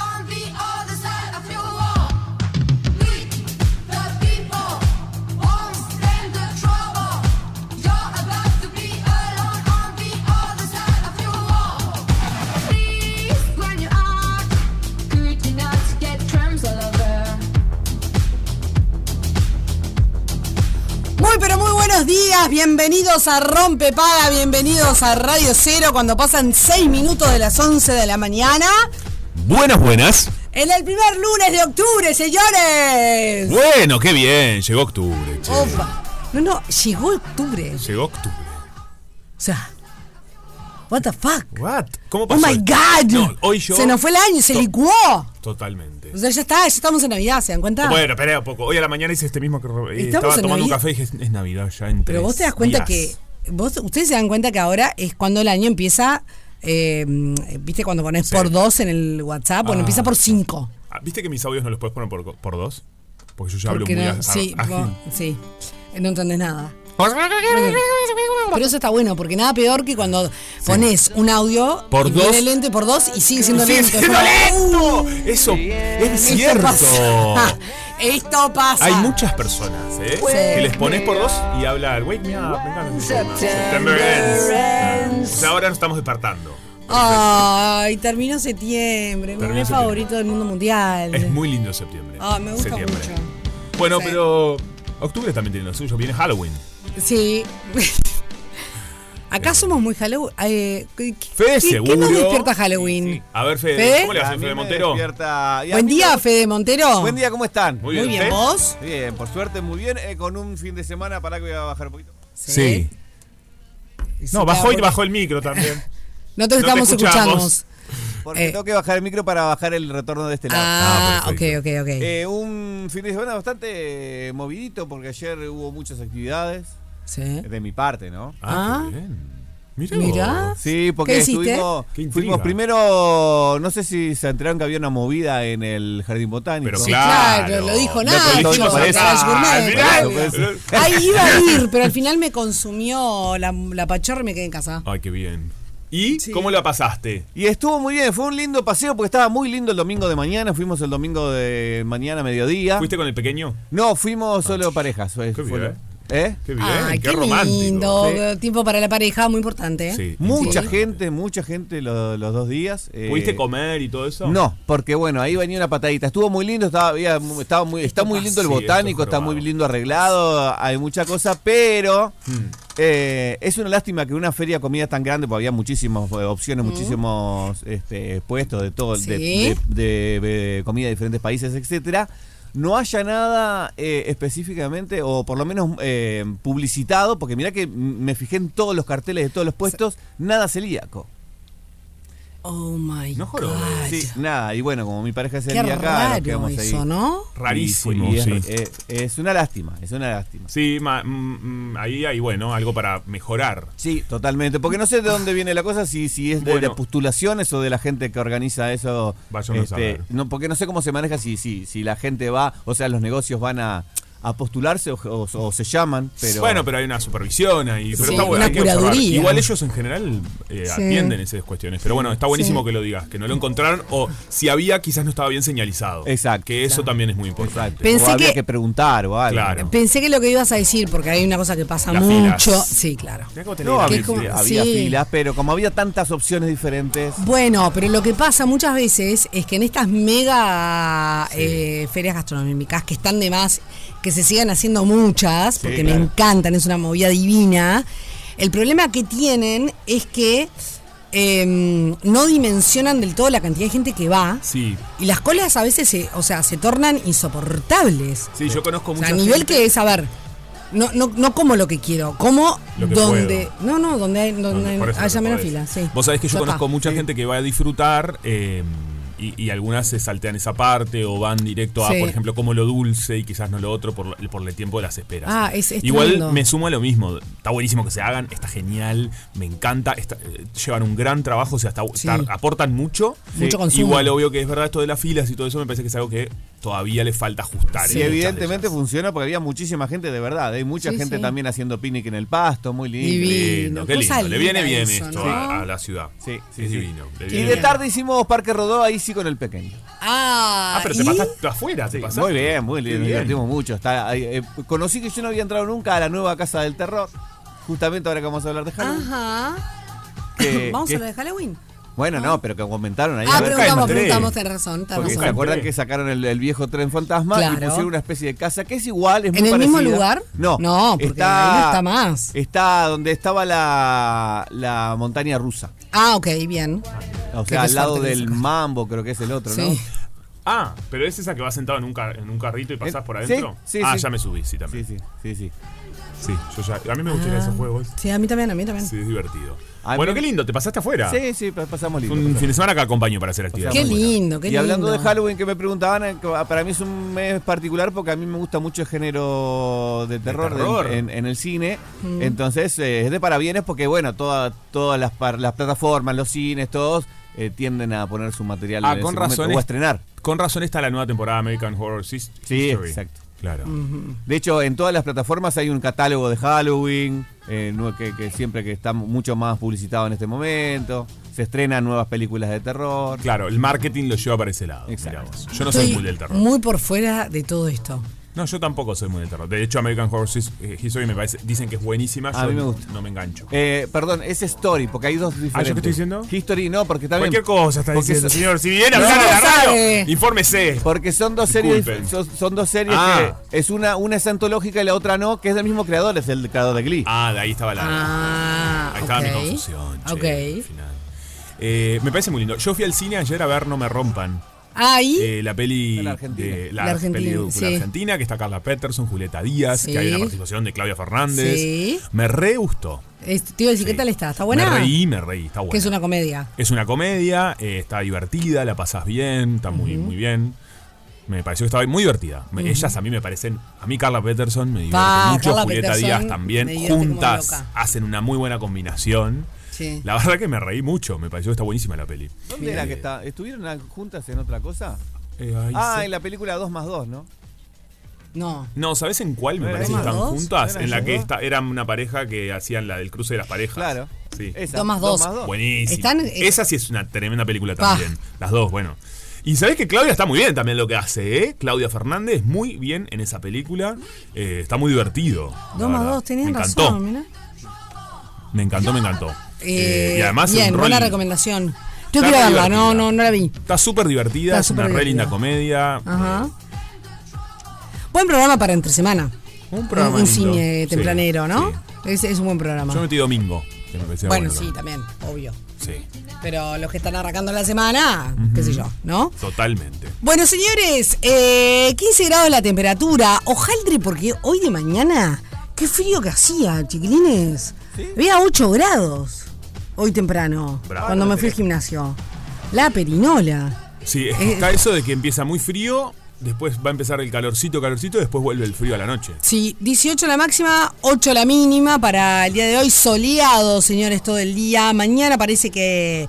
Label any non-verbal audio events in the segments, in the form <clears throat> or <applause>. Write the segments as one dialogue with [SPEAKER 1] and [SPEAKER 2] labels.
[SPEAKER 1] on the other side of your wall. We, the people, won't stand the trouble. You're about to be alone on the other side of your wall. Please, when you are, could you not get crumbs all over?
[SPEAKER 2] Muy pero muy buenos días, bienvenidos a Rompe Paga, bienvenidos a Radio Cero cuando pasan 6 minutos de las 11 de la mañana.
[SPEAKER 3] Buenas, buenas.
[SPEAKER 2] En el primer lunes de octubre, señores.
[SPEAKER 3] Bueno, qué bien. Llegó octubre, che.
[SPEAKER 2] Opa. No, no, llegó octubre.
[SPEAKER 3] Llegó octubre.
[SPEAKER 2] O sea, what the fuck?
[SPEAKER 3] What? ¿Cómo
[SPEAKER 2] Oh
[SPEAKER 3] pasó?
[SPEAKER 2] my
[SPEAKER 3] el-
[SPEAKER 2] god.
[SPEAKER 3] No, hoy yo.
[SPEAKER 2] Se nos fue el año, se
[SPEAKER 3] To-
[SPEAKER 2] licuó.
[SPEAKER 3] Totalmente.
[SPEAKER 2] O sea, ya está, ya estamos en Navidad, ¿se dan cuenta?
[SPEAKER 3] Bueno, espera un poco. Hoy a la mañana hice este mismo que eh, estaba
[SPEAKER 2] Estamos en
[SPEAKER 3] tomando un
[SPEAKER 2] Navidad.
[SPEAKER 3] café y dije, es- es Navidad ya en
[SPEAKER 2] Pero
[SPEAKER 3] tres
[SPEAKER 2] vos te das cuenta
[SPEAKER 3] días.
[SPEAKER 2] que. Vos, ustedes se dan cuenta que ahora es cuando el año empieza. eh, ¿Viste cuando pones
[SPEAKER 3] Sí.
[SPEAKER 2] por dos en el WhatsApp? Bueno,
[SPEAKER 3] Ah.
[SPEAKER 2] empieza por cinco.
[SPEAKER 3] Ah, ¿Viste que mis audios no los puedes poner por, co- por dos? Porque yo ya hablo
[SPEAKER 2] Porque
[SPEAKER 3] muy
[SPEAKER 2] no,
[SPEAKER 3] a- a-
[SPEAKER 2] sí,
[SPEAKER 3] ágil.
[SPEAKER 2] vos- sí. No entendés nada. Pero eso está bueno, porque nada peor que cuando pones un audio
[SPEAKER 3] Por
[SPEAKER 2] y
[SPEAKER 3] dos.
[SPEAKER 2] viene lento por dos y sigue siendo
[SPEAKER 3] Sí,
[SPEAKER 2] lento.
[SPEAKER 3] siendo
[SPEAKER 2] Es como,
[SPEAKER 3] lento.
[SPEAKER 2] "Uh,
[SPEAKER 3] Oh, Eso es
[SPEAKER 2] esto
[SPEAKER 3] cierto.
[SPEAKER 2] pasa". <laughs> Esto pasa.
[SPEAKER 3] Hay muchas personas, ¿eh? Que les pones por dos y hablan, wake me up, venga, no sé qué más". September ends. O sea, ahora nos estamos despertando.
[SPEAKER 2] Ay, terminó septiembre, mi
[SPEAKER 3] Terminó
[SPEAKER 2] mes
[SPEAKER 3] septiembre.
[SPEAKER 2] favorito del mundo mundial.
[SPEAKER 3] Es muy lindo septiembre.
[SPEAKER 2] Ah, me gusta
[SPEAKER 3] Septiembre.
[SPEAKER 2] mucho.
[SPEAKER 3] Bueno,
[SPEAKER 2] Sí.
[SPEAKER 3] pero octubre también tiene lo suyo. Viene Halloween.
[SPEAKER 2] Sí. <laughs> Acá somos muy Halloween. Eh, ¿qué, qué-
[SPEAKER 3] Fede
[SPEAKER 2] qué-
[SPEAKER 3] seguro.
[SPEAKER 2] ¿Qué nos despierta Halloween?
[SPEAKER 4] Sí, sí.
[SPEAKER 3] A ver, Fede,
[SPEAKER 2] ¿Fede?
[SPEAKER 3] ¿cómo le
[SPEAKER 4] A
[SPEAKER 3] hace
[SPEAKER 4] mí
[SPEAKER 3] Fede
[SPEAKER 4] me
[SPEAKER 3] Montero?
[SPEAKER 4] despierta- y a
[SPEAKER 2] Buen
[SPEAKER 4] mí
[SPEAKER 2] día,
[SPEAKER 4] me-
[SPEAKER 2] Fede Montero.
[SPEAKER 4] Buen día, ¿cómo están?
[SPEAKER 3] Muy
[SPEAKER 2] Muy bien,
[SPEAKER 3] ¿Fede?
[SPEAKER 2] ¿vos?
[SPEAKER 4] Bien, por suerte, muy bien. eh, con un fin de semana, para que voy a bajar un poquito.
[SPEAKER 3] Sí. No, bajó y bajó el micro también.
[SPEAKER 2] <laughs> No te
[SPEAKER 3] No te
[SPEAKER 2] estamos
[SPEAKER 3] escuchamos.
[SPEAKER 2] escuchando.
[SPEAKER 4] Porque
[SPEAKER 2] Eh.
[SPEAKER 4] tengo que bajar el micro para bajar el retorno de este lado.
[SPEAKER 2] Ah,
[SPEAKER 3] Ah,
[SPEAKER 2] ok,
[SPEAKER 3] perfecto.
[SPEAKER 2] ok, ok.
[SPEAKER 4] Eh, un fin de semana bastante eh, movidito porque ayer hubo muchas actividades.
[SPEAKER 2] sí.
[SPEAKER 4] De mi parte, ¿no?
[SPEAKER 3] Ah,
[SPEAKER 2] Ah.
[SPEAKER 3] qué bien. Mirá.
[SPEAKER 2] Mirá.
[SPEAKER 3] vos.
[SPEAKER 4] Sí, porque
[SPEAKER 2] ¿Qué hiciste?
[SPEAKER 4] estuvimos.
[SPEAKER 3] Qué intriga.
[SPEAKER 4] Fuimos primero. No sé si se enteraron que había una movida en el jardín botánico.
[SPEAKER 3] Pero
[SPEAKER 2] Sí,
[SPEAKER 3] claro.
[SPEAKER 2] claro, lo dijo
[SPEAKER 3] No,
[SPEAKER 2] Nacho,
[SPEAKER 3] pero dijimos
[SPEAKER 4] por eso.
[SPEAKER 3] acá.
[SPEAKER 2] Ah,
[SPEAKER 3] Mirá.
[SPEAKER 4] mirá.
[SPEAKER 2] Ahí iba a ir, pero al final me consumió la, la pachorra y me quedé en casa.
[SPEAKER 3] Ay, qué bien. ¿Y cómo la pasaste?
[SPEAKER 4] Y estuvo muy bien, fue un lindo paseo porque estaba muy lindo el domingo de mañana, fuimos el domingo de mañana mediodía.
[SPEAKER 3] ¿Fuiste con el pequeño?
[SPEAKER 4] No, fuimos solo parejas. fue-
[SPEAKER 3] Qué
[SPEAKER 4] fue lo-
[SPEAKER 3] bien.
[SPEAKER 4] ¿Eh?
[SPEAKER 3] Qué bien,
[SPEAKER 2] Ay,
[SPEAKER 3] qué, romántico.
[SPEAKER 2] lindo.
[SPEAKER 4] Sí.
[SPEAKER 2] Tiempo para la pareja, muy importante. ¿eh?
[SPEAKER 3] Sí,
[SPEAKER 4] Mucha
[SPEAKER 3] importante.
[SPEAKER 4] gente, mucha gente lo- los dos días. eh,
[SPEAKER 3] ¿Pudiste comer y todo eso?
[SPEAKER 4] No, porque bueno, ahí venía una patadita. Estuvo muy lindo, estaba, había mu- estaba muy, está muy lindo el
[SPEAKER 3] Sí, esto es
[SPEAKER 4] botánico, está
[SPEAKER 3] jorobado.
[SPEAKER 4] muy lindo arreglado, hay mucha cosa, pero eh, es una lástima que una feria de comida tan grande, porque había muchísimas eh, opciones, muchísimos este, puestos de todo, de,
[SPEAKER 2] Mm. Sí.
[SPEAKER 4] de- de- de comida de diferentes países, etcétera. No haya nada eh, específicamente, o por lo menos eh, publicitado, porque mirá que m- me fijé en todos los carteles de todos los puestos, nada celíaco.
[SPEAKER 2] Oh my
[SPEAKER 3] No
[SPEAKER 2] God.
[SPEAKER 3] jorobes.
[SPEAKER 4] Sí, nada, y bueno, como mi pareja es
[SPEAKER 2] Qué
[SPEAKER 4] celíaca, nos
[SPEAKER 2] raro
[SPEAKER 4] quedamos ahí.
[SPEAKER 2] eso, ¿no?
[SPEAKER 3] Rarísimo,
[SPEAKER 4] Y- y es,
[SPEAKER 3] sí.
[SPEAKER 4] eh, es una lástima, es una lástima.
[SPEAKER 3] Sí, ma- mm, mm, ahí hay, bueno, algo para mejorar.
[SPEAKER 4] Sí, totalmente. Porque no sé de dónde viene la cosa, si, si es de,
[SPEAKER 3] Bueno.
[SPEAKER 4] de postulaciones o de la gente que organiza eso. Este,
[SPEAKER 3] Vaya uno a saber.
[SPEAKER 4] no, porque no sé cómo se maneja, si, si, si la gente va, o sea, los negocios van a, a postularse o, o- o se llaman, pero.
[SPEAKER 3] bueno, pero hay una supervisión ahí. Pero
[SPEAKER 2] Sí,
[SPEAKER 3] está bueno,
[SPEAKER 2] una
[SPEAKER 3] hay que observar.
[SPEAKER 2] curaduría.
[SPEAKER 3] Igual ellos en general eh,
[SPEAKER 2] Sí.
[SPEAKER 3] atienden esas cuestiones. Pero bueno, está buenísimo que lo digas, que no lo encontraron o si había, quizás no estaba bien señalizado.
[SPEAKER 4] Exacto.
[SPEAKER 3] Que eso también es muy
[SPEAKER 4] Exacto.
[SPEAKER 3] importante.
[SPEAKER 2] Pensé
[SPEAKER 4] o habría
[SPEAKER 2] que-
[SPEAKER 4] que preguntar o algo.
[SPEAKER 3] Claro.
[SPEAKER 2] Pensé que lo que ibas a decir, porque hay una cosa que pasa
[SPEAKER 3] Las filas.
[SPEAKER 2] mucho. Sí, claro.
[SPEAKER 3] Mirá cómo tenés
[SPEAKER 4] No,
[SPEAKER 3] la
[SPEAKER 4] había,
[SPEAKER 2] es como-
[SPEAKER 3] flexibilidad.
[SPEAKER 4] había
[SPEAKER 2] sí.
[SPEAKER 4] filas, pero como había tantas opciones diferentes.
[SPEAKER 2] Bueno, pero lo que pasa muchas veces es que en estas mega eh, ferias gastronómicas que están de más, que se siguen haciendo muchas, porque me
[SPEAKER 3] claro.
[SPEAKER 2] encantan, es una movida divina, el problema que tienen es que eh, no dimensionan del todo la cantidad de gente que va.
[SPEAKER 3] Sí.
[SPEAKER 2] Y las colas a veces se, o sea, se tornan insoportables.
[SPEAKER 3] Sí, yo conozco
[SPEAKER 2] O sea,
[SPEAKER 3] mucha
[SPEAKER 2] a nivel
[SPEAKER 3] gente-
[SPEAKER 2] que es, a ver, no, no, no como lo que quiero, como
[SPEAKER 3] Lo que
[SPEAKER 2] donde. Eh, No, no, donde, hay, donde,
[SPEAKER 3] No, por eso
[SPEAKER 2] haya
[SPEAKER 3] no
[SPEAKER 2] menos
[SPEAKER 3] podés.
[SPEAKER 2] fila. Sí.
[SPEAKER 3] Vos sabés que yo
[SPEAKER 2] Ya está.
[SPEAKER 3] conozco mucha gente que va a disfrutar eh, y, y algunas se saltean esa parte o van directo a,
[SPEAKER 2] Sí.
[SPEAKER 3] por ejemplo, como lo dulce y quizás no lo otro por, lo- por el tiempo de las esperas.
[SPEAKER 2] Ah, es- es
[SPEAKER 3] Igual
[SPEAKER 2] tremendo.
[SPEAKER 3] me sumo a lo mismo. Está buenísimo que se hagan, está genial, me encanta, está- eh, llevan un gran trabajo, o sea, está-
[SPEAKER 2] Sí.
[SPEAKER 3] está- aportan mucho.
[SPEAKER 2] Mucho consumo.
[SPEAKER 3] Igual obvio que es verdad esto de las filas y todo eso me parece que es algo que todavía le falta ajustar. ¿eh? en muchas
[SPEAKER 4] y
[SPEAKER 3] de
[SPEAKER 4] evidentemente
[SPEAKER 3] ellas.
[SPEAKER 4] funciona porque había muchísima gente de verdad. Hay mucha
[SPEAKER 2] Sí,
[SPEAKER 4] gente
[SPEAKER 2] sí.
[SPEAKER 4] también haciendo picnic en el pasto, muy lindo.
[SPEAKER 2] Divino,
[SPEAKER 3] Lindo, qué
[SPEAKER 2] cosa
[SPEAKER 3] lindo. Le viene
[SPEAKER 2] linda
[SPEAKER 3] bien
[SPEAKER 2] eso,
[SPEAKER 3] esto
[SPEAKER 2] ¿no?
[SPEAKER 3] a, a la ciudad.
[SPEAKER 4] Sí, sí,
[SPEAKER 3] es
[SPEAKER 4] sí.
[SPEAKER 3] divino. le
[SPEAKER 4] Y
[SPEAKER 3] viene
[SPEAKER 4] de
[SPEAKER 3] bien.
[SPEAKER 4] tarde hicimos Parque Rodó, ahí sí con el pequeño.
[SPEAKER 2] Ah,
[SPEAKER 3] Ah, pero te
[SPEAKER 2] ¿y?
[SPEAKER 3] pasaste afuera, te pasaste.
[SPEAKER 4] muy bien, muy
[SPEAKER 3] Qué
[SPEAKER 4] bien, nos divertimos mucho. Está, ahí, eh, conocí que yo no había entrado nunca a la nueva Casa del Terror, justamente ahora que vamos a hablar de Halloween.
[SPEAKER 2] Ajá.
[SPEAKER 4] que-
[SPEAKER 2] Vamos
[SPEAKER 4] que-
[SPEAKER 2] a hablar de Halloween.
[SPEAKER 4] Bueno, no, pero que comentaron ahí.
[SPEAKER 2] Ah,
[SPEAKER 4] a ver,
[SPEAKER 2] preguntamos,
[SPEAKER 3] entré.
[SPEAKER 2] preguntamos, tenés razón, tenés
[SPEAKER 4] porque
[SPEAKER 2] razón.
[SPEAKER 4] se acuerdan
[SPEAKER 3] entré.
[SPEAKER 4] que sacaron el, el viejo tren fantasma y
[SPEAKER 2] Claro.
[SPEAKER 4] pusieron una especie de casa que es igual, es muy
[SPEAKER 2] ¿En el mismo
[SPEAKER 4] parecida.
[SPEAKER 2] lugar?
[SPEAKER 4] No.
[SPEAKER 2] No, porque ahí no está más.
[SPEAKER 4] Está donde estaba la, la montaña rusa.
[SPEAKER 2] Ah, ok, bien.
[SPEAKER 4] O
[SPEAKER 2] Qué
[SPEAKER 4] sea, al
[SPEAKER 2] suerte
[SPEAKER 4] lado
[SPEAKER 2] que
[SPEAKER 4] del
[SPEAKER 2] sacaste.
[SPEAKER 4] mambo, creo que es el otro, ¿no?
[SPEAKER 2] Sí.
[SPEAKER 3] Ah, pero es esa que vas sentado en un, car- en un carrito y pasás
[SPEAKER 4] Eh,
[SPEAKER 3] por adentro.
[SPEAKER 4] sí, sí,
[SPEAKER 3] ah,
[SPEAKER 4] sí.
[SPEAKER 3] ya me subí, sí,
[SPEAKER 4] Sí,
[SPEAKER 3] también.
[SPEAKER 4] sí, sí, sí.
[SPEAKER 3] Sí, yo ya. A mí me gustaría esos juegos.
[SPEAKER 2] Sí, a mí también, a mí también.
[SPEAKER 3] Sí, es divertido.
[SPEAKER 4] A
[SPEAKER 3] bueno,
[SPEAKER 4] mí-
[SPEAKER 3] qué lindo, te pasaste afuera.
[SPEAKER 4] Sí, sí, pa-
[SPEAKER 3] Fue
[SPEAKER 4] pasamos lindo.
[SPEAKER 3] Un
[SPEAKER 4] pasamos
[SPEAKER 3] fin de semana que acompaño para hacer
[SPEAKER 4] lindo.
[SPEAKER 3] actividades.
[SPEAKER 2] Qué
[SPEAKER 4] Pasamos
[SPEAKER 3] Bueno.
[SPEAKER 2] lindo, qué
[SPEAKER 4] Y hablando de
[SPEAKER 2] lindo.
[SPEAKER 4] Halloween que me preguntaban, eh, que para mí es un mes particular porque a mí me gusta mucho el género de terror, en-
[SPEAKER 3] terror.
[SPEAKER 4] En, en el cine.
[SPEAKER 2] Mm.
[SPEAKER 4] Entonces eh, es de parabienes porque, bueno, toda- todas las, par- las plataformas, los cines, todos eh, tienden a poner su material
[SPEAKER 3] Ah,
[SPEAKER 4] en
[SPEAKER 3] con
[SPEAKER 4] ese momento,
[SPEAKER 3] razón
[SPEAKER 4] o a
[SPEAKER 3] es-
[SPEAKER 4] estrenar.
[SPEAKER 3] Con razón está la nueva temporada de American Horror Sis-
[SPEAKER 4] Sí,
[SPEAKER 3] History.
[SPEAKER 4] exacto.
[SPEAKER 3] Claro.
[SPEAKER 4] Mm. De hecho, en todas las plataformas hay un catálogo de Halloween, eh, nue- que, que siempre que está mucho más publicitado en este momento. Se estrenan nuevas películas de terror.
[SPEAKER 3] Claro, el marketing lo lleva para ese lado.
[SPEAKER 4] Exacto.
[SPEAKER 3] digamos. Yo no soy
[SPEAKER 2] Estoy
[SPEAKER 3] muy del terror.
[SPEAKER 2] Muy por fuera de todo esto.
[SPEAKER 3] No, yo tampoco soy muy del terror. De hecho, American Horror Sis- eh, History me parece. Dicen que es buenísima.
[SPEAKER 4] A
[SPEAKER 3] yo
[SPEAKER 4] mí me gusta.
[SPEAKER 3] No me engancho.
[SPEAKER 4] Eh, perdón, es story, porque hay dos diferentes.
[SPEAKER 3] Ah, qué estoy diciendo?
[SPEAKER 4] History, no, porque también.
[SPEAKER 3] Cualquier cosa está
[SPEAKER 4] porque
[SPEAKER 3] diciendo,
[SPEAKER 4] son-
[SPEAKER 3] señor. Si viene a
[SPEAKER 2] No
[SPEAKER 3] hablar a la
[SPEAKER 2] lo sabe.
[SPEAKER 3] radio, infórmese.
[SPEAKER 4] Porque son dos series,
[SPEAKER 3] Disculpen.
[SPEAKER 4] son, son dos series
[SPEAKER 3] Ah.
[SPEAKER 4] que es una, una es antológica y la otra no, que es del mismo creador, es el creador de Glee.
[SPEAKER 3] Ah, de ahí estaba la.
[SPEAKER 2] Ah,
[SPEAKER 3] Ahí estaba
[SPEAKER 2] ok.
[SPEAKER 3] mi confusión. che, al
[SPEAKER 2] Ok.
[SPEAKER 3] final. Eh, me parece muy lindo. Yo fui al cine ayer a ver No me rompan.
[SPEAKER 2] Ahí.
[SPEAKER 3] eh, la peli
[SPEAKER 4] La Argentina.
[SPEAKER 3] de la,
[SPEAKER 2] Ah, La Argentina,
[SPEAKER 3] peli de-
[SPEAKER 2] sí.
[SPEAKER 3] la Argentina, que está Carla Peterson, Julieta Díaz,
[SPEAKER 2] Sí.
[SPEAKER 3] que hay una participación de Claudia Fernández.
[SPEAKER 2] Sí.
[SPEAKER 3] Me re gustó.
[SPEAKER 2] es- te iba a decir, ¿qué
[SPEAKER 3] Sí.
[SPEAKER 2] tal está? ¿Está buena?
[SPEAKER 3] Me reí, me reí, está buena.
[SPEAKER 2] Que es una comedia.
[SPEAKER 3] Es una comedia, eh, está divertida, la pasás bien, está muy, muy bien. Me pareció que estaba muy divertida. Me- Ellas a mí me parecen. A mí, Carla Peterson me divierte
[SPEAKER 2] Pa,
[SPEAKER 3] mucho.
[SPEAKER 2] Carla
[SPEAKER 3] Julieta
[SPEAKER 2] Peterson
[SPEAKER 3] Díaz
[SPEAKER 2] me
[SPEAKER 3] también.
[SPEAKER 2] divierte como
[SPEAKER 3] Juntas
[SPEAKER 2] loca.
[SPEAKER 3] hacen una muy buena combinación.
[SPEAKER 2] Sí.
[SPEAKER 3] La verdad que me reí mucho. Me pareció que está buenísima la peli.
[SPEAKER 4] ¿Dónde era que está? ¿Estuvieron a- juntas en otra cosa?
[SPEAKER 3] Eh, ay,
[SPEAKER 4] Ah,
[SPEAKER 3] sí.
[SPEAKER 4] en la película 2 más 2, ¿no?
[SPEAKER 2] No.
[SPEAKER 3] No, ¿sabes en cuál me
[SPEAKER 4] ¿No
[SPEAKER 3] parece que
[SPEAKER 4] eran
[SPEAKER 3] están
[SPEAKER 2] dos?
[SPEAKER 3] juntas?
[SPEAKER 4] ¿No eran
[SPEAKER 3] En la
[SPEAKER 4] ellas
[SPEAKER 3] que
[SPEAKER 4] dos?
[SPEAKER 3] está, eran una pareja que hacían la del cruce de las parejas.
[SPEAKER 4] Claro.
[SPEAKER 3] Sí.
[SPEAKER 4] Esa,
[SPEAKER 2] Dos más dos.
[SPEAKER 3] Buenísima.
[SPEAKER 2] Están, eh,
[SPEAKER 3] Esa sí es una tremenda película
[SPEAKER 2] Pa.
[SPEAKER 3] también. Las dos, bueno. Y sabés que Claudia está muy bien también lo que hace, ¿eh? Claudia Fernández, muy bien en esa película. Eh, está muy divertido. la
[SPEAKER 2] Dos más
[SPEAKER 3] verdad.
[SPEAKER 2] dos, tenían
[SPEAKER 3] me encantó,
[SPEAKER 2] razón, mirá.
[SPEAKER 3] Me encantó, me encantó. Eh,
[SPEAKER 2] Eh,
[SPEAKER 3] y además,
[SPEAKER 2] bien,
[SPEAKER 3] un rol-
[SPEAKER 2] buena recomendación.
[SPEAKER 3] Está
[SPEAKER 2] Yo quiero
[SPEAKER 3] re
[SPEAKER 2] verla, no,
[SPEAKER 3] divertida.
[SPEAKER 2] no, no la vi.
[SPEAKER 3] Está súper divertida,
[SPEAKER 2] Está
[SPEAKER 3] es una
[SPEAKER 2] súper
[SPEAKER 3] re linda
[SPEAKER 2] divertida.
[SPEAKER 3] comedia.
[SPEAKER 2] Ajá. Buen programa para entre semana.
[SPEAKER 3] Un programa
[SPEAKER 2] Un, un
[SPEAKER 3] lindo.
[SPEAKER 2] cine
[SPEAKER 3] Sí,
[SPEAKER 2] tempranero, ¿no? Es, es un buen
[SPEAKER 3] Eh,
[SPEAKER 2] programa.
[SPEAKER 3] Yo metí domingo. que me parecía
[SPEAKER 2] bueno,
[SPEAKER 3] bueno
[SPEAKER 2] sí, también, obvio.
[SPEAKER 3] Sí,
[SPEAKER 2] Pero los que están arrancando la semana, qué sé yo, ¿no?
[SPEAKER 3] totalmente.
[SPEAKER 2] Bueno, señores, eh, 15 grados la temperatura. Ojaldre, porque hoy de mañana, qué frío que hacía, chiquilines. Había 8 grados hoy temprano,
[SPEAKER 3] Bravo.
[SPEAKER 2] cuando me fui al gimnasio. La perinola.
[SPEAKER 3] Sí,
[SPEAKER 2] Eh,
[SPEAKER 3] está eso de que empieza muy frío después va a empezar el calorcito, calorcito, después vuelve el frío a la noche.
[SPEAKER 2] Sí, 18 la máxima, 8 la mínima para el día de hoy. Soleado, señores, todo el día. Mañana parece que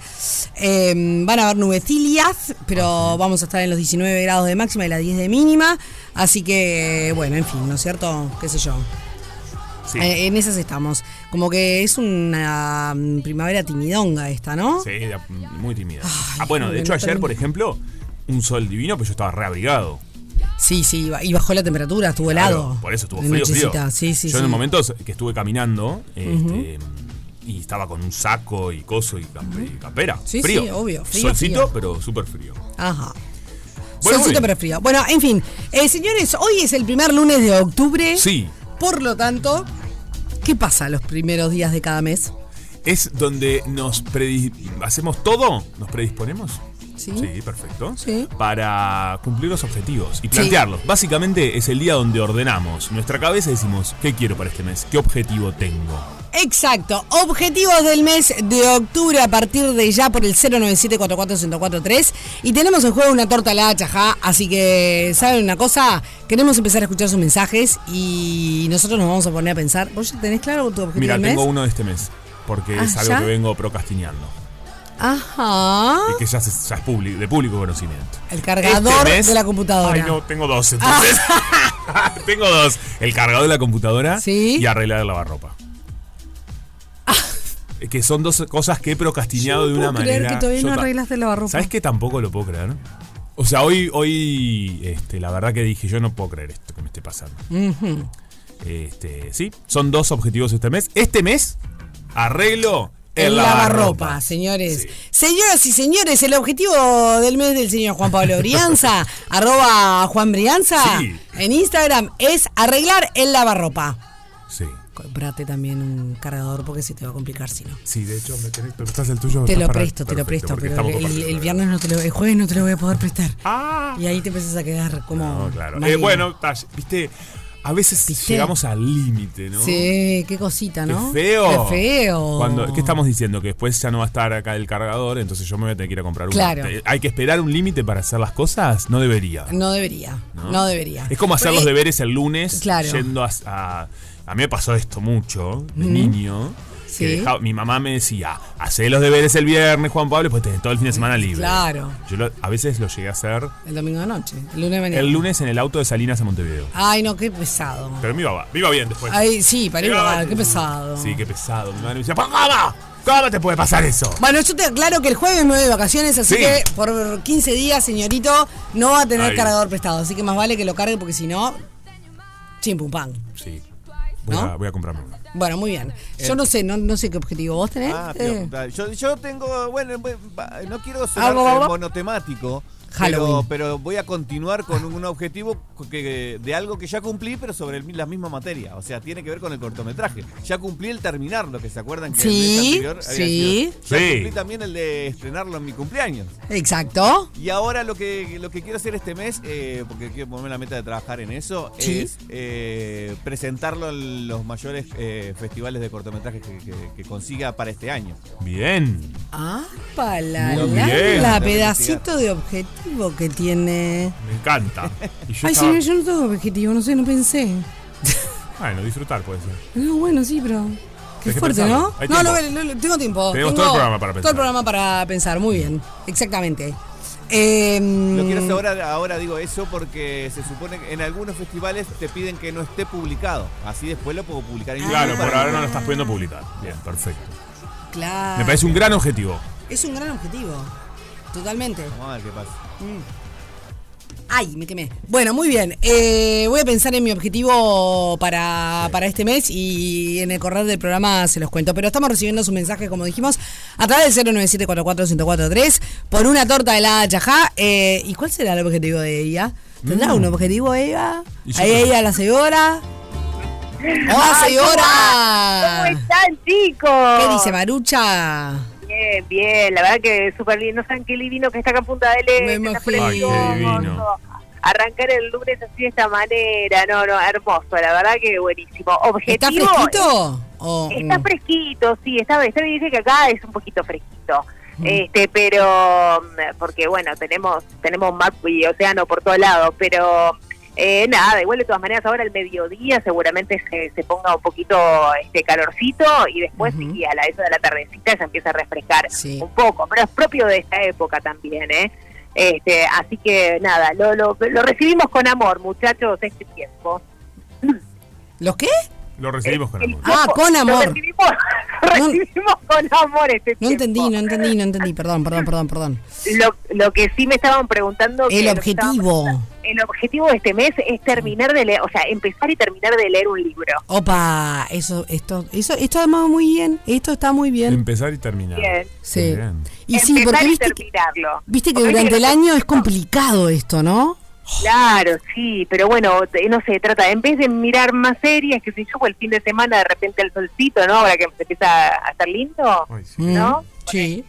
[SPEAKER 2] eh, van a haber nubecilias, pero vamos a estar en los 19 grados de máxima y las 10 de mínima. Así que, bueno, en fin, ¿no es cierto? ¿Qué sé yo?
[SPEAKER 3] Sí.
[SPEAKER 2] Eh, en esas estamos. Como que es una mm, primavera timidonga esta, ¿no?
[SPEAKER 3] Sí, de- muy tímida.
[SPEAKER 2] Ay,
[SPEAKER 3] ah, bueno, de
[SPEAKER 2] no
[SPEAKER 3] hecho ayer,
[SPEAKER 2] termino.
[SPEAKER 3] por ejemplo, un sol divino, pero yo estaba reabrigado.
[SPEAKER 2] Sí, sí, y ba- y bajó la temperatura, estuvo helado.
[SPEAKER 3] Claro, por eso estuvo
[SPEAKER 2] de
[SPEAKER 3] frío, frío.
[SPEAKER 2] nochecita. Sí, sí,
[SPEAKER 3] Yo en
[SPEAKER 2] sí.
[SPEAKER 3] el momento que estuve caminando, este, y estaba con un saco y coso y, camp- y campera.
[SPEAKER 2] Sí,
[SPEAKER 3] frío.
[SPEAKER 2] sí, obvio, frío,
[SPEAKER 3] Solcito,
[SPEAKER 2] frío.
[SPEAKER 3] pero súper frío.
[SPEAKER 2] Ajá.
[SPEAKER 3] Bueno, muy
[SPEAKER 2] Solcito
[SPEAKER 3] bien.
[SPEAKER 2] pero frío. Bueno, en fin. Eh, señores, hoy es el primer lunes de octubre.
[SPEAKER 3] Sí.
[SPEAKER 2] Por lo tanto, ¿qué pasa los primeros días de cada mes?
[SPEAKER 3] Es donde nos predis- hacemos todo, nos predisponemos.
[SPEAKER 2] Sí.
[SPEAKER 3] Sí, perfecto.
[SPEAKER 2] Sí.
[SPEAKER 3] Para cumplir los objetivos y plantearlos. Básicamente es el día donde ordenamos nuestra cabeza y decimos, ¿qué quiero para este mes? ¿Qué objetivo tengo?
[SPEAKER 2] Exacto. Objetivos del mes de octubre a partir de ya por el 097-44143. Y tenemos en juego una torta a la chajá. Así que, ¿saben una cosa? Queremos empezar a escuchar sus mensajes y nosotros nos vamos a poner a pensar. ¿Vos ya tenés claro tu objetivo
[SPEAKER 3] Mira,
[SPEAKER 2] del mes?
[SPEAKER 3] tengo uno de este mes, porque es
[SPEAKER 2] Ah,
[SPEAKER 3] algo
[SPEAKER 2] ¿ya?
[SPEAKER 3] que vengo procrastineando.
[SPEAKER 2] Ajá.
[SPEAKER 3] Y que ya, se- ya es publi- de público conocimiento.
[SPEAKER 2] El cargador
[SPEAKER 3] Este mes-
[SPEAKER 2] de la computadora.
[SPEAKER 3] Ay, no, tengo dos
[SPEAKER 2] <laughs>
[SPEAKER 3] entonces. tengo dos. El cargador de la computadora
[SPEAKER 2] Sí. Ah.
[SPEAKER 3] y arreglar el lavarropa. Es que son dos cosas que he procrastinado
[SPEAKER 2] Yo no
[SPEAKER 3] de una
[SPEAKER 2] puedo creer
[SPEAKER 3] manera.
[SPEAKER 2] que todavía
[SPEAKER 3] Yo
[SPEAKER 2] no
[SPEAKER 3] ta-
[SPEAKER 2] arreglaste el lavarropa.
[SPEAKER 3] ¿Sabes que tampoco lo puedo creer? O sea, hoy, hoy este, la verdad que dije, yo no puedo creer esto que me esté pasando. Este, sí, son dos objetivos este mes. Este mes arreglo el,
[SPEAKER 2] El lavarropa,
[SPEAKER 3] lavarropa.
[SPEAKER 2] señores.
[SPEAKER 3] Sí.
[SPEAKER 2] Señoras y señores, el objetivo del mes del señor Juan
[SPEAKER 3] <laughs>
[SPEAKER 2] Pablo Brianza, arroba Juan Brianza,
[SPEAKER 3] Sí.
[SPEAKER 2] en Instagram, es arreglar el lavarropa.
[SPEAKER 3] Sí.
[SPEAKER 2] Comprate también un cargador porque se te va a complicar si no.
[SPEAKER 3] Sí, de hecho, me tenés, prestás el tuyo.
[SPEAKER 2] Te
[SPEAKER 3] estás
[SPEAKER 2] lo
[SPEAKER 3] para-
[SPEAKER 2] presto, te lo
[SPEAKER 3] perfecto,
[SPEAKER 2] presto,
[SPEAKER 3] porque
[SPEAKER 2] pero
[SPEAKER 3] estamos
[SPEAKER 2] el, el
[SPEAKER 3] compartiendo.
[SPEAKER 2] viernes no te lo, el jueves no te lo voy a poder prestar.
[SPEAKER 3] Ah,
[SPEAKER 2] Y ahí te Ah, empiezas a quedar como.
[SPEAKER 3] no, claro. Eh,
[SPEAKER 2] malena.
[SPEAKER 3] bueno, ta- viste, a veces
[SPEAKER 2] ¿Viste?
[SPEAKER 3] llegamos al límite, ¿no?
[SPEAKER 2] Sí, qué cosita,
[SPEAKER 3] Qué
[SPEAKER 2] ¿no?
[SPEAKER 3] feo.
[SPEAKER 2] Qué feo.
[SPEAKER 3] Cuando, ¿Qué estamos diciendo? Que después ya no va a estar acá el cargador, entonces yo me voy a tener que ir a comprar uno.
[SPEAKER 2] Claro.
[SPEAKER 3] Te- ¿Hay que esperar un límite para hacer las cosas? No debería.
[SPEAKER 2] No debería, no, debería.
[SPEAKER 3] Es como hacer
[SPEAKER 2] Porque-
[SPEAKER 3] los deberes el lunes
[SPEAKER 2] Claro.
[SPEAKER 3] yendo a, a. a mí me pasó esto mucho, de niño. que
[SPEAKER 2] Sí.
[SPEAKER 3] dejaba- mi mamá me decía, hacé los deberes el viernes, Juan Pablo, y pues tenés todo el fin de semana libre.
[SPEAKER 2] Claro.
[SPEAKER 3] Yo lo- a veces lo llegué a hacer
[SPEAKER 2] El domingo de noche, el lunes de mañana.
[SPEAKER 3] el lunes en el auto de Salinas a Montevideo.
[SPEAKER 2] Ay, no, qué pesado.
[SPEAKER 3] Pero me iba, va- me iba bien después.
[SPEAKER 2] Ay, sí, para
[SPEAKER 3] Me iba
[SPEAKER 2] igual,
[SPEAKER 3] bien.
[SPEAKER 2] qué pesado.
[SPEAKER 3] Pues, Sí, qué pesado. Mi madre me decía, ¡Pagaba! ¿Cómo te puede pasar eso?
[SPEAKER 2] Bueno, yo te aclaro que el jueves me voy de vacaciones, así
[SPEAKER 3] Sí.
[SPEAKER 2] que por 15 días, señorito, no va a tener
[SPEAKER 3] Ahí.
[SPEAKER 2] cargador prestado. Así que más vale que lo cargue porque si no, chim pum pam.
[SPEAKER 3] Sí. Eh, Voy,
[SPEAKER 2] ¿No?
[SPEAKER 3] a, voy a comprarme uno.
[SPEAKER 2] Bueno, muy bien. Yo no sé, no, no sé qué objetivo vos tenés.
[SPEAKER 4] Ah,
[SPEAKER 2] Eh,
[SPEAKER 4] pero, da- yo, yo tengo, bueno, bu- ba- no quiero sonar
[SPEAKER 2] Algo, algo.
[SPEAKER 4] eh, monotemático, pero,
[SPEAKER 2] Halloween.
[SPEAKER 4] pero voy a continuar con un, un objetivo que, de algo que ya cumplí, pero sobre el mi- la misma materia. O sea, tiene que ver con el cortometraje. Ya cumplí el terminarlo, que se acuerdan que el mes
[SPEAKER 2] Sí,
[SPEAKER 4] anterior había
[SPEAKER 2] sí.
[SPEAKER 4] sido. Ya
[SPEAKER 3] Sí.
[SPEAKER 4] cumplí también el de estrenarlo en mi cumpleaños.
[SPEAKER 2] Exacto.
[SPEAKER 4] Y ahora lo que, lo que quiero hacer este mes, eh, porque quiero ponerme la meta de trabajar en eso,
[SPEAKER 2] Sí.
[SPEAKER 4] es eh, presentarlo en los mayores eh, festivales de cortometrajes que- que- que consiga para este año.
[SPEAKER 3] Bien.
[SPEAKER 2] Ah, para la,
[SPEAKER 3] Muy bien.
[SPEAKER 2] la pedacito de objetivo que tiene.
[SPEAKER 3] Me encanta. Y yo estaba-
[SPEAKER 2] Ay, señor, yo no tengo objetivo, no sé, no pensé.
[SPEAKER 3] Bueno, disfrutar puede ser.
[SPEAKER 2] No, bueno, sí, pero. Qué
[SPEAKER 3] Hay que
[SPEAKER 2] fuerte,
[SPEAKER 3] pensarlo.
[SPEAKER 2] ¿no?
[SPEAKER 3] Hay
[SPEAKER 2] No,
[SPEAKER 3] tiempo.
[SPEAKER 2] lo- lo- lo- tengo tiempo.
[SPEAKER 3] Tenemos
[SPEAKER 2] Tengo
[SPEAKER 3] todo el programa para
[SPEAKER 2] Todo el
[SPEAKER 3] pensar.
[SPEAKER 2] programa para pensar, muy bien. Exactamente. Eh,
[SPEAKER 4] Lo quiero hacer ahora, ahora digo eso porque se supone que en algunos festivales te piden que no esté publicado. Así después lo puedo publicar
[SPEAKER 2] Ah,
[SPEAKER 4] en
[SPEAKER 3] Claro,
[SPEAKER 4] YouTube
[SPEAKER 3] por
[SPEAKER 4] para-
[SPEAKER 3] ahora no lo estás pudiendo publicar. Bien, perfecto.
[SPEAKER 2] Claro.
[SPEAKER 3] Me parece un gran objetivo.
[SPEAKER 2] Es un gran objetivo. Totalmente. Mm.
[SPEAKER 4] Vamos a ver qué pasa.
[SPEAKER 2] Ay, me quemé. Bueno, muy bien. Eh, voy a pensar en mi objetivo para, para este mes y en el correr del programa se los cuento. Pero estamos recibiendo sus mensajes, como dijimos, a través del 097441043 por una torta helada chajá. Eh, ¿Y cuál será el objetivo de ella?
[SPEAKER 4] Mm.
[SPEAKER 2] ¿Tendrá un objetivo ella?
[SPEAKER 3] Y yo
[SPEAKER 2] Ahí
[SPEAKER 3] creo-
[SPEAKER 2] ella, la
[SPEAKER 5] <laughs>
[SPEAKER 2] señora. Oh, ¡Hola,
[SPEAKER 5] ¿Cómo
[SPEAKER 2] señora!
[SPEAKER 5] están, chicos?
[SPEAKER 2] ¿Qué dice Marucha?
[SPEAKER 5] Bien, bien, la verdad que súper lindo. No saben qué divino que está acá en Punta del Este.
[SPEAKER 2] Me
[SPEAKER 5] está
[SPEAKER 2] imagino.
[SPEAKER 5] precioso.
[SPEAKER 3] Ay, qué divino.
[SPEAKER 5] Arrancar el lunes así de esta manera, no, no, hermoso, la verdad que buenísimo.
[SPEAKER 2] ¿Está
[SPEAKER 5] Objetivo,
[SPEAKER 2] Oh, fresquito? ¿O-
[SPEAKER 5] Está fresquito, sí, está, está bien, dice que acá es un poquito fresquito.
[SPEAKER 2] Mm.
[SPEAKER 6] este pero mm, porque bueno tenemos tenemos mar y océano por todos lados pero eh, nada igual de todas maneras ahora el mediodía seguramente se, se ponga un poquito este calorcito y después sí, a la eso de la tardecita se empieza a refrescar
[SPEAKER 2] Sí.
[SPEAKER 6] un poco pero es propio de esta época también eh este así que nada lo, lo, lo recibimos con amor muchachos este tiempo
[SPEAKER 2] ¿Los qué?
[SPEAKER 3] Lo recibimos con
[SPEAKER 6] El
[SPEAKER 3] amor.
[SPEAKER 2] Ah, con
[SPEAKER 6] lo
[SPEAKER 2] amor.
[SPEAKER 6] recibimos, <laughs> lo
[SPEAKER 2] No-
[SPEAKER 6] recibimos con amor este
[SPEAKER 2] No
[SPEAKER 6] tiempo.
[SPEAKER 2] entendí, no entendí, no entendí. Perdón, perdón, perdón, perdón.
[SPEAKER 6] Lo, lo que sí me estaban preguntando... que
[SPEAKER 2] El
[SPEAKER 6] lo que estaban
[SPEAKER 2] objetivo.
[SPEAKER 6] preguntando- El objetivo de este mes es terminar de leer, o sea, empezar y terminar de leer un libro.
[SPEAKER 2] Opa, eso, esto, eso, esto además muy bien. Esto está muy bien.
[SPEAKER 3] Empezar y terminar.
[SPEAKER 6] Bien.
[SPEAKER 2] Sí.
[SPEAKER 3] Bien.
[SPEAKER 2] Y sí,
[SPEAKER 6] empezar
[SPEAKER 2] porque
[SPEAKER 6] y
[SPEAKER 2] viste que,
[SPEAKER 6] terminarlo.
[SPEAKER 2] viste que
[SPEAKER 6] Porque
[SPEAKER 2] durante el
[SPEAKER 6] lo-
[SPEAKER 2] año es complicado esto, ¿no?
[SPEAKER 6] Claro, sí, pero bueno, te- no sé, trata, en vez de mirar más series, que si yo, o el fin de semana de repente el solcito, ¿no? Ahora que empieza a estar lindo,
[SPEAKER 3] Ay, sí.
[SPEAKER 6] ¿no?
[SPEAKER 2] Mm, Sí.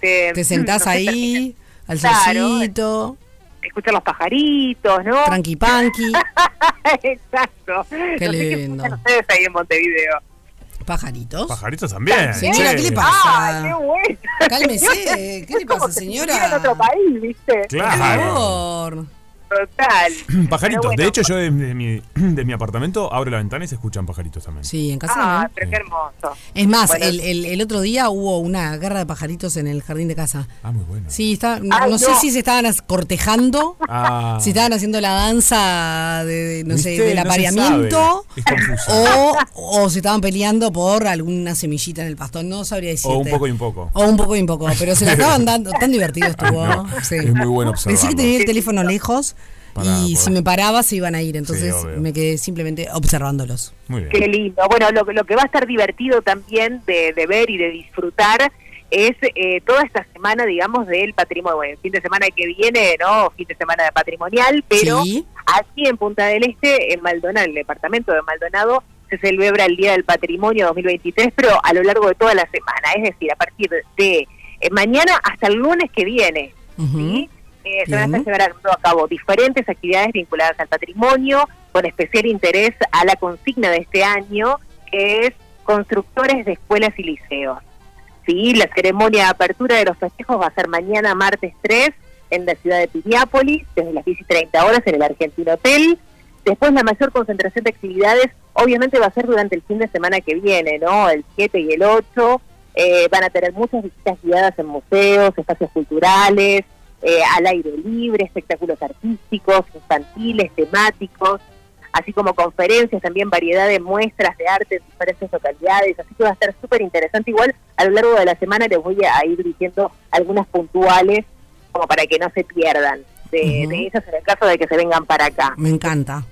[SPEAKER 6] Te,
[SPEAKER 2] Te sentás
[SPEAKER 6] no sé,
[SPEAKER 2] ahí, al
[SPEAKER 6] Claro.
[SPEAKER 2] solcito,
[SPEAKER 6] termina- Escuchar los pajaritos, ¿no?
[SPEAKER 2] tranqui panqui,
[SPEAKER 6] <laughs> Exacto. Qué
[SPEAKER 2] lindo.
[SPEAKER 6] ustedes ahí en Montevideo.
[SPEAKER 2] pajaritos.
[SPEAKER 3] Pajaritos también.
[SPEAKER 2] Señora,
[SPEAKER 3] Sí.
[SPEAKER 2] ¿qué le pasa?
[SPEAKER 6] ¡Ay, qué bueno!
[SPEAKER 2] Cálmese,
[SPEAKER 6] Señora,
[SPEAKER 2] ¿qué le
[SPEAKER 6] <laughs> es como
[SPEAKER 2] pasa,
[SPEAKER 6] si
[SPEAKER 2] señora?
[SPEAKER 6] estuviera en otro país, ¿viste?
[SPEAKER 3] Claro. <clears throat>
[SPEAKER 2] Por-
[SPEAKER 6] Total.
[SPEAKER 3] Pajaritos.
[SPEAKER 6] Pero bueno,
[SPEAKER 3] de hecho, yo de, de mi, de mi apartamento abro la ventana y se escuchan pajaritos también.
[SPEAKER 2] Sí, en casa
[SPEAKER 6] Ah,
[SPEAKER 2] también.
[SPEAKER 6] pero qué hermoso.
[SPEAKER 2] Es más,
[SPEAKER 6] Bueno.
[SPEAKER 2] el, el- el otro día hubo una guerra de pajaritos en el jardín de casa.
[SPEAKER 3] Ah, muy bueno.
[SPEAKER 2] Sí, está, no,
[SPEAKER 6] Ay,
[SPEAKER 2] no sé
[SPEAKER 6] no.
[SPEAKER 2] si se estaban as- cortejando,
[SPEAKER 3] Ah.
[SPEAKER 2] si estaban haciendo la danza de, de- no sé,
[SPEAKER 3] ¿Viste?
[SPEAKER 2] del
[SPEAKER 3] No se
[SPEAKER 2] apareamiento.
[SPEAKER 3] sabe. Es confuso.
[SPEAKER 2] o, o se estaban peleando por alguna semillita en el pastón, no sabría decirte.
[SPEAKER 3] O un poco y un poco.
[SPEAKER 2] O un poco y un poco, pero se la estaban dando, tan divertido estuvo.
[SPEAKER 3] No,
[SPEAKER 2] sí.
[SPEAKER 3] es muy bueno
[SPEAKER 2] Decí que
[SPEAKER 3] observarlo.
[SPEAKER 2] tenía el teléfono lejos
[SPEAKER 3] Para
[SPEAKER 2] y
[SPEAKER 3] poder-
[SPEAKER 2] si me paraba se iban a ir, entonces
[SPEAKER 3] obvio.
[SPEAKER 2] me quedé simplemente observándolos.
[SPEAKER 3] Muy bien.
[SPEAKER 6] Qué lindo. Bueno, lo, lo que va a estar divertido también de, de ver y de disfrutar es eh, toda esta semana, digamos, del patrimonio. Bueno, el fin de semana que viene, ¿no? Fin de semana patrimonial, pero
[SPEAKER 2] Sí.
[SPEAKER 6] aquí en Punta del Este, en Maldonado, en el departamento de Maldonado, se celebra el Día del Patrimonio 2023, pero a lo largo de toda la semana, es decir, a partir de eh, mañana hasta el lunes que viene. ¿sí? Eh, se van a
[SPEAKER 2] Bien.
[SPEAKER 6] estar llevando a cabo diferentes actividades vinculadas al patrimonio, con especial interés a la consigna de este año, que es constructores de escuelas y liceos. Sí, la ceremonia de apertura de los festejos va a ser mañana, martes 3, en la ciudad de Piriápolis, desde las 10 y 30 horas en el Argentino Hotel. Después la mayor concentración de actividades obviamente va a ser durante el fin de semana que viene, ¿no? El 7 y el 8. eh, van a tener muchas visitas guiadas en museos, espacios culturales, eh, al aire libre, espectáculos artísticos, infantiles, temáticos, así como conferencias, también variedad de muestras de arte en diferentes localidades, así que va a estar súper interesante. Igual a lo largo de la semana les voy a ir diciendo algunas puntuales como para que no se pierdan de,
[SPEAKER 2] Ujú.
[SPEAKER 6] de ellas en el caso de que se vengan para acá.
[SPEAKER 2] Me encanta.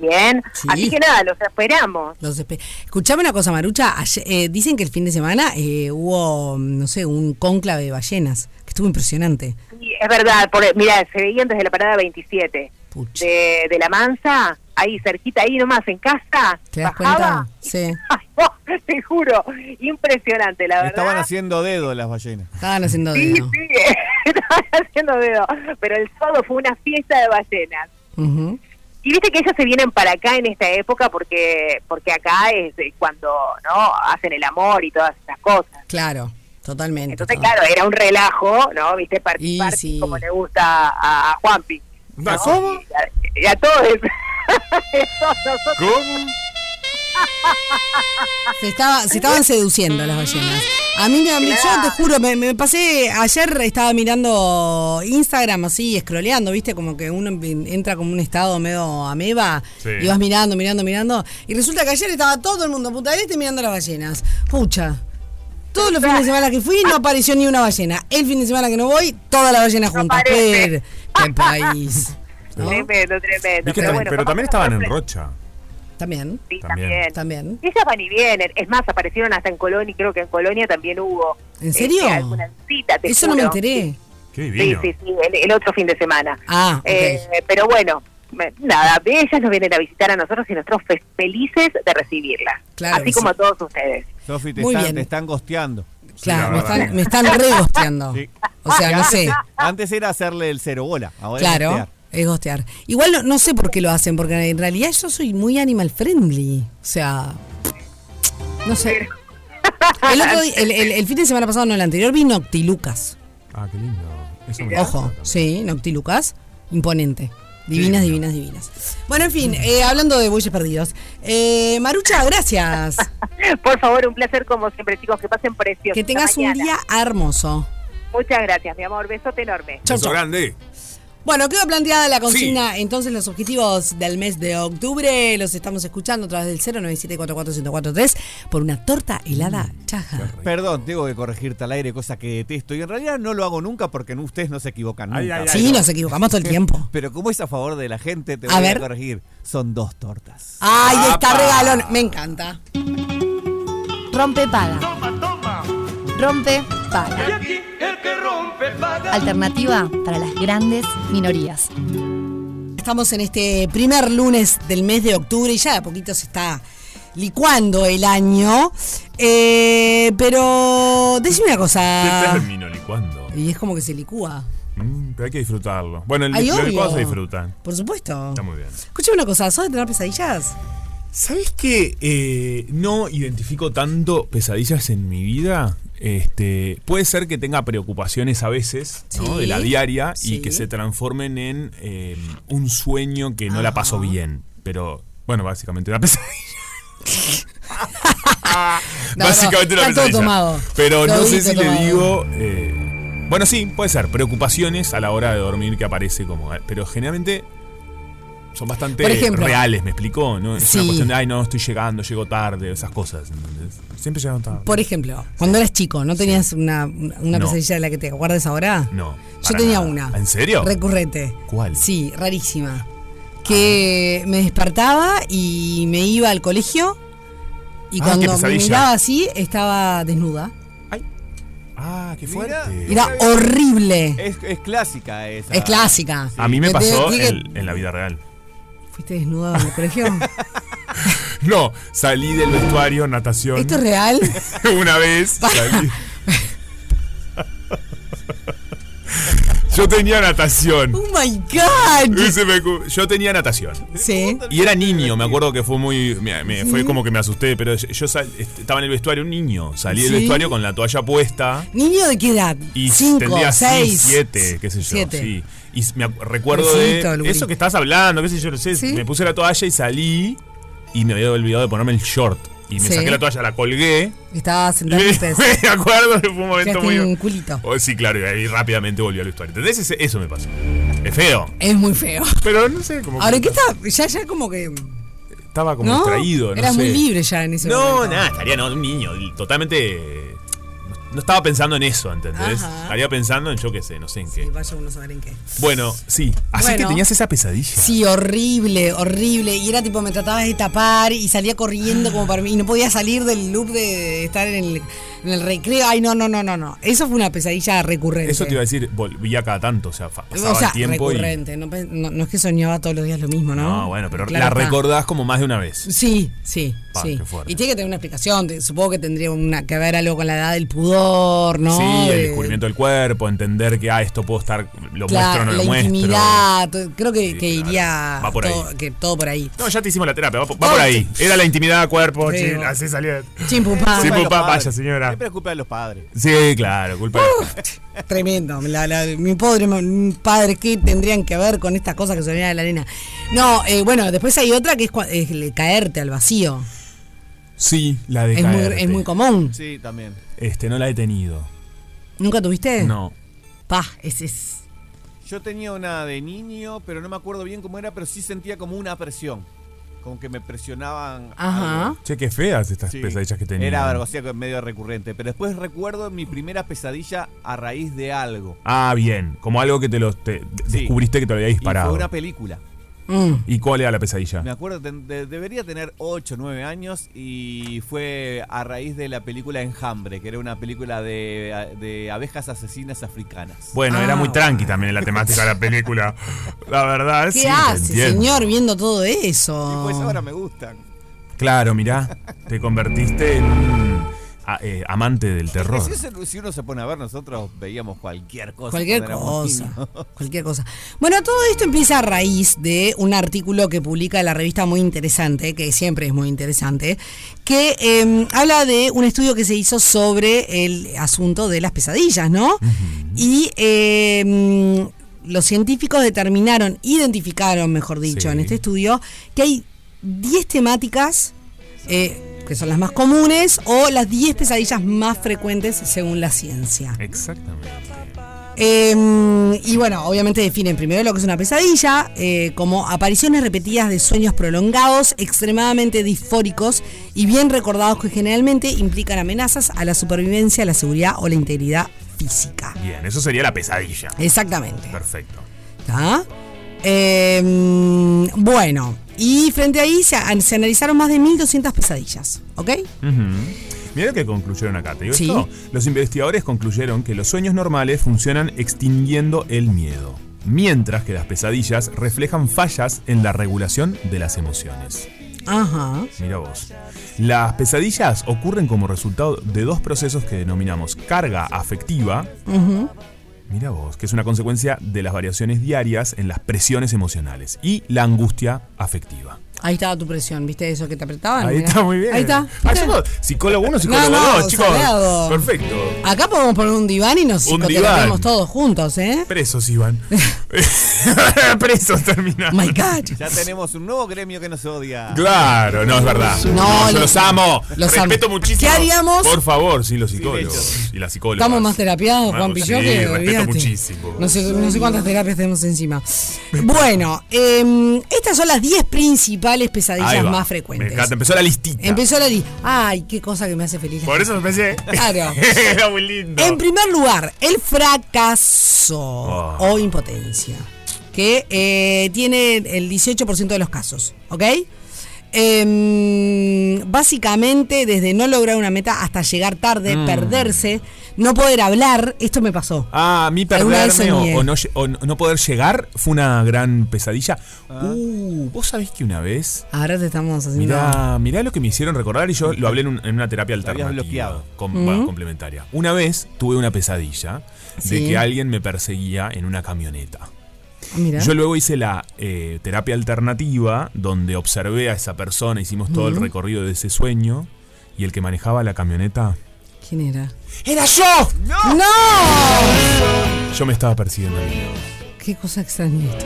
[SPEAKER 6] Bien,
[SPEAKER 2] Sí.
[SPEAKER 6] así que nada, los esperamos.
[SPEAKER 2] Los espe- Escuchame una cosa, Marucha. ayer- eh, dicen que el fin de semana eh, hubo, no sé, un cónclave de ballenas, que estuvo impresionante.
[SPEAKER 6] Sí, es verdad, por, mira, se veían desde la parada 27
[SPEAKER 2] Puch.
[SPEAKER 6] de, de La Mansa, ahí cerquita, ahí nomás en casa.
[SPEAKER 2] ¿Te das
[SPEAKER 6] bajaba.
[SPEAKER 2] cuenta? Sí.
[SPEAKER 6] <laughs> Ay, no, te juro, impresionante, la verdad.
[SPEAKER 4] Estaban haciendo dedo las ballenas.
[SPEAKER 2] Estaban haciendo
[SPEAKER 6] Sí,
[SPEAKER 2] dedo.
[SPEAKER 6] sí, <laughs> estaban haciendo dedo. Pero el sábado fue una fiesta de ballenas.
[SPEAKER 2] Ujú.
[SPEAKER 6] Y viste que ellas se vienen para acá en esta época porque porque acá es eh, cuando no hacen el amor y todas esas cosas.
[SPEAKER 2] Claro, totalmente.
[SPEAKER 6] Entonces,
[SPEAKER 2] total-
[SPEAKER 6] claro, era un relajo, ¿no? Viste, participar
[SPEAKER 2] Y sí.
[SPEAKER 6] como le gusta a, a Juanpi. ¿no?
[SPEAKER 3] Ah, ¿cómo?
[SPEAKER 6] Y a, y a todos. <laughs> A todos nosotros. <laughs>
[SPEAKER 3] ¿Cómo?
[SPEAKER 2] Se, estaba, se estaban seduciendo las ballenas. A mí me han dicho, te juro, me, me pasé, ayer estaba mirando Instagram así, scrolleando, viste, como que uno en- entra como un estado medio ameba
[SPEAKER 3] Sí.
[SPEAKER 2] y vas mirando, mirando, mirando. Y resulta que ayer estaba todo el mundo punta del este mirando las ballenas. Pucha. Todos los fines de semana que fui no apareció ni una ballena. El fin de semana que no voy, todas las ballenas
[SPEAKER 6] No
[SPEAKER 2] juntas.
[SPEAKER 6] aparece.
[SPEAKER 2] Qué- qué
[SPEAKER 6] <laughs>
[SPEAKER 2] país. ¿no?
[SPEAKER 6] Tremendo, tremendo.
[SPEAKER 3] Vi que también-
[SPEAKER 6] bueno,
[SPEAKER 3] pero
[SPEAKER 6] vamos a
[SPEAKER 3] también estaban en
[SPEAKER 6] sorprender.
[SPEAKER 3] Rocha.
[SPEAKER 2] También,
[SPEAKER 6] Sí,
[SPEAKER 3] También.
[SPEAKER 6] también.
[SPEAKER 2] también.
[SPEAKER 6] Ellas van y vienen. Es más, aparecieron hasta en Colonia y creo que en Colonia también hubo.
[SPEAKER 2] ¿En serio?
[SPEAKER 6] este, alguna cita, te
[SPEAKER 2] Eso no me
[SPEAKER 6] juro.
[SPEAKER 2] enteré.
[SPEAKER 3] Qué
[SPEAKER 6] Sí,
[SPEAKER 3] divino.
[SPEAKER 6] sí, sí, el, el otro fin de semana.
[SPEAKER 2] Ah, ok.
[SPEAKER 6] Eh, pero bueno, me- nada, de ellas nos vienen a visitar a nosotros y nosotros fe- felices de recibirlas.
[SPEAKER 2] Claro que
[SPEAKER 6] así como
[SPEAKER 2] sí.
[SPEAKER 6] a todos ustedes.
[SPEAKER 4] Sofi, te,
[SPEAKER 2] Muy
[SPEAKER 4] están-
[SPEAKER 2] bien.
[SPEAKER 4] te están gosteando.
[SPEAKER 3] la
[SPEAKER 2] Claro, me
[SPEAKER 3] verdad.
[SPEAKER 2] están, me están regosteando.
[SPEAKER 4] Sí.
[SPEAKER 2] O sea, no sé.
[SPEAKER 4] Antes era hacerle el cero bola. Ahora es
[SPEAKER 2] Claro,
[SPEAKER 4] gostear.
[SPEAKER 2] es gostear. Igual no, no sé por qué lo hacen, porque en realidad yo soy muy animal friendly. O sea, no sé. El, otro día- el- el- el fin de semana pasado, no el anterior, vi Noctilucas.
[SPEAKER 3] Ah, qué lindo. Eso me
[SPEAKER 2] Ojo,
[SPEAKER 3] gusta también.
[SPEAKER 2] sí, Noctilucas, imponente. Divinas,
[SPEAKER 3] Sí.
[SPEAKER 2] divinas, divinas. Bueno, en fin, eh, hablando de bueyes perdidos. Eh, Marucha, gracias.
[SPEAKER 5] <laughs> Por favor, un placer como siempre, chicos. Que pasen precioso.
[SPEAKER 2] Que
[SPEAKER 5] Hasta
[SPEAKER 2] tengas un
[SPEAKER 5] mañana.
[SPEAKER 2] día hermoso.
[SPEAKER 5] Muchas gracias, mi amor. Besote enorme.
[SPEAKER 2] Chau,
[SPEAKER 3] Beso
[SPEAKER 2] chau.
[SPEAKER 3] grande.
[SPEAKER 2] Bueno, quedó planteada la consigna. Entonces, los objetivos del mes de octubre los estamos escuchando a través del 097441043 por una torta helada
[SPEAKER 3] Mm.
[SPEAKER 2] chaja.
[SPEAKER 4] Perdón, tengo que corregirte al aire, cosa que detesto. Y en realidad no lo hago nunca porque no- ustedes no se equivocan nunca.
[SPEAKER 3] Ay, ay, ay.
[SPEAKER 2] Sí, nos equivocamos todo el
[SPEAKER 3] <laughs>
[SPEAKER 2] tiempo.
[SPEAKER 4] Pero como es a favor de la gente, te
[SPEAKER 2] A
[SPEAKER 4] voy
[SPEAKER 2] ver.
[SPEAKER 4] a corregir. Son dos tortas.
[SPEAKER 2] ¡Ay, está
[SPEAKER 3] ¡Apa!
[SPEAKER 2] regalón! Me encanta.
[SPEAKER 7] Rompe paga. Rompe paga. Alternativa para las grandes minorías.
[SPEAKER 2] Estamos en este primer lunes del mes de octubre y ya de a poquito se está licuando el año. Eh, pero, decime una
[SPEAKER 3] Yo
[SPEAKER 2] cosa.
[SPEAKER 3] termino licuando.
[SPEAKER 2] Y es como que se licúa.
[SPEAKER 3] Mm, pero hay que disfrutarlo. Bueno, el,
[SPEAKER 2] Ay,
[SPEAKER 3] los licuados
[SPEAKER 2] obvio. Oh.
[SPEAKER 3] se disfrutan.
[SPEAKER 2] Por supuesto.
[SPEAKER 3] Está muy bien.
[SPEAKER 2] Escuchame una cosa, ¿sos de tener pesadillas?
[SPEAKER 3] ¿Sabes que eh, no identifico tanto pesadillas en mi vida? Este, puede ser que tenga preocupaciones a veces ¿no?
[SPEAKER 2] Sí,
[SPEAKER 3] de la diaria
[SPEAKER 2] sí.
[SPEAKER 3] y que se transformen en eh, un sueño que no la
[SPEAKER 2] Ah.
[SPEAKER 3] paso bien. Pero, bueno, básicamente una <laughs> pesadilla.
[SPEAKER 2] <laughs> No,
[SPEAKER 3] básicamente
[SPEAKER 2] no,
[SPEAKER 3] una
[SPEAKER 2] está todo
[SPEAKER 3] pesadilla.
[SPEAKER 2] tomado.
[SPEAKER 3] Pero
[SPEAKER 2] Todo
[SPEAKER 3] no sé
[SPEAKER 2] grito
[SPEAKER 3] si
[SPEAKER 2] tomado.
[SPEAKER 3] le digo. eh, bueno, sí, puede ser. Preocupaciones a la hora de dormir que aparece como. Pero generalmente. Son bastante
[SPEAKER 2] Por ejemplo.
[SPEAKER 3] reales, me explicó, ¿no? Es
[SPEAKER 2] Sí.
[SPEAKER 3] una cuestión de, ay, no, estoy llegando, llego tarde, esas cosas. ¿entendés? Siempre llegaron tarde.
[SPEAKER 2] Por ejemplo, cuando eras chico, ¿no tenías una, una
[SPEAKER 3] No.
[SPEAKER 2] pesadilla de la que te acuerdes ahora?
[SPEAKER 3] No,
[SPEAKER 2] Yo
[SPEAKER 3] para
[SPEAKER 2] tenía
[SPEAKER 3] nada.
[SPEAKER 2] una.
[SPEAKER 3] ¿En serio?
[SPEAKER 2] Recurrente.
[SPEAKER 3] ¿Cuál? Ah.
[SPEAKER 2] Sí, rarísima. Que me despertaba y me iba al colegio
[SPEAKER 3] Ah,
[SPEAKER 2] y
[SPEAKER 3] qué
[SPEAKER 2] cuando me
[SPEAKER 3] pesadilla.
[SPEAKER 2] miraba así estaba desnuda.
[SPEAKER 3] Ah, qué fuerte.
[SPEAKER 2] Era horrible.
[SPEAKER 4] Es, es clásica esa.
[SPEAKER 2] Es clásica.
[SPEAKER 3] A mí me
[SPEAKER 2] Te-
[SPEAKER 3] pasó
[SPEAKER 2] dije,
[SPEAKER 3] en, en la vida real.
[SPEAKER 2] ¿Fuiste desnuda en el
[SPEAKER 3] <laughs>
[SPEAKER 2] colegio?
[SPEAKER 3] No, salí del vestuario, natación.
[SPEAKER 2] ¿Esto es real?
[SPEAKER 3] <laughs> una vez salí. <laughs> Yo tenía natación.
[SPEAKER 2] ¡Oh my god!
[SPEAKER 3] Y se me cu- Yo tenía natación.
[SPEAKER 2] Sí.
[SPEAKER 3] Y era niño, me acuerdo que fue muy. me- me- fue como que me asusté, pero yo sal- est- estaba en el vestuario un niño. Salí
[SPEAKER 2] Sí.
[SPEAKER 3] del vestuario con la toalla puesta.
[SPEAKER 2] ¿Niño de qué edad?
[SPEAKER 3] Y
[SPEAKER 2] Cinco,
[SPEAKER 3] tendría
[SPEAKER 2] seis,
[SPEAKER 3] 7, qué sé yo.
[SPEAKER 2] siete.
[SPEAKER 3] Sí. Y s- me acu- recuerdo
[SPEAKER 2] Pobrecito, el
[SPEAKER 3] de
[SPEAKER 2] gurí.
[SPEAKER 3] eso que estás hablando, qué sé yo, no sé.
[SPEAKER 2] Sí.
[SPEAKER 3] Me puse la toalla y salí y me había olvidado de ponerme el short. Y me
[SPEAKER 2] Sí.
[SPEAKER 3] saqué la toalla, la colgué.
[SPEAKER 2] Estaba
[SPEAKER 3] Y
[SPEAKER 2] sentado en ustedes.
[SPEAKER 3] <laughs> me acuerdo que fue un momento
[SPEAKER 2] Quedaste
[SPEAKER 3] muy.
[SPEAKER 2] en culito.
[SPEAKER 3] Oh, sí, claro, y ahí rápidamente volvió al vestuario. ¿Entendés? Ese- Eso me pasó. Es feo.
[SPEAKER 2] Es muy feo.
[SPEAKER 3] Pero no sé, como.
[SPEAKER 2] Ahora,
[SPEAKER 3] que
[SPEAKER 2] ¿qué está? Ya, ya como que.
[SPEAKER 3] Estaba como
[SPEAKER 2] ¿no?
[SPEAKER 3] distraído, no
[SPEAKER 2] Eras
[SPEAKER 3] sé.
[SPEAKER 2] muy libre ya en ese momento.
[SPEAKER 3] No, nada, estaría no, un niño, totalmente. eh, No estaba pensando en eso, ¿entendés?
[SPEAKER 2] Ajá.
[SPEAKER 3] Estaría pensando en yo qué sé, no sé en qué.
[SPEAKER 2] Sí, vaya uno a saber en qué.
[SPEAKER 3] Bueno, sí. Así
[SPEAKER 2] Bueno.
[SPEAKER 3] que tenías esa pesadilla.
[SPEAKER 2] Sí, horrible, horrible. Y era tipo, me tratabas de tapar y salía corriendo como para mí. Y no podía salir del loop de estar en el, en el recreo. Ay, no, no, no, no, no. Eso fue una pesadilla recurrente.
[SPEAKER 3] Eso te iba a decir, volvía cada tanto, o sea, fa- pasaba
[SPEAKER 2] O sea,
[SPEAKER 3] el tiempo y.
[SPEAKER 2] recurrente. No, pe- no- no es que soñaba todos los días lo mismo, ¿no?
[SPEAKER 3] No, bueno, pero
[SPEAKER 2] Claro
[SPEAKER 3] la
[SPEAKER 2] está.
[SPEAKER 3] recordás como más de una vez.
[SPEAKER 2] Sí, sí,
[SPEAKER 3] Pa,
[SPEAKER 2] sí.
[SPEAKER 3] qué fuerte.
[SPEAKER 2] Y tiene que tener una explicación. te- Supongo que tendría una, que ver algo con la edad del pudor, ¿no? eh,
[SPEAKER 3] sí, el
[SPEAKER 2] De-
[SPEAKER 3] descubrimiento del cuerpo, entender que, ah, esto puedo estar, lo muestro o
[SPEAKER 2] Claro,
[SPEAKER 3] no lo
[SPEAKER 2] la
[SPEAKER 3] muestro.
[SPEAKER 2] intimidad, to- creo que,
[SPEAKER 3] Sí,
[SPEAKER 2] que
[SPEAKER 3] claro.
[SPEAKER 2] iría
[SPEAKER 3] Va por ahí.
[SPEAKER 2] todo, que todo por ahí.
[SPEAKER 3] No, ya te hicimos la terapia, va, po- va por ahí. Era la intimidad, cuerpo,
[SPEAKER 2] Sí,
[SPEAKER 3] chil,
[SPEAKER 2] vos.
[SPEAKER 3] así
[SPEAKER 4] Eh,
[SPEAKER 3] salió.
[SPEAKER 2] Chimpupá.
[SPEAKER 3] Sí,
[SPEAKER 4] Culpa de
[SPEAKER 3] papá,
[SPEAKER 4] los padres.
[SPEAKER 3] vaya, señora.
[SPEAKER 4] Siempre es culpa de los padres.
[SPEAKER 3] Sí, claro, culpa.
[SPEAKER 2] Uh.
[SPEAKER 3] de-
[SPEAKER 2] Tremendo. La- la- mi pobre ma- mi padre, ¿qué tendrían que ver con estas cosas que sonían de la arena? No, eh, bueno, después hay otra que es, cua- es el caerte al vacío.
[SPEAKER 3] Sí, la de
[SPEAKER 2] Es muy,
[SPEAKER 3] caerte.
[SPEAKER 2] es muy común.
[SPEAKER 4] Sí, también.
[SPEAKER 3] Este, no la he tenido.
[SPEAKER 2] ¿Nunca tuviste?
[SPEAKER 3] No.
[SPEAKER 2] Pa, es, es-
[SPEAKER 4] Yo tenía una de niño, pero no me acuerdo bien cómo era, pero sí sentía como una presión. Como que me presionaban.
[SPEAKER 2] Ajá.
[SPEAKER 4] algo.
[SPEAKER 3] Che, qué feas estas
[SPEAKER 4] Sí.
[SPEAKER 3] pesadillas que tenía.
[SPEAKER 4] Era algo así, medio recurrente. Pero después recuerdo mi primera pesadilla a raíz de algo.
[SPEAKER 3] Ah, bien. Como algo que te lo te-
[SPEAKER 4] Sí.
[SPEAKER 3] descubriste que te lo había
[SPEAKER 4] Y fue
[SPEAKER 3] disparado.
[SPEAKER 4] una película.
[SPEAKER 2] Mm.
[SPEAKER 3] ¿Y cuál era la pesadilla?
[SPEAKER 4] Me acuerdo, ten- de- debería tener 8, 9 años y fue a raíz de la película Enjambre, que era una película de, de abejas asesinas africanas.
[SPEAKER 3] Bueno,
[SPEAKER 2] Ah,
[SPEAKER 3] era muy
[SPEAKER 2] bueno.
[SPEAKER 3] tranqui también la temática de la película. La verdad,
[SPEAKER 2] ¿Qué
[SPEAKER 3] Ah, sí. te
[SPEAKER 2] hace,
[SPEAKER 3] entiendo.
[SPEAKER 2] señor, viendo todo
[SPEAKER 4] Y
[SPEAKER 2] eso?
[SPEAKER 4] pues ahora me gustan.
[SPEAKER 3] Claro, mirá, te convertiste en un a- eh, amante del terror.
[SPEAKER 4] Si, eso- si uno se pone a ver, nosotros veíamos cualquier cosa.
[SPEAKER 2] Cualquier
[SPEAKER 4] cuando éramos
[SPEAKER 2] cosa,
[SPEAKER 4] niños. <laughs>
[SPEAKER 2] cualquier cosa. Bueno, todo esto empieza a raíz de un artículo que publica la revista muy interesante, que siempre es muy interesante, que eh, habla de un estudio que se hizo sobre el asunto de las pesadillas, ¿no? Y eh, mm, los científicos determinaron, identificaron, mejor dicho,
[SPEAKER 3] Sí.
[SPEAKER 2] en este estudio, que hay 10 temáticas eh, que son las más comunes o las 10 pesadillas más frecuentes según la ciencia.
[SPEAKER 3] Exactamente.
[SPEAKER 2] Eh, y bueno, obviamente definen primero lo que es una pesadilla, eh, como apariciones repetidas de sueños prolongados, extremadamente disfóricos y bien recordados que generalmente implican amenazas a la supervivencia, la seguridad o la integridad física.
[SPEAKER 3] Bien, eso sería la pesadilla.
[SPEAKER 2] Exactamente.
[SPEAKER 3] Perfecto.
[SPEAKER 2] ¿Tá? Eh, bueno, y frente a ahí se, se analizaron más de 1200 pesadillas, ¿ok?
[SPEAKER 3] Mira lo que concluyeron acá, te digo
[SPEAKER 2] Sí.
[SPEAKER 3] esto. Los investigadores concluyeron que los sueños normales funcionan extinguiendo el miedo, mientras que las pesadillas reflejan fallas en la regulación de las emociones.
[SPEAKER 2] Ajá.
[SPEAKER 3] Mira vos. Las pesadillas ocurren como resultado de dos procesos que denominamos carga afectiva. Mira vos, que es una consecuencia de las variaciones diarias en las presiones emocionales y la angustia afectiva.
[SPEAKER 2] Ahí estaba tu presión, ¿viste eso que te apretaban?
[SPEAKER 3] Ahí
[SPEAKER 2] Mirá.
[SPEAKER 3] está, muy bien.
[SPEAKER 2] Ah, Ahí está.
[SPEAKER 3] Ah,
[SPEAKER 2] ¿viste?
[SPEAKER 3] somos psicólogo uno, psicólogo
[SPEAKER 2] <laughs> No, no,
[SPEAKER 3] dos, chicos.
[SPEAKER 2] salado.
[SPEAKER 3] Perfecto.
[SPEAKER 2] Acá podemos poner un diván y nos
[SPEAKER 3] Un
[SPEAKER 2] psicoterapiamos
[SPEAKER 3] diván.
[SPEAKER 2] todos juntos, ¿eh?
[SPEAKER 3] Presos,
[SPEAKER 2] <laughs>
[SPEAKER 3] Iván. <laughs> Presos terminaron.
[SPEAKER 2] My God.
[SPEAKER 4] Ya tenemos un nuevo gremio que nos odia.
[SPEAKER 3] Claro, no, es verdad.
[SPEAKER 2] No,
[SPEAKER 3] yo
[SPEAKER 2] los-
[SPEAKER 3] los, amo.
[SPEAKER 2] los amo.
[SPEAKER 3] respeto muchísimo.
[SPEAKER 2] ¿Qué haríamos?
[SPEAKER 3] Por favor, sí, los psicólogos y las psicólogas.
[SPEAKER 2] Estamos más terapiados, Juan
[SPEAKER 3] Vamos,
[SPEAKER 2] Pilló,
[SPEAKER 3] sí,
[SPEAKER 2] que
[SPEAKER 3] respeto
[SPEAKER 2] olvídate.
[SPEAKER 3] muchísimo.
[SPEAKER 2] No sé, no sé cuántas terapias tenemos encima. Bueno, em, estas son las 10 principales
[SPEAKER 3] Ahí
[SPEAKER 2] pesadillas
[SPEAKER 3] va.
[SPEAKER 2] más
[SPEAKER 3] Me
[SPEAKER 2] frecuentes.
[SPEAKER 3] encanta, empezó la listita.
[SPEAKER 2] Empezó la lista. Ay, qué cosa que me hace feliz.
[SPEAKER 3] Por eso empecé.
[SPEAKER 2] Claro.
[SPEAKER 3] <laughs> Era muy lindo.
[SPEAKER 2] En primer lugar, el fracaso
[SPEAKER 3] Oh.
[SPEAKER 2] o impotencia, que eh, tiene el 18% de los casos, ¿ok? Em, básicamente, desde no lograr una meta hasta llegar tarde,
[SPEAKER 3] Mm.
[SPEAKER 2] perderse, no poder hablar, esto me pasó.
[SPEAKER 3] Ah, a mí
[SPEAKER 2] Alguna vez
[SPEAKER 3] perderme o,
[SPEAKER 2] soñé.
[SPEAKER 3] o no, lle- o no- no poder llegar fue una gran pesadilla.
[SPEAKER 4] Ah.
[SPEAKER 3] Uh, vos sabés que una vez.
[SPEAKER 2] Ahora te estamos haciendo...
[SPEAKER 3] Mirá, mirá lo que me hicieron recordar y yo lo hablé en, un- en una terapia
[SPEAKER 4] habías
[SPEAKER 3] alternativa.
[SPEAKER 4] bloqueado.
[SPEAKER 3] com- bueno, complementaria. Una vez tuve una pesadilla de
[SPEAKER 2] Sí.
[SPEAKER 3] que alguien me perseguía en una camioneta.
[SPEAKER 2] ah, Mira.
[SPEAKER 3] Yo luego hice la eh, terapia alternativa, donde observé a esa persona, hicimos todo el recorrido de ese sueño, y el que manejaba la camioneta.
[SPEAKER 2] ¿Quién era?
[SPEAKER 3] ¡Era yo!
[SPEAKER 2] ¡No!
[SPEAKER 3] Yo me estaba persiguiendo. a mí.
[SPEAKER 2] Qué cosa extraña esto.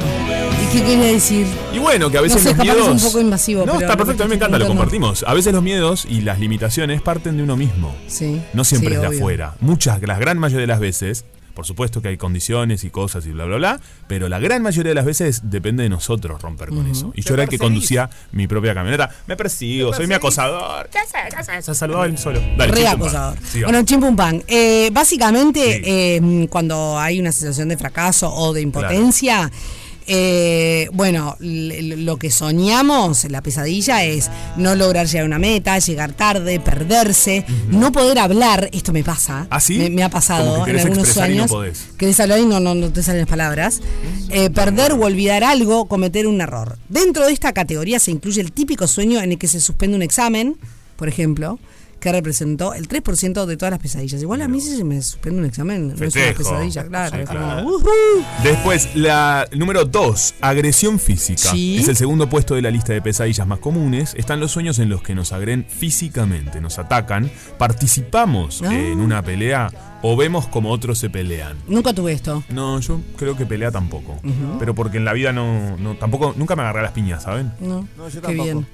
[SPEAKER 2] ¿Y qué quería decir?
[SPEAKER 3] Y bueno, que a veces
[SPEAKER 2] No sé,
[SPEAKER 3] los
[SPEAKER 2] capaz
[SPEAKER 3] miedos.
[SPEAKER 2] es un poco invasivo,
[SPEAKER 3] No,
[SPEAKER 2] pero
[SPEAKER 3] está
[SPEAKER 2] lo que
[SPEAKER 3] perfecto, a mí me
[SPEAKER 2] estoy
[SPEAKER 3] encanta, lo
[SPEAKER 2] preguntando.
[SPEAKER 3] compartimos. A veces los miedos y las limitaciones parten de uno mismo.
[SPEAKER 2] Sí.
[SPEAKER 3] No siempre
[SPEAKER 2] Sí,
[SPEAKER 3] es de
[SPEAKER 2] obvio.
[SPEAKER 3] afuera. Muchas, la gran mayoría de las veces, por supuesto que hay condiciones y cosas y bla, bla, bla, pero la gran mayoría de las veces depende de nosotros romper con eso. Y yo era el que
[SPEAKER 4] perseguís.
[SPEAKER 3] conducía mi propia camioneta. Me persigo, soy mi acosador. ¿Qué haces? ¿Qué haces? Se saludaba él solo. Dale,
[SPEAKER 2] Re
[SPEAKER 3] chico,
[SPEAKER 2] acosador.
[SPEAKER 3] va. Siga.
[SPEAKER 2] Bueno, chimpum pan. Eh, básicamente,
[SPEAKER 3] Sí.
[SPEAKER 2] eh, cuando hay una sensación de fracaso o de impotencia, eh, bueno, l- l- lo que soñamos, la pesadilla, es no lograr llegar a una meta, llegar tarde, perderse, no poder hablar. Esto me pasa.
[SPEAKER 3] ¿Ah, sí?
[SPEAKER 2] Me, me ha
[SPEAKER 3] Como
[SPEAKER 2] pasado
[SPEAKER 3] que
[SPEAKER 2] en
[SPEAKER 3] querés
[SPEAKER 2] algunos
[SPEAKER 3] expresar y no
[SPEAKER 2] sueños.
[SPEAKER 3] podés.
[SPEAKER 2] Querés hablar y no, no, no te salen las palabras. Eh, perder o olvidar algo, cometer un error. Dentro de esta categoría se incluye el típico sueño en el que se suspende un examen, por ejemplo, que representó el 3% de todas las pesadillas. Igual a mí si se me suspende un examen, no es una
[SPEAKER 3] Festejo.
[SPEAKER 2] pesadilla, claro.
[SPEAKER 3] Sí,
[SPEAKER 2] es como,
[SPEAKER 3] claro.
[SPEAKER 2] "Uhú".
[SPEAKER 3] Después, la número 2, agresión física.
[SPEAKER 2] Sí.
[SPEAKER 3] Es el segundo puesto de la lista de pesadillas más comunes. Están los sueños en los que nos agreden físicamente, nos atacan, participamos
[SPEAKER 2] Ah.
[SPEAKER 3] en una pelea o vemos como otros se pelean.
[SPEAKER 2] Nunca tuve esto.
[SPEAKER 3] No, yo creo que pelea tampoco. Pero porque en la vida no, no- tampoco, nunca me agarré a las piñas, ¿saben?
[SPEAKER 2] No,
[SPEAKER 4] No, yo
[SPEAKER 2] qué
[SPEAKER 4] tampoco.
[SPEAKER 2] bien.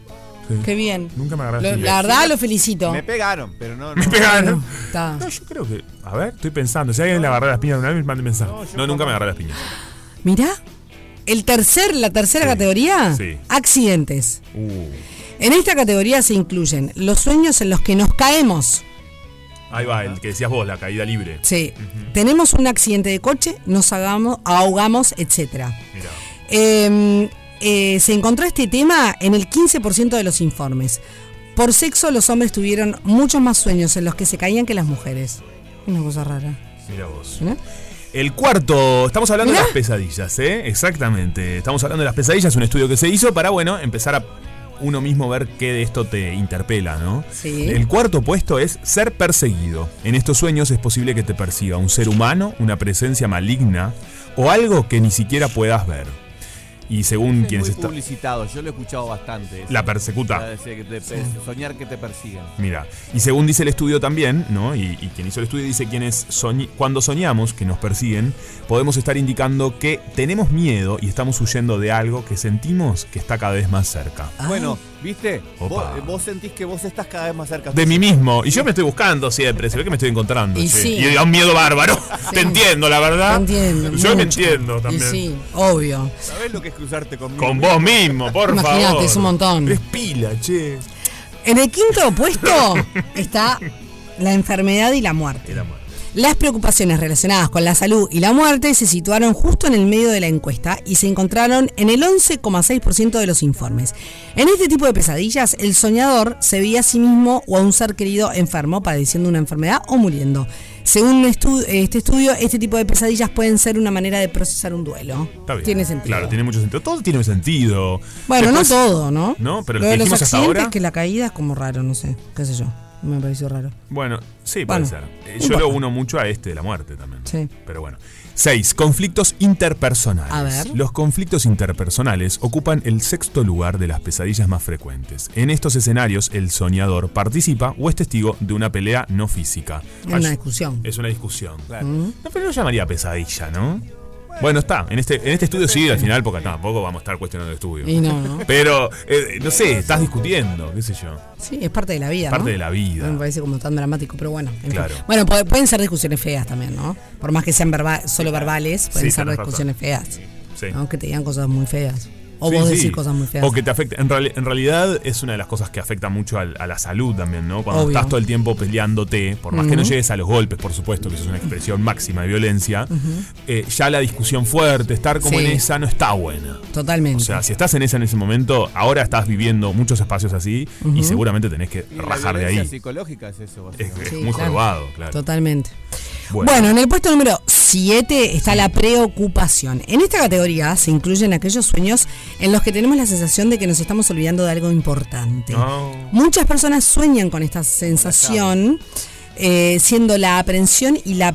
[SPEAKER 3] Sí.
[SPEAKER 2] Qué bien.
[SPEAKER 3] Nunca me agarré a las
[SPEAKER 2] Lo-
[SPEAKER 3] piñas.
[SPEAKER 2] la verdad lo felicito.
[SPEAKER 4] Me pegaron, pero
[SPEAKER 3] <laughs>
[SPEAKER 4] no.
[SPEAKER 3] Me
[SPEAKER 4] no.
[SPEAKER 3] pegaron.
[SPEAKER 2] Está.
[SPEAKER 3] No, yo creo que. A ver, estoy pensando. Si alguien le agarré a las piñas una vez, mande mensaje. No, nunca me agarré a las piñas.
[SPEAKER 2] Mirá, el tercer, la tercera
[SPEAKER 3] Sí,
[SPEAKER 2] categoría,
[SPEAKER 3] sí.
[SPEAKER 2] accidentes.
[SPEAKER 3] Uh.
[SPEAKER 2] En esta categoría se incluyen los sueños en los que nos caemos.
[SPEAKER 3] Ahí va, el que decías vos, la caída libre.
[SPEAKER 2] Sí. Tenemos un accidente de coche, nos hagamos, ahogamos, etc.
[SPEAKER 3] Mira.
[SPEAKER 2] se encontró este tema en el 15% de los informes. Por sexo, los hombres tuvieron muchos más sueños en los que se caían que las mujeres. Una cosa rara.
[SPEAKER 3] Mira vos.
[SPEAKER 2] ¿no?
[SPEAKER 3] El cuarto, estamos hablando
[SPEAKER 2] Mirá.
[SPEAKER 3] de las pesadillas, ¿eh? Exactamente. Estamos hablando de las pesadillas, un estudio que se hizo para, bueno, empezar a uno mismo ver qué de esto te interpela, ¿no?
[SPEAKER 2] Sí.
[SPEAKER 3] El cuarto puesto es ser perseguido. En estos sueños es posible que te persiga un ser humano, una presencia maligna o algo que ni siquiera puedas ver. Y según
[SPEAKER 4] Es
[SPEAKER 3] quienes
[SPEAKER 4] muy
[SPEAKER 3] están...
[SPEAKER 4] publicitado, yo lo he escuchado bastante. eso.
[SPEAKER 3] La persecuta.
[SPEAKER 4] La de que te- Soñar que te persigan.
[SPEAKER 3] Mira, y según dice el estudio también, ¿no? Y, y quien hizo el estudio dice quienes soñ- cuando soñamos que nos persiguen, podemos estar indicando que tenemos miedo y estamos huyendo de algo que sentimos que está cada vez más cerca.
[SPEAKER 2] Ah.
[SPEAKER 4] Bueno, ¿viste? Vos, eh,
[SPEAKER 3] Opa.
[SPEAKER 4] vos sentís que vos estás cada vez más cerca.
[SPEAKER 3] De mí mismo. Y yo me estoy buscando siempre, se ve que me estoy encontrando.
[SPEAKER 2] Y
[SPEAKER 3] che.
[SPEAKER 2] sí.
[SPEAKER 3] Y da un miedo bárbaro. <laughs> Te entiendo, la verdad.
[SPEAKER 2] Te entiendo.
[SPEAKER 3] Yo me
[SPEAKER 2] mucho.
[SPEAKER 3] entiendo también.
[SPEAKER 2] Y sí, obvio.
[SPEAKER 4] ¿Sabés lo que es cruzarte conmigo?
[SPEAKER 3] Con vos mismo, por
[SPEAKER 2] Imagínate,
[SPEAKER 3] favor.
[SPEAKER 2] es un montón.
[SPEAKER 3] Es pila, che.
[SPEAKER 2] En el quinto <laughs> puesto está la enfermedad y la muerte.
[SPEAKER 3] Era muerte.
[SPEAKER 2] Las preocupaciones relacionadas con la salud y la muerte se situaron justo en el medio de la encuesta y se encontraron en el 11,6% de los informes. En este tipo de pesadillas, el soñador se veía a sí mismo o a un ser querido enfermo, padeciendo una enfermedad o muriendo. Según un estu- este estudio, este tipo de pesadillas pueden ser una manera de procesar un duelo.
[SPEAKER 3] Está bien.
[SPEAKER 2] Tiene sentido.
[SPEAKER 3] Claro, tiene mucho sentido. Todo tiene sentido.
[SPEAKER 2] Bueno,
[SPEAKER 3] Después-
[SPEAKER 2] no todo, ¿no?
[SPEAKER 3] No, pero
[SPEAKER 2] Lo
[SPEAKER 3] lo
[SPEAKER 2] de
[SPEAKER 3] que
[SPEAKER 2] los
[SPEAKER 3] dijimos hasta
[SPEAKER 2] accidentes,
[SPEAKER 3] ahora-
[SPEAKER 2] que la caída es como raro, no sé, qué sé yo. Me pareció raro.
[SPEAKER 3] Bueno, sí,
[SPEAKER 2] Bueno,
[SPEAKER 3] puede ser. Eh,
[SPEAKER 2] no
[SPEAKER 3] Yo lo
[SPEAKER 2] importa.
[SPEAKER 3] uno mucho a este de la muerte también.
[SPEAKER 2] Sí.
[SPEAKER 3] Pero bueno. 6. Conflictos interpersonales.
[SPEAKER 2] A ver.
[SPEAKER 3] Los conflictos interpersonales ocupan el sexto lugar de las pesadillas más frecuentes. En estos escenarios, el soñador participa o es testigo de una pelea no física.
[SPEAKER 2] Es una discusión. Mm.
[SPEAKER 3] Es una discusión. No, pero yo llamaría pesadilla, ¿no? Bueno, está. En este, en este estudio sí, al final, porque tampoco vamos a estar cuestionando el estudio.
[SPEAKER 2] Y no, ¿no?
[SPEAKER 3] Pero, eh, no sé, estás discutiendo, qué sé yo.
[SPEAKER 2] Sí, es parte de la vida.
[SPEAKER 3] Parte
[SPEAKER 2] ¿no?
[SPEAKER 3] de la vida.
[SPEAKER 2] No me parece como tan dramático, pero bueno. en fin.
[SPEAKER 3] Claro.
[SPEAKER 2] Bueno, pu- pueden ser discusiones feas también, ¿no? Por más que sean verba- solo verbales, pueden
[SPEAKER 3] Sí,
[SPEAKER 2] ser
[SPEAKER 3] tenés
[SPEAKER 2] discusiones feas.
[SPEAKER 3] Sí.
[SPEAKER 2] ¿no? Que te digan cosas muy feas. O
[SPEAKER 3] Sí,
[SPEAKER 2] vos
[SPEAKER 3] sí.
[SPEAKER 2] decís cosas muy feas.
[SPEAKER 3] O que te afecta. En, reali- en realidad es una de las cosas que afecta mucho al- a la salud también, ¿no? Cuando
[SPEAKER 2] Obvio.
[SPEAKER 3] estás todo el tiempo peleándote, por más que no llegues a los golpes, por supuesto, que eso es una expresión máxima de violencia, eh, ya la discusión fuerte, estar como
[SPEAKER 2] Sí.
[SPEAKER 3] en esa, no está buena.
[SPEAKER 2] Totalmente.
[SPEAKER 3] O sea, si estás en esa en ese momento, ahora estás viviendo muchos espacios así y seguramente tenés que
[SPEAKER 4] Y la
[SPEAKER 3] rajar de
[SPEAKER 4] violencia
[SPEAKER 3] ahí.
[SPEAKER 4] psicológica es eso.
[SPEAKER 3] Es, es
[SPEAKER 4] básicamente.
[SPEAKER 2] Sí,
[SPEAKER 3] muy
[SPEAKER 2] claro.
[SPEAKER 3] jorobado, claro.
[SPEAKER 2] Totalmente.
[SPEAKER 3] Bueno.
[SPEAKER 2] Bueno. en el puesto número 7 está la preocupación. En esta categoría se incluyen aquellos sueños en los que tenemos la sensación de que nos estamos olvidando de algo importante.
[SPEAKER 3] No.
[SPEAKER 2] Muchas personas sueñan con esta sensación, eh, siendo la aprensión y la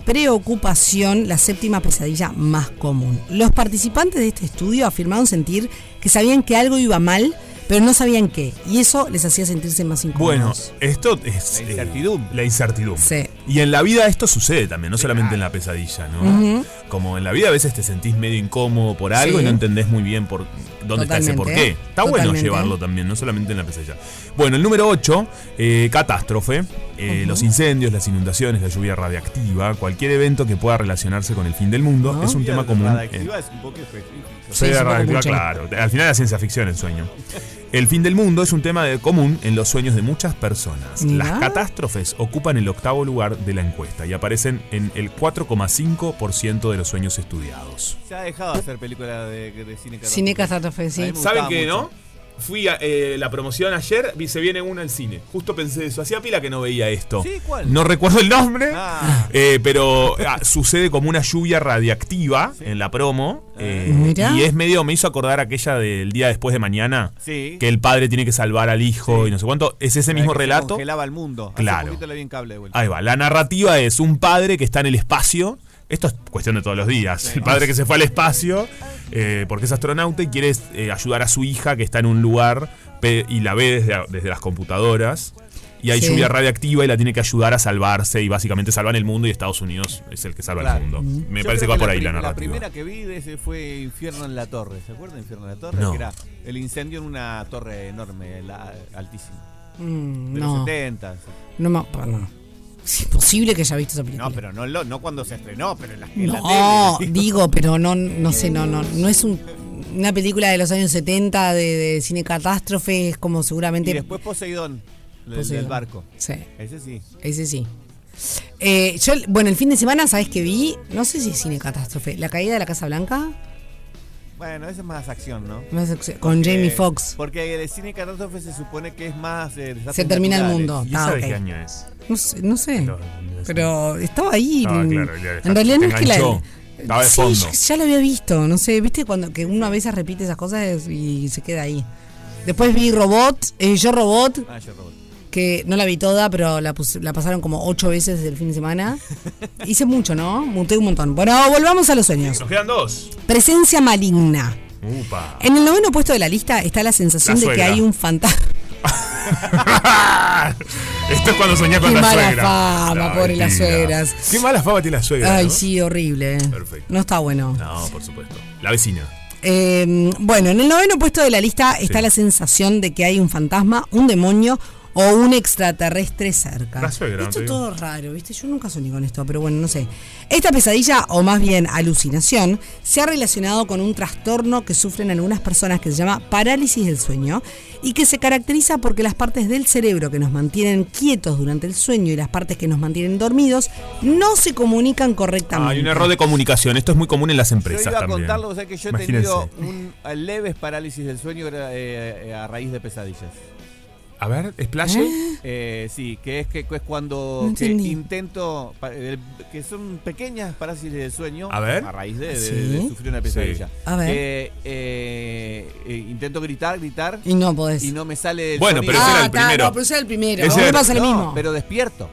[SPEAKER 2] preocupación la séptima pesadilla más común. Los participantes de este estudio afirmaron sentir que sabían que algo iba mal, pero no sabían qué, y eso les hacía sentirse más
[SPEAKER 3] Bueno,
[SPEAKER 2] incómodos.
[SPEAKER 3] esto es.
[SPEAKER 4] La
[SPEAKER 3] eh,
[SPEAKER 4] incertidumbre.
[SPEAKER 3] la incertidumbre.
[SPEAKER 2] Sí.
[SPEAKER 3] Y en la vida esto sucede también, no solamente en la pesadilla, ¿no? Como en la vida a veces te sentís medio incómodo por algo
[SPEAKER 2] Sí.
[SPEAKER 3] y no entendés muy bien por dónde está ese
[SPEAKER 2] Totalmente.
[SPEAKER 3] por qué. Está bueno
[SPEAKER 2] Totalmente.
[SPEAKER 3] llevarlo también, no solamente en la pesadilla. Bueno, el número 8, catástrofe. Eh, Los incendios, las inundaciones, la lluvia radiactiva, cualquier evento que pueda relacionarse con el fin del mundo es un tema común. en-
[SPEAKER 4] Radioactiva es un poco
[SPEAKER 3] Sí,
[SPEAKER 4] específico.
[SPEAKER 2] Ah, Sí, es un poco
[SPEAKER 3] radioactiva,
[SPEAKER 2] mucho.
[SPEAKER 3] claro. Al final la ciencia ficción el sueño. El fin del mundo es un tema de- común en los sueños de muchas personas.
[SPEAKER 2] Mirá.
[SPEAKER 3] Las catástrofes ocupan el octavo lugar de la encuesta y aparecen en el 4,5% de los sueños estudiados.
[SPEAKER 4] Se ha dejado de hacer películas de, de cine catástrofe.
[SPEAKER 2] Cine catástrofe, sí.
[SPEAKER 4] A mí me
[SPEAKER 3] ¿Saben
[SPEAKER 4] gustaba
[SPEAKER 3] qué,
[SPEAKER 4] mucho.
[SPEAKER 3] no? Fui a eh, la promoción ayer, vi, se viene una al cine. Justo pensé eso. Hacía pila que no veía esto.
[SPEAKER 4] Sí, ¿cuál?
[SPEAKER 3] No recuerdo el nombre.
[SPEAKER 4] Ah.
[SPEAKER 3] eh, pero ah, sucede como una lluvia radiactiva en la promo. eh,
[SPEAKER 2] Mirá.
[SPEAKER 3] y es medio, me hizo acordar aquella del día después de mañana.
[SPEAKER 4] Sí.
[SPEAKER 3] Que el padre tiene que salvar al hijo y no sé cuánto. Es ese mismo
[SPEAKER 4] La que se
[SPEAKER 3] relato.
[SPEAKER 4] Congelaba el mundo. Hace
[SPEAKER 3] Claro.
[SPEAKER 4] poquito la vi en cable de vuelta.
[SPEAKER 3] Ahí va, la narrativa es un padre que está en el espacio. Esto es cuestión de todos los días. El padre que se fue al espacio eh, porque es astronauta y quiere eh, ayudar a su hija que está en un lugar pe- y la ve desde, desde las computadoras. Y hay
[SPEAKER 2] Sí.
[SPEAKER 3] lluvia radiactiva y la tiene que ayudar a salvarse. Y básicamente salvan el mundo y Estados Unidos es el que salva
[SPEAKER 4] Claro.
[SPEAKER 3] el mundo. Me
[SPEAKER 4] Yo
[SPEAKER 3] parece
[SPEAKER 4] creo
[SPEAKER 3] que va por
[SPEAKER 4] la
[SPEAKER 3] ahí
[SPEAKER 4] pri-
[SPEAKER 3] la narrativa.
[SPEAKER 4] primera que vi de ese fue Infierno en la Torre. ¿Se acuerdan de Infierno en la Torre?
[SPEAKER 3] No.
[SPEAKER 4] Que era el incendio en una torre enorme, la- altísima.
[SPEAKER 2] Mm,
[SPEAKER 4] De los
[SPEAKER 2] no,
[SPEAKER 4] 70.
[SPEAKER 2] no, me- no. Es imposible que haya visto esa película.
[SPEAKER 4] No, pero no, lo- no cuando se estrenó, pero en la, en la
[SPEAKER 2] No,
[SPEAKER 4] tele.
[SPEAKER 2] digo, pero no, no sé, no, no, no es un- una película de los años 70 de, de cine catástrofe, es como seguramente...
[SPEAKER 4] Y después Poseidón, el
[SPEAKER 2] Poseidón.
[SPEAKER 4] del barco.
[SPEAKER 2] Sí,
[SPEAKER 4] Ese sí.
[SPEAKER 2] ese sí. Eh, yo, bueno, el fin de semana, ¿sabes qué vi? No sé si es cine catástrofe. La caída de la Casa Blanca,
[SPEAKER 4] Bueno, esa es más acción, ¿no?
[SPEAKER 2] me hace- con Jamie
[SPEAKER 4] Eh,
[SPEAKER 2] Foxx.
[SPEAKER 4] Porque el cine catástrofe se supone que es más. eh, desastres
[SPEAKER 2] Se termina el
[SPEAKER 4] naturales.
[SPEAKER 2] mundo.
[SPEAKER 3] ¿eh? ¿Y
[SPEAKER 2] Ah,
[SPEAKER 3] esa
[SPEAKER 2] ok.
[SPEAKER 3] de qué año es?
[SPEAKER 2] No sé, no sé.
[SPEAKER 3] No, no sé.
[SPEAKER 2] pero estaba ahí.
[SPEAKER 3] Ah,
[SPEAKER 2] en-
[SPEAKER 3] claro, ya,
[SPEAKER 2] en realidad
[SPEAKER 3] te
[SPEAKER 2] no es que la...
[SPEAKER 3] enganchó. Estaba de
[SPEAKER 2] Sí,
[SPEAKER 3] fondo.
[SPEAKER 2] ya- ya lo había visto, no sé, viste cuando que uno a veces repite esas cosas y se queda ahí. Después vi Robot, eh, Yo Robot,
[SPEAKER 4] Ah, yo robot.
[SPEAKER 2] que no la vi toda, pero la, pus- la pasaron como ocho veces desde el fin
[SPEAKER 3] <laughs>
[SPEAKER 2] de semana. Hice mucho, ¿no? Monté un montón. Bueno, volvamos a los sueños.
[SPEAKER 3] Nos quedan dos.
[SPEAKER 2] Presencia maligna.
[SPEAKER 3] Upa.
[SPEAKER 2] En el noveno puesto de la lista está la sensación
[SPEAKER 3] La
[SPEAKER 2] de que
[SPEAKER 3] suegra.
[SPEAKER 2] hay un fantasma.
[SPEAKER 3] Esto es cuando soñás con
[SPEAKER 2] Qué
[SPEAKER 3] la
[SPEAKER 2] mala
[SPEAKER 3] suegra.
[SPEAKER 2] fama,
[SPEAKER 3] No,
[SPEAKER 2] pobre, las
[SPEAKER 3] mentira.
[SPEAKER 2] suegras.
[SPEAKER 3] Qué mala fama tiene la suegra.
[SPEAKER 2] Ay,
[SPEAKER 3] ¿no?
[SPEAKER 2] sí, horrible. eh.
[SPEAKER 3] Perfecto.
[SPEAKER 2] No está bueno.
[SPEAKER 3] No, por supuesto. La vecina.
[SPEAKER 2] Eh, bueno, en el noveno puesto de la lista está
[SPEAKER 3] Sí.
[SPEAKER 2] la sensación de que hay un fantasma, un demonio o un extraterrestre cerca.
[SPEAKER 3] La suegra,
[SPEAKER 2] esto
[SPEAKER 3] te
[SPEAKER 2] es
[SPEAKER 3] digo.
[SPEAKER 2] todo raro, ¿viste? Yo nunca soñé con esto, pero bueno, no sé. Esta pesadilla, o más bien alucinación, se ha relacionado con un trastorno que sufren algunas personas que se llama parálisis del sueño y que se caracteriza porque las partes del cerebro que nos mantienen quietos durante el sueño y las partes que nos mantienen dormidos no se comunican
[SPEAKER 3] Ah,
[SPEAKER 2] correctamente.
[SPEAKER 3] hay un error de comunicación. Esto es muy común en las
[SPEAKER 4] Yo
[SPEAKER 3] empresas
[SPEAKER 4] iba a
[SPEAKER 3] también.
[SPEAKER 4] contarlo, o sea que yo he
[SPEAKER 3] Imagínense.
[SPEAKER 4] tenido un a leves parálisis del sueño gra- eh, eh, a raíz de pesadillas.
[SPEAKER 3] A ver, ¿esplaye?
[SPEAKER 4] <gasps> Eh, sí, que es que que es cuando
[SPEAKER 2] No
[SPEAKER 4] que
[SPEAKER 2] entendí.
[SPEAKER 4] intento pa- eh, que son pequeñas parálisis del sueño
[SPEAKER 3] A ver.
[SPEAKER 4] raíz de, de-
[SPEAKER 2] Sí.
[SPEAKER 4] de sufrir una pesadilla.
[SPEAKER 3] Sí.
[SPEAKER 2] A ver.
[SPEAKER 4] Eh, eh, eh, intento gritar, gritar
[SPEAKER 2] Y no podés.
[SPEAKER 4] y no me sale el
[SPEAKER 3] Bueno,
[SPEAKER 4] sonido.
[SPEAKER 3] pero ese era
[SPEAKER 2] Ah,
[SPEAKER 3] el
[SPEAKER 2] está,
[SPEAKER 3] primero.
[SPEAKER 2] no, pero ese era el primero.
[SPEAKER 3] Ese
[SPEAKER 2] A mí me
[SPEAKER 3] era-
[SPEAKER 2] pasa lo
[SPEAKER 4] No,
[SPEAKER 2] mismo.
[SPEAKER 4] pero despierto.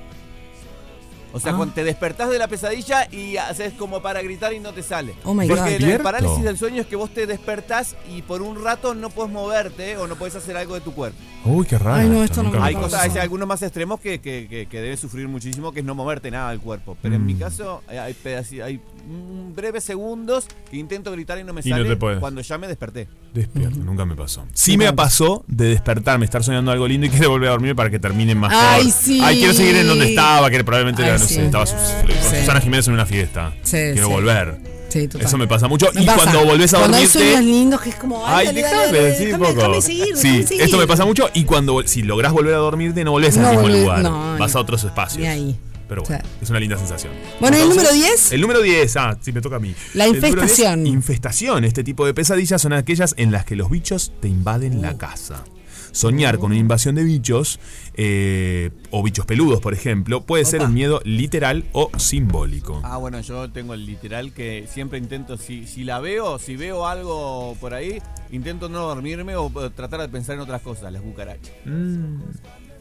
[SPEAKER 4] O sea,
[SPEAKER 2] Ah.
[SPEAKER 4] cuando te despertás de la pesadilla y haces como para gritar y no te sale.
[SPEAKER 2] Oh my God.
[SPEAKER 4] Porque la
[SPEAKER 3] ¿Despierto?
[SPEAKER 4] parálisis del sueño es que vos te despertás y por un rato no puedes moverte o no puedes hacer algo de tu cuerpo.
[SPEAKER 3] Uy, qué raro.
[SPEAKER 2] Ay, no, esto no
[SPEAKER 3] Nunca
[SPEAKER 2] me
[SPEAKER 3] me
[SPEAKER 4] Hay,
[SPEAKER 2] pasa.
[SPEAKER 3] pasó.
[SPEAKER 4] cosas, hay algunos más extremos que, que, que- que debes sufrir muchísimo, que es no moverte nada del cuerpo. Pero en mi
[SPEAKER 3] Mm.
[SPEAKER 4] caso, eh, hay, hay pedaci- hay un breves segundos que intento gritar y no me
[SPEAKER 3] Y no
[SPEAKER 4] sale
[SPEAKER 3] te podés.
[SPEAKER 4] cuando ya me desperté.
[SPEAKER 3] Despierto, nunca me pasó. Sí me pasó de despertarme, estar soñando algo lindo y querer volver a dormir para que termine más
[SPEAKER 2] Ay,
[SPEAKER 3] mejor.
[SPEAKER 2] sí.
[SPEAKER 3] Ay, quiero seguir en donde estaba, que probablemente
[SPEAKER 2] Ay,
[SPEAKER 3] era, no
[SPEAKER 2] sí.
[SPEAKER 3] sé, estaba Sus- con
[SPEAKER 2] Sí.
[SPEAKER 3] Susana Jiménez en una fiesta.
[SPEAKER 2] Sí,
[SPEAKER 3] quiero
[SPEAKER 2] sí.
[SPEAKER 3] volver.
[SPEAKER 2] Sí, total.
[SPEAKER 3] Eso me pasa mucho.
[SPEAKER 2] Me
[SPEAKER 3] y
[SPEAKER 2] pasa.
[SPEAKER 3] cuando volvés a
[SPEAKER 2] Cuando hay
[SPEAKER 3] dormirte.
[SPEAKER 2] sueños lindos que es como,
[SPEAKER 3] Ay,
[SPEAKER 2] ay, dale,
[SPEAKER 3] déjame
[SPEAKER 2] dale, dale,
[SPEAKER 3] decir
[SPEAKER 2] déjame-
[SPEAKER 3] poco.
[SPEAKER 2] déjame seguir,
[SPEAKER 3] sí,
[SPEAKER 2] déjame seguir.
[SPEAKER 3] esto me pasa mucho. Y cuando vol- si lográs volver a dormirte, no volvés
[SPEAKER 2] No
[SPEAKER 3] al mismo
[SPEAKER 2] volvés-
[SPEAKER 3] lugar.
[SPEAKER 2] no,
[SPEAKER 3] Vas
[SPEAKER 2] no.
[SPEAKER 3] a otros espacios.
[SPEAKER 2] Ni ahí.
[SPEAKER 3] Pero bueno,
[SPEAKER 2] O sea.
[SPEAKER 3] es una linda sensación.
[SPEAKER 2] Bueno, ¿y el número 10?
[SPEAKER 3] El número 10, ah, sí, me toca a mí.
[SPEAKER 2] La
[SPEAKER 3] El número 10,
[SPEAKER 2] infestación.
[SPEAKER 3] infestación. Este tipo de pesadillas son aquellas en las que los bichos te invaden
[SPEAKER 2] Oh.
[SPEAKER 3] la casa. Soñar con una invasión de bichos, eh, o bichos peludos, por ejemplo, puede ser
[SPEAKER 2] Opa.
[SPEAKER 3] un miedo literal o simbólico.
[SPEAKER 4] Ah, bueno, yo tengo el literal que siempre intento, si, si la veo, si veo algo por ahí, intento no dormirme o eh, tratar de pensar en otras cosas, las cucarachas.
[SPEAKER 3] Mm,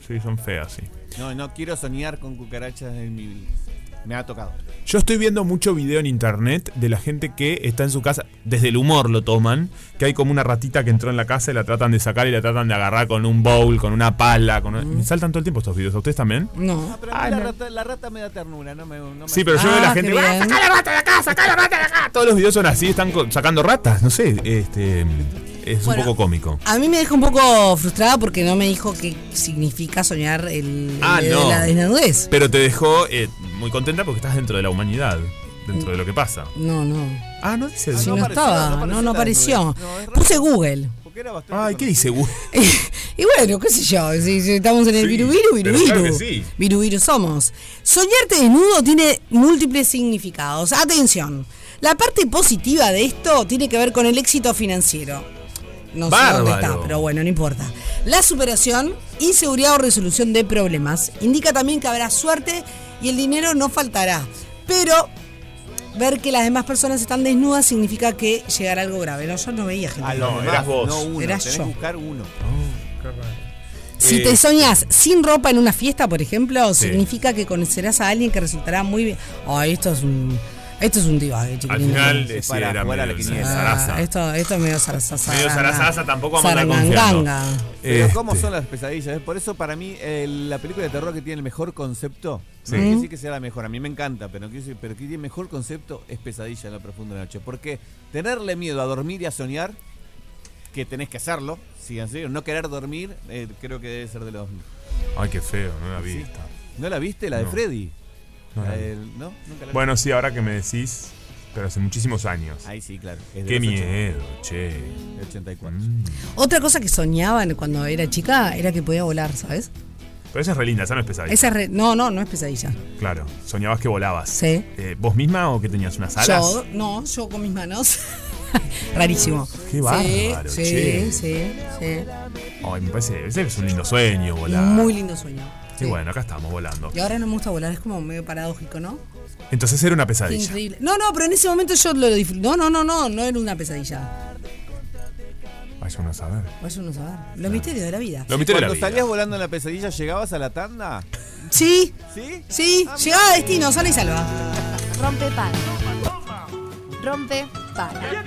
[SPEAKER 3] sí, son feas, sí.
[SPEAKER 4] No, no quiero soñar con cucarachas en mi vida. Me ha tocado.
[SPEAKER 3] Yo estoy viendo mucho video en internet de la gente que está en su casa, desde el humor lo toman, que hay como una ratita que entró en la casa y la tratan de sacar y la tratan de agarrar con un bowl, con una pala, con una- Me saltan todo el tiempo estos videos, ¿a ustedes también?
[SPEAKER 2] Mm. Ah, No.
[SPEAKER 4] Ah, Pero a mí la, rata, la rata me da ternura, no me. no me-
[SPEAKER 3] Sí, pero yo veo a
[SPEAKER 2] Ah,
[SPEAKER 3] la gente.
[SPEAKER 2] qué bien.
[SPEAKER 3] "¡Ah, ¡Sacá la rata de acá! ¡Sacá la rata de acá! Ah, Todos los videos son así, están co- sacando ratas. No sé, este. Es
[SPEAKER 2] Bueno.
[SPEAKER 3] un poco cómico.
[SPEAKER 2] A mí me deja un poco frustrada porque no me dijo qué significa soñar el,
[SPEAKER 3] Ah,
[SPEAKER 2] el-
[SPEAKER 3] no.
[SPEAKER 2] Eh, la desnudez.
[SPEAKER 3] Pero te dejó eh, muy contenta porque estás dentro de la humanidad, dentro de lo que pasa.
[SPEAKER 2] No, no.
[SPEAKER 3] Ah, no dice
[SPEAKER 4] Ah,
[SPEAKER 2] Si
[SPEAKER 3] eso.
[SPEAKER 2] no,
[SPEAKER 4] apareció, no
[SPEAKER 2] estaba,
[SPEAKER 4] apareció
[SPEAKER 2] no, no
[SPEAKER 4] la
[SPEAKER 2] apareció.
[SPEAKER 4] desnudez. No, es raro.
[SPEAKER 2] Puse Google.
[SPEAKER 4] Porque era bastante
[SPEAKER 3] Ay, ¿qué dice Gu-
[SPEAKER 2] <laughs> y bueno, qué sé yo, si, si estamos en el
[SPEAKER 3] Sí,
[SPEAKER 2] viru viru, viru
[SPEAKER 3] pero claro
[SPEAKER 2] viru.
[SPEAKER 3] que sí.
[SPEAKER 2] Viru viru somos. Soñarte desnudo tiene múltiples significados. Atención, la parte positiva de esto tiene que ver con el éxito financiero. No sé dónde
[SPEAKER 3] Bárbaro.
[SPEAKER 2] está, pero bueno, no importa. La superación, inseguridad o resolución de problemas. Indica también que habrá suerte y el dinero no faltará. Pero ver que las demás personas están desnudas significa que llegará algo grave. No, yo no veía gente.
[SPEAKER 4] A
[SPEAKER 3] Ah, No,
[SPEAKER 4] los demás,
[SPEAKER 3] eras vos.
[SPEAKER 4] No uno,
[SPEAKER 2] Eras
[SPEAKER 4] tenés
[SPEAKER 2] yo. Oh,
[SPEAKER 4] que buscar uno.
[SPEAKER 2] Si
[SPEAKER 3] Eh,
[SPEAKER 2] te soñas sin ropa en una fiesta, por ejemplo,
[SPEAKER 3] Sí.
[SPEAKER 2] significa que conocerás a alguien que resultará muy bien. Ay, esto es un. Esto es un divague,
[SPEAKER 3] Al
[SPEAKER 2] chiquilín.
[SPEAKER 3] final,
[SPEAKER 4] Se
[SPEAKER 3] sí,
[SPEAKER 4] para
[SPEAKER 3] era
[SPEAKER 4] jugar a la
[SPEAKER 3] medio
[SPEAKER 4] quiniela.
[SPEAKER 3] una
[SPEAKER 2] Ah,
[SPEAKER 3] zaraza.
[SPEAKER 2] esto, esto es medio zarazaza.
[SPEAKER 3] Medio zarazaza, tampoco vamos a andar
[SPEAKER 2] Zaranganga.
[SPEAKER 3] confiando.
[SPEAKER 4] Pero
[SPEAKER 3] Este,
[SPEAKER 4] cómo son las pesadillas. ¿eh? Por eso para mí eh, la película de terror que tiene el mejor concepto,
[SPEAKER 3] Sí.
[SPEAKER 4] no quiere decir que sea la mejor, a mí me encanta, pero, no quiero decir- pero que tiene el mejor concepto es pesadilla en la profunda noche. Porque tenerle miedo a dormir y a soñar, que tenés que hacerlo, si en serio, no querer dormir, eh, creo que debe ser de los...
[SPEAKER 3] Ay, qué feo, no la vi
[SPEAKER 4] Sí.
[SPEAKER 3] esta.
[SPEAKER 4] ¿No la viste? La de
[SPEAKER 3] No.
[SPEAKER 4] Freddy.
[SPEAKER 3] No
[SPEAKER 4] La
[SPEAKER 3] la vi.
[SPEAKER 4] del- ¿no? Nunca la
[SPEAKER 3] Bueno, sí, ahora que me decís, pero hace muchísimos años.
[SPEAKER 4] Ahí sí, claro. es de
[SPEAKER 3] Qué
[SPEAKER 4] los 80,
[SPEAKER 3] miedo, che. Mm.
[SPEAKER 4] de 84.
[SPEAKER 2] Otra cosa que soñaban cuando era chica era que podía volar, ¿sabes?
[SPEAKER 3] Pero esa es re linda, esa no es pesadilla.
[SPEAKER 2] Esa es re- No, no, no es pesadilla.
[SPEAKER 3] Claro, soñabas que volabas.
[SPEAKER 2] Sí.
[SPEAKER 3] Eh, ¿Vos misma o que tenías unas alas?
[SPEAKER 2] Yo, no, yo con mis manos. <laughs> Rarísimo.
[SPEAKER 3] Qué bárbaro,
[SPEAKER 2] Sí,
[SPEAKER 3] che.
[SPEAKER 2] sí, sí, sí.
[SPEAKER 3] Ay, me parece, ese es un lindo sueño volar.
[SPEAKER 2] Muy lindo sueño.
[SPEAKER 3] Y
[SPEAKER 2] Sí.
[SPEAKER 3] bueno, acá estamos volando.
[SPEAKER 2] Y ahora no me gusta volar, es como medio paradójico, ¿no?
[SPEAKER 3] Entonces era una
[SPEAKER 2] Qué
[SPEAKER 3] pesadilla.
[SPEAKER 2] increíble. No, no, pero en ese momento yo lo disfruté. No, no, no, no, no era una pesadilla.
[SPEAKER 3] Ay, Vaya uno a saber.
[SPEAKER 2] Vaya uno a saber. Los misterios de la vida.
[SPEAKER 3] Los misterios de la
[SPEAKER 4] Cuando
[SPEAKER 3] vida.
[SPEAKER 4] salías volando en la pesadilla, ¿llegabas a la tanda?
[SPEAKER 2] Sí,
[SPEAKER 4] ¿Sí?
[SPEAKER 2] sí,
[SPEAKER 4] Ah,
[SPEAKER 2] llegaba a destino, sana y salva.
[SPEAKER 7] Rompe paga. Rompe paga.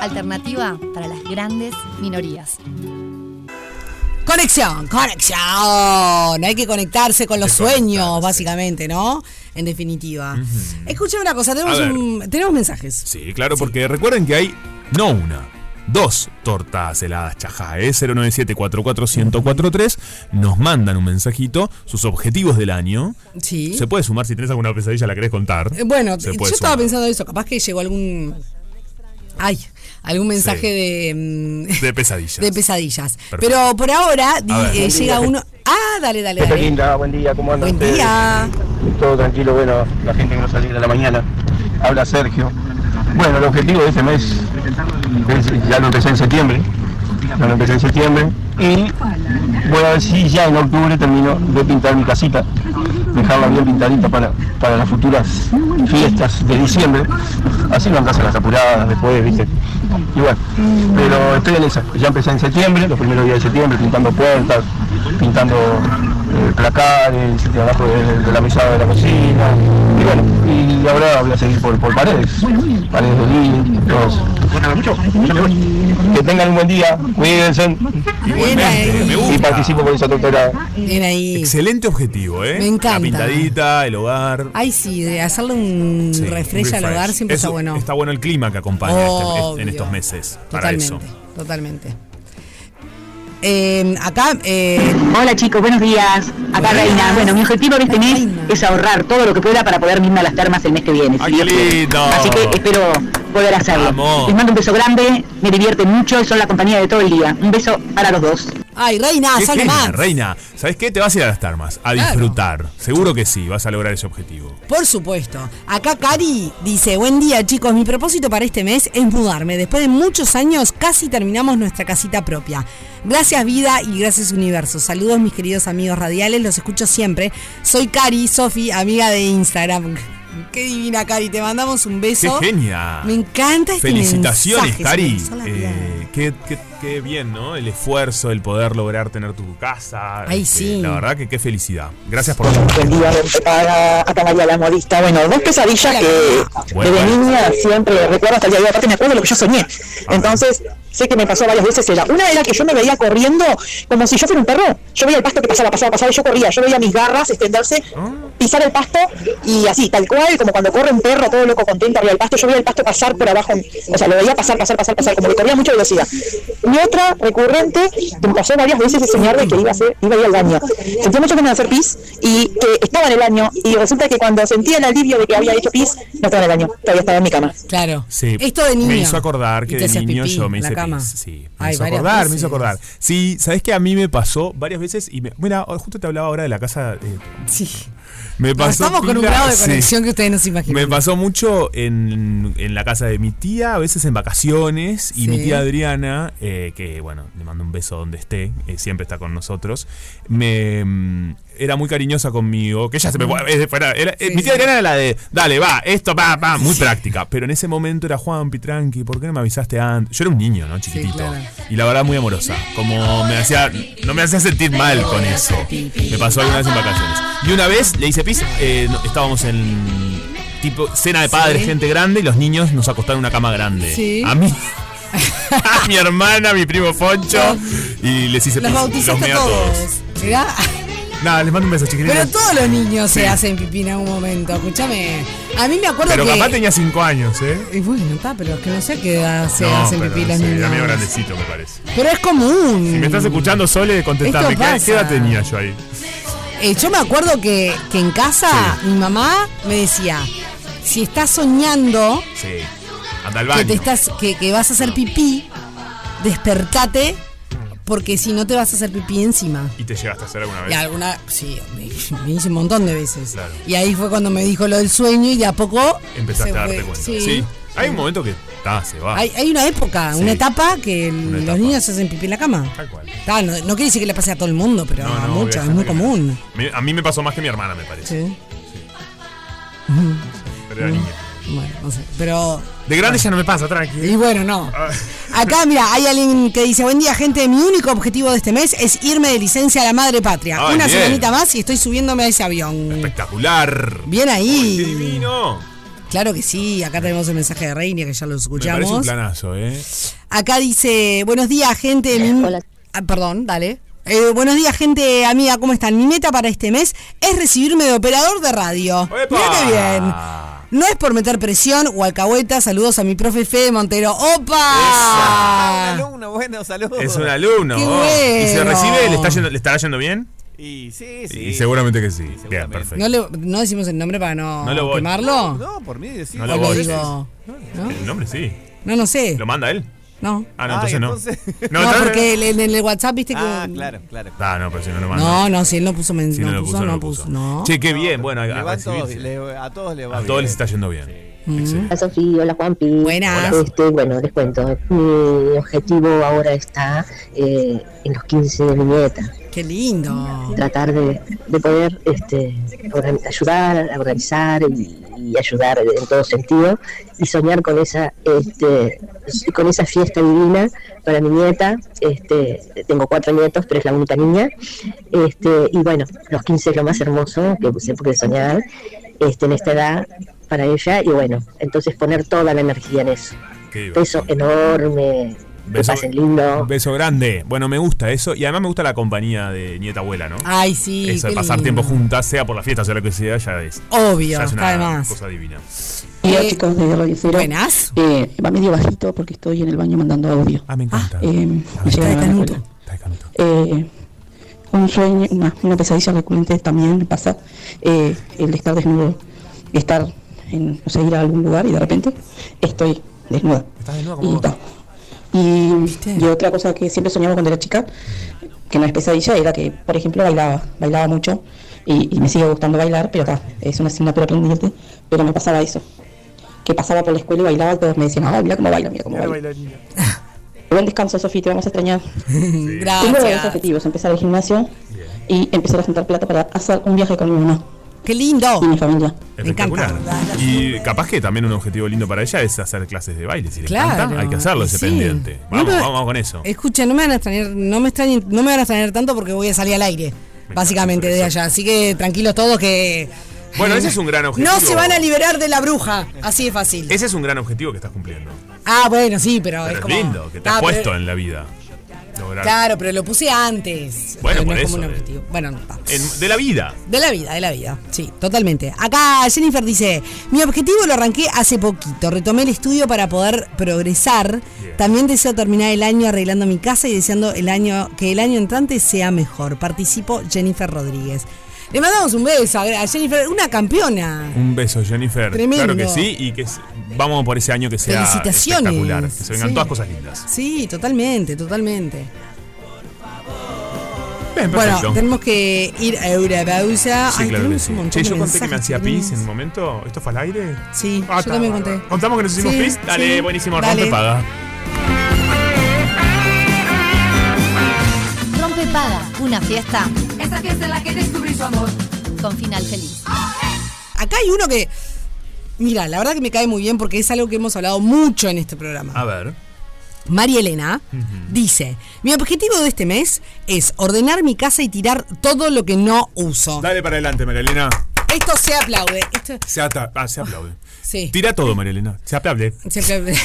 [SPEAKER 7] Alternativa para las grandes minorías.
[SPEAKER 2] Conexión, conexión. Hay que conectarse con los
[SPEAKER 3] que
[SPEAKER 2] sueños,
[SPEAKER 3] conectarse.
[SPEAKER 2] básicamente, ¿no? En definitiva. Escúchame una cosa, tenemos,
[SPEAKER 3] A ver.
[SPEAKER 2] un- tenemos mensajes.
[SPEAKER 3] Sí, claro, porque recuerden que hay no una, dos tortas heladas chajá, ¿eh? 097-44143. Nos mandan un mensajito, sus objetivos del año.
[SPEAKER 2] Sí.
[SPEAKER 3] Se puede sumar si tenés alguna pesadilla, la querés contar.
[SPEAKER 2] Eh, Bueno,
[SPEAKER 3] Se
[SPEAKER 2] yo
[SPEAKER 3] puede
[SPEAKER 2] estaba
[SPEAKER 3] sumar.
[SPEAKER 2] pensando eso, capaz que llegó algún. Ay, algún mensaje de. mm,
[SPEAKER 3] De pesadillas.
[SPEAKER 2] de pesadillas.
[SPEAKER 3] Perfecto.
[SPEAKER 2] Pero por ahora di-
[SPEAKER 3] A ver.
[SPEAKER 2] eh,
[SPEAKER 3] Buen
[SPEAKER 2] llega uno. Ah, dale, dale,
[SPEAKER 8] Gente
[SPEAKER 2] dale.
[SPEAKER 8] linda, buen día, ¿cómo andan
[SPEAKER 2] Buen
[SPEAKER 8] ustedes?
[SPEAKER 2] día.
[SPEAKER 8] Todo tranquilo, bueno, la gente que nos alegra la mañana. Habla Sergio. Bueno, el objetivo de este mes, es- ya lo empecé en septiembre, ya lo empecé en septiembre, y voy a ver si ya en octubre termino de pintar mi casita, dejarla bien pintadita para, para las futuras fiestas de diciembre, así no alcanzan las apuradas después, viste. Y bueno, pero estoy en esa, ya empecé en septiembre, los primeros días de septiembre, pintando puertas, pintando eh, placares, de abajo de, de la mesada de la cocina, y bueno, y ahora voy a seguir por, por paredes, paredes de living, todo eso. Que tengan un buen día, cuídense
[SPEAKER 3] Igualmente,
[SPEAKER 2] Era
[SPEAKER 3] me
[SPEAKER 2] ahí.
[SPEAKER 3] gusta.
[SPEAKER 8] y participo por esa doctorado.
[SPEAKER 2] Ven ahí.
[SPEAKER 3] Excelente objetivo, ¿eh?
[SPEAKER 2] Me encanta.
[SPEAKER 3] La pintadita, el hogar.
[SPEAKER 2] Ay, sí, de hacerle un
[SPEAKER 3] Sí,
[SPEAKER 2] refresh al
[SPEAKER 3] refresh.
[SPEAKER 2] hogar siempre
[SPEAKER 3] Eso-
[SPEAKER 2] está bueno.
[SPEAKER 3] Está bueno el clima que acompaña este-
[SPEAKER 2] Obvio.
[SPEAKER 3] en estos meses para
[SPEAKER 2] totalmente,
[SPEAKER 3] eso.
[SPEAKER 2] Totalmente. Eh, acá, eh,
[SPEAKER 6] Hola chicos, buenos días. Acá
[SPEAKER 2] Buenos
[SPEAKER 6] Reina.
[SPEAKER 2] días.
[SPEAKER 6] Bueno, mi objetivo de este mes
[SPEAKER 2] Reina.
[SPEAKER 6] es ahorrar todo lo que pueda para poder irme a las termas el mes que viene. si
[SPEAKER 3] ¡Ay,
[SPEAKER 6] Dios
[SPEAKER 3] qué
[SPEAKER 6] quiere.
[SPEAKER 3] lindo!
[SPEAKER 6] Así que espero poder hacerlo.
[SPEAKER 3] Vamos.
[SPEAKER 6] Les mando un beso grande, me divierten mucho y son la compañía de todo el día. Un beso para los dos.
[SPEAKER 2] ay, reina,
[SPEAKER 3] Qué
[SPEAKER 2] sale
[SPEAKER 3] genia,
[SPEAKER 2] más.
[SPEAKER 3] reina, ¿sabes qué? Te vas a ir a las termas, a
[SPEAKER 2] Claro.
[SPEAKER 3] disfrutar. Seguro que sí, vas a lograr ese objetivo.
[SPEAKER 2] Por supuesto. Acá Cari dice, buen día chicos, mi propósito para este mes es mudarme. Después de muchos años casi terminamos nuestra casita propia. Gracias vida y gracias universo. Saludos mis queridos amigos radiales, los escucho siempre. Soy Cari, Sofi, amiga de Instagram. Qué divina Cari, te mandamos un
[SPEAKER 3] ¡Qué
[SPEAKER 2] beso.
[SPEAKER 3] genia!
[SPEAKER 2] Me encanta este
[SPEAKER 3] Felicitaciones,
[SPEAKER 2] mensaje,
[SPEAKER 3] Cari.
[SPEAKER 2] se me hizo la
[SPEAKER 3] Eh, qué, qué- qué bien, ¿no? El esfuerzo, el poder lograr tener tu casa. Este,
[SPEAKER 2] Ay, sí.
[SPEAKER 3] La verdad que qué felicidad. Gracias por todo.
[SPEAKER 9] Buen día, acá, acá María la modista. Bueno, dos pesadillas que
[SPEAKER 3] Bueno,
[SPEAKER 9] desde
[SPEAKER 3] bueno.
[SPEAKER 9] niña siempre recuerdo hasta el día de hoy. Aparte me acuerdo lo que yo soñé. Entonces, sé que me pasó varias veces ella. Una era que yo me veía corriendo como si yo fuera un perro. Yo veía el pasto que pasaba, pasaba, pasaba y yo corría. Yo veía mis garras extenderse, pisar el pasto y así, tal cual, como cuando corre un perro todo loco contento arriba del pasto. Yo veía el pasto pasar por abajo. O sea, lo veía pasar, pasar, pasar, pasar, como que corría a mucha velocidad. Y otra recurrente que me pasó varias veces es soñar de que iba a, hacer, iba a ir al baño. Sentía mucho que me hacer pis y que estaba en el baño. Y resulta que cuando sentía el alivio de que había hecho pis, no estaba en el baño, todavía estaba en mi cama.
[SPEAKER 2] Claro.
[SPEAKER 3] Sí.
[SPEAKER 2] Esto de niño.
[SPEAKER 3] Me hizo acordar que
[SPEAKER 2] Y te
[SPEAKER 3] de
[SPEAKER 2] hacías
[SPEAKER 3] niño
[SPEAKER 2] pipí
[SPEAKER 3] yo me
[SPEAKER 2] en la
[SPEAKER 3] hice pis.
[SPEAKER 2] cama.
[SPEAKER 3] Sí, me
[SPEAKER 2] Ay,
[SPEAKER 3] hizo
[SPEAKER 2] varias
[SPEAKER 3] acordar, me
[SPEAKER 2] veces.
[SPEAKER 3] hizo acordar. Sí, ¿sabes qué? A mí me pasó varias veces y me, mira, justo te hablaba ahora de la casa. eh,
[SPEAKER 2] Sí.
[SPEAKER 3] me
[SPEAKER 2] Nos
[SPEAKER 3] pasó
[SPEAKER 2] Estamos con un
[SPEAKER 3] pila-
[SPEAKER 2] grado de
[SPEAKER 3] sí.
[SPEAKER 2] conexión que ustedes no se imaginan.
[SPEAKER 3] Me pasó mucho en, en la casa de mi tía, a veces en vacaciones, y mi
[SPEAKER 2] Sí.
[SPEAKER 3] tía Adriana, eh, que bueno, le mando un beso donde esté, eh, siempre está con nosotros, me mm, era muy cariñosa conmigo, que ella se me fue- eh, fuera- era- eh,
[SPEAKER 2] Mm. Sí,
[SPEAKER 3] mi tía
[SPEAKER 2] sí.
[SPEAKER 3] Adriana era la de, dale, va, esto, va, va, muy práctica, pero en ese momento era Juan Pitranqui, ¿por qué no me avisaste antes? Yo era un niño, ¿no? Chiquitito.
[SPEAKER 2] claro.
[SPEAKER 3] Y la verdad muy amorosa, como me hacía, no me hacía sentir mal con eso. Me pasó alguna vez en vacaciones. Y una vez le hice pis, eh, no, estábamos en tipo cena de padres,
[SPEAKER 2] Sí.
[SPEAKER 3] gente grande, y los niños nos acostaron en una cama grande.
[SPEAKER 2] Sí.
[SPEAKER 3] A mí. <laughs> a mi hermana, a mi primo Foncho. Y les hice
[SPEAKER 2] Los
[SPEAKER 3] pis.
[SPEAKER 2] bautizaste
[SPEAKER 3] meé
[SPEAKER 2] a todos. Mirá.
[SPEAKER 3] Nada, les mando un beso,
[SPEAKER 2] <laughs>
[SPEAKER 3] chiquilines.
[SPEAKER 2] Pero todos los niños
[SPEAKER 3] Sí.
[SPEAKER 2] se hacen pipí en algún momento, escúchame. A mí me acuerdo
[SPEAKER 3] Pero
[SPEAKER 2] que.
[SPEAKER 3] capaz tenía 5 años, ¿eh?
[SPEAKER 2] Y bueno, está, pero es que no sé qué edad se
[SPEAKER 3] no,
[SPEAKER 2] hacen
[SPEAKER 3] pero
[SPEAKER 2] pipí los
[SPEAKER 3] sí,
[SPEAKER 2] niños.
[SPEAKER 3] era medio grandecito, me parece.
[SPEAKER 2] Pero es común.
[SPEAKER 3] Si me estás escuchando, Sole, contestame.
[SPEAKER 2] Esto
[SPEAKER 3] ¿Qué,
[SPEAKER 2] pasa.
[SPEAKER 3] qué edad tenía yo ahí?
[SPEAKER 2] Eh, yo me acuerdo que, que en casa mi mamá me decía, si estás soñando
[SPEAKER 3] Sí. Anda al
[SPEAKER 2] que
[SPEAKER 3] baño.
[SPEAKER 2] te estás, que, que vas a hacer pipí, despertate, porque si no te vas a hacer pipí encima.
[SPEAKER 3] Y te llegaste a hacer alguna
[SPEAKER 2] Y
[SPEAKER 3] vez.
[SPEAKER 2] alguna, sí, me, me hice un montón de veces.
[SPEAKER 3] Claro.
[SPEAKER 2] Y ahí fue cuando me dijo lo del sueño y de a poco
[SPEAKER 3] Empezaste
[SPEAKER 2] se
[SPEAKER 3] a darte
[SPEAKER 2] fue.
[SPEAKER 3] cuenta.
[SPEAKER 2] Sí.
[SPEAKER 3] Hay un momento que ta, se va.
[SPEAKER 2] Hay, hay una época,
[SPEAKER 3] Ah. Sí.
[SPEAKER 2] una etapa que el-
[SPEAKER 3] Una etapa.
[SPEAKER 2] los niños hacen pipí en la cama.
[SPEAKER 3] Tal cual.
[SPEAKER 2] Ta, no, no quiere decir que le pase a todo el mundo, pero
[SPEAKER 3] No,
[SPEAKER 2] a
[SPEAKER 3] no,
[SPEAKER 2] muchos,
[SPEAKER 3] obvio,
[SPEAKER 2] es
[SPEAKER 3] gente
[SPEAKER 2] muy
[SPEAKER 3] que-
[SPEAKER 2] común.
[SPEAKER 3] Me- a mí me pasó más que mi hermana, me parece.
[SPEAKER 2] Sí.
[SPEAKER 3] Pero era niña.
[SPEAKER 2] Bueno, no sé. Pero.
[SPEAKER 3] De grande ya no me pasa, tranqui. Ah.
[SPEAKER 2] Y bueno, no. Acá, mira, hay alguien que dice, buen día, gente, mi único objetivo de este mes es irme de licencia a la madre patria.
[SPEAKER 3] Ay,
[SPEAKER 2] Una
[SPEAKER 3] bien.
[SPEAKER 2] semanita más y estoy subiéndome a ese avión.
[SPEAKER 3] Espectacular.
[SPEAKER 2] Bien ahí.
[SPEAKER 3] Qué divino.
[SPEAKER 2] Claro que sí, acá tenemos el mensaje de Reina que ya
[SPEAKER 3] Me
[SPEAKER 2] lo
[SPEAKER 3] parece un
[SPEAKER 2] escuchamos.
[SPEAKER 3] planazo, ¿eh?
[SPEAKER 2] Acá dice, buenos días, gente. Mi- Ah, perdón, dale. Eh, buenos días, gente amiga, ¿cómo están? Mi meta para este mes es recibirme de operador de radio. Mirá qué bien. No es por meter presión o alcahueta. Saludos a mi profe Fede Montero. ¡Opa!
[SPEAKER 4] Una buena salud.
[SPEAKER 3] Es un alumno.
[SPEAKER 2] Qué
[SPEAKER 3] oh. ¿Y se
[SPEAKER 2] bueno.
[SPEAKER 3] recibe? ¿Le, está yendo- le estará yendo bien?
[SPEAKER 4] Y sí, sí.
[SPEAKER 3] Y seguramente que sí. Bien, perfecto.
[SPEAKER 2] ¿No, le- no decimos el nombre para no,
[SPEAKER 3] No lo voy.
[SPEAKER 2] quemarlo?
[SPEAKER 4] No, por mí decir.
[SPEAKER 3] No
[SPEAKER 2] ¿O
[SPEAKER 3] lo
[SPEAKER 2] lo
[SPEAKER 3] voy.
[SPEAKER 2] digo?
[SPEAKER 3] El nombre sí.
[SPEAKER 2] No, no sé.
[SPEAKER 3] ¿Lo manda él?
[SPEAKER 2] No.
[SPEAKER 3] Ah, no,
[SPEAKER 4] Ay,
[SPEAKER 3] entonces no.
[SPEAKER 2] No,
[SPEAKER 3] está bien.
[SPEAKER 2] porque el- en el WhatsApp, viste que.
[SPEAKER 4] Ah, claro, claro.
[SPEAKER 3] Ah, no, pero si no lo manda.
[SPEAKER 2] no, no, si él no
[SPEAKER 3] Si
[SPEAKER 2] puso mensaje.
[SPEAKER 3] no,
[SPEAKER 2] no,
[SPEAKER 3] lo
[SPEAKER 2] puso, no puso. No.
[SPEAKER 3] Che, qué bien. Bueno, a,
[SPEAKER 4] Le
[SPEAKER 3] a
[SPEAKER 4] va a, todos,
[SPEAKER 3] recibirse.
[SPEAKER 4] le- a todos le va
[SPEAKER 3] A
[SPEAKER 4] bien.
[SPEAKER 3] todos les está yendo bien.
[SPEAKER 10] Hola Sofía, hola Juanpi.
[SPEAKER 2] Buenas.
[SPEAKER 10] Este, bueno, les cuento. Mi objetivo ahora está eh, en los 15 de mi nieta.
[SPEAKER 2] Qué lindo.
[SPEAKER 10] Tratar de, de poder este, organ- ayudar, a organizar y, y ayudar en todo sentido. Y soñar con esa, este, con esa fiesta divina para mi nieta. Este, tengo cuatro nietos, pero es la única niña. Este, y bueno, los 15 es lo más hermoso que se puede soñar este, en esta edad para ella. Y bueno, entonces poner toda la energía en eso.
[SPEAKER 3] Qué divertido.
[SPEAKER 10] Beso enorme. Que
[SPEAKER 3] Beso-
[SPEAKER 10] pasen lindo.
[SPEAKER 3] Beso grande. Bueno, me gusta eso. Y además me gusta la compañía de nieta abuela, ¿no?
[SPEAKER 2] Ay, Ah, sí.
[SPEAKER 3] eso de
[SPEAKER 2] qué
[SPEAKER 3] pasar
[SPEAKER 2] lindo.
[SPEAKER 3] tiempo juntas, sea por la fiesta, sea lo que sea, ya es.
[SPEAKER 2] Obvio,
[SPEAKER 3] ya es una
[SPEAKER 2] está de más.
[SPEAKER 3] cosa divina.
[SPEAKER 11] Hola
[SPEAKER 2] Eh,
[SPEAKER 11] chicos de Radio Cero.
[SPEAKER 2] Buenas.
[SPEAKER 11] Eh, va medio bajito porque estoy en el baño mandando audio.
[SPEAKER 3] Ah, me encanta.
[SPEAKER 11] Eh, me
[SPEAKER 2] Está de
[SPEAKER 11] llegan a la
[SPEAKER 2] canuto.
[SPEAKER 11] cola.
[SPEAKER 3] Está de canuto.
[SPEAKER 11] Eh, un sueño, una, una pesadilla recurrente también me pasa. eh, el estar desnudo, estar en, no sé, ir a algún lugar y de repente estoy desnuda.
[SPEAKER 3] Estás de nuevo
[SPEAKER 11] Y,
[SPEAKER 3] como vos.
[SPEAKER 11] ta. Y- y otra cosa que siempre soñaba cuando era chica, que no es pesadilla, era que, por ejemplo, bailaba, bailaba mucho y, y me sigue gustando bailar, pero ta, es una asignatura pendiente, pero me pasaba eso, que pasaba por la escuela y bailaba, todos me decían, ay, mira cómo baila, mira cómo baila.
[SPEAKER 2] <laughs>
[SPEAKER 11] Buen descanso, Sofía, te vamos a extrañar. Tengo varios
[SPEAKER 2] Gracias.
[SPEAKER 11] objetivos, empezar el gimnasio y empezar a juntar plata para hacer un viaje con mi mamá
[SPEAKER 2] Qué
[SPEAKER 11] y
[SPEAKER 2] lindo.
[SPEAKER 11] mi familia.
[SPEAKER 3] Espectacular.
[SPEAKER 2] encanta.
[SPEAKER 3] Y capaz que también un objetivo lindo para ella es hacer clases de baile. Si le
[SPEAKER 2] Claro.
[SPEAKER 3] encanta, hay que hacerlo ese
[SPEAKER 2] Sí.
[SPEAKER 3] pendiente.
[SPEAKER 2] No,
[SPEAKER 3] Vamos,
[SPEAKER 2] pero-
[SPEAKER 3] vamos, vamos con eso.
[SPEAKER 2] Escucha, no me van a extrañar, no me extrañen, no me van a extrañar tanto porque voy a salir al aire, básicamente, de allá. Así que tranquilos todos que.
[SPEAKER 3] Bueno, ese es un gran objetivo.
[SPEAKER 2] <laughs> No se van a liberar de la bruja. Así de fácil.
[SPEAKER 3] Ese es un gran objetivo que estás cumpliendo.
[SPEAKER 2] Ah, bueno, sí, pero,
[SPEAKER 3] Pero
[SPEAKER 2] es
[SPEAKER 3] es
[SPEAKER 2] como.
[SPEAKER 3] lindo, que te has
[SPEAKER 2] Ah, pero-
[SPEAKER 3] puesto en la vida. Lograr-
[SPEAKER 2] Claro, pero lo puse antes.
[SPEAKER 3] Bueno, por
[SPEAKER 2] Pero no es
[SPEAKER 3] eso,
[SPEAKER 2] como un
[SPEAKER 3] eh.
[SPEAKER 2] objetivo. Bueno, no está.
[SPEAKER 3] en- de la vida.
[SPEAKER 2] De la vida, de la vida. Sí, totalmente. Acá Jennifer dice, mi objetivo lo arranqué hace poquito. Retomé el estudio para poder progresar.
[SPEAKER 3] Bien.
[SPEAKER 2] También deseo terminar el año arreglando mi casa y deseando el año, que el año entrante sea mejor. Participo Jennifer Rodríguez. Le mandamos un beso a a Jennifer, una campeona.
[SPEAKER 3] Un beso, Jennifer.
[SPEAKER 2] Tremendo.
[SPEAKER 3] Claro que sí. Y que s- vamos por ese año que sea
[SPEAKER 2] Felicitaciones.
[SPEAKER 3] espectacular. Que se vengan
[SPEAKER 2] Sí.
[SPEAKER 3] todas cosas lindas.
[SPEAKER 2] Sí, totalmente, totalmente.
[SPEAKER 3] Bien,
[SPEAKER 2] Bueno,
[SPEAKER 3] perfecto.
[SPEAKER 2] tenemos que ir a Eura Bausa.
[SPEAKER 3] Sí,
[SPEAKER 2] Ah,
[SPEAKER 3] claro
[SPEAKER 2] Ay,
[SPEAKER 3] que
[SPEAKER 2] tenemos
[SPEAKER 3] sí.
[SPEAKER 2] un montón
[SPEAKER 3] Che,
[SPEAKER 2] de
[SPEAKER 3] yo conté que me
[SPEAKER 2] mensajes
[SPEAKER 3] hacía
[SPEAKER 2] tenemos.
[SPEAKER 3] pis en un momento. ¿Esto fue al aire?
[SPEAKER 2] Sí, yo
[SPEAKER 3] está.
[SPEAKER 2] también conté.
[SPEAKER 3] ¿Contamos que nos hicimos
[SPEAKER 2] Sí,
[SPEAKER 3] pis? Dale,
[SPEAKER 2] sí.
[SPEAKER 3] buenísimo,
[SPEAKER 2] Dale.
[SPEAKER 3] rompe paga.
[SPEAKER 7] Rompe Paga, una fiesta
[SPEAKER 12] Esta fiesta en la que descubrí su amor.
[SPEAKER 7] con final feliz.
[SPEAKER 2] Acá hay uno que. Mira, la verdad que me cae muy bien porque es algo que hemos hablado mucho en este programa.
[SPEAKER 3] A ver.
[SPEAKER 2] María Elena dice: Mi objetivo de este mes es ordenar mi casa y tirar todo lo que no uso.
[SPEAKER 3] Dale para adelante, María Elena.
[SPEAKER 2] Esto se aplaude. Esto
[SPEAKER 3] Se, ata- ah, se aplaude.
[SPEAKER 2] Sí.
[SPEAKER 3] Tira todo, María Elena. Se aplaude. <laughs>
[SPEAKER 2] se aplaude.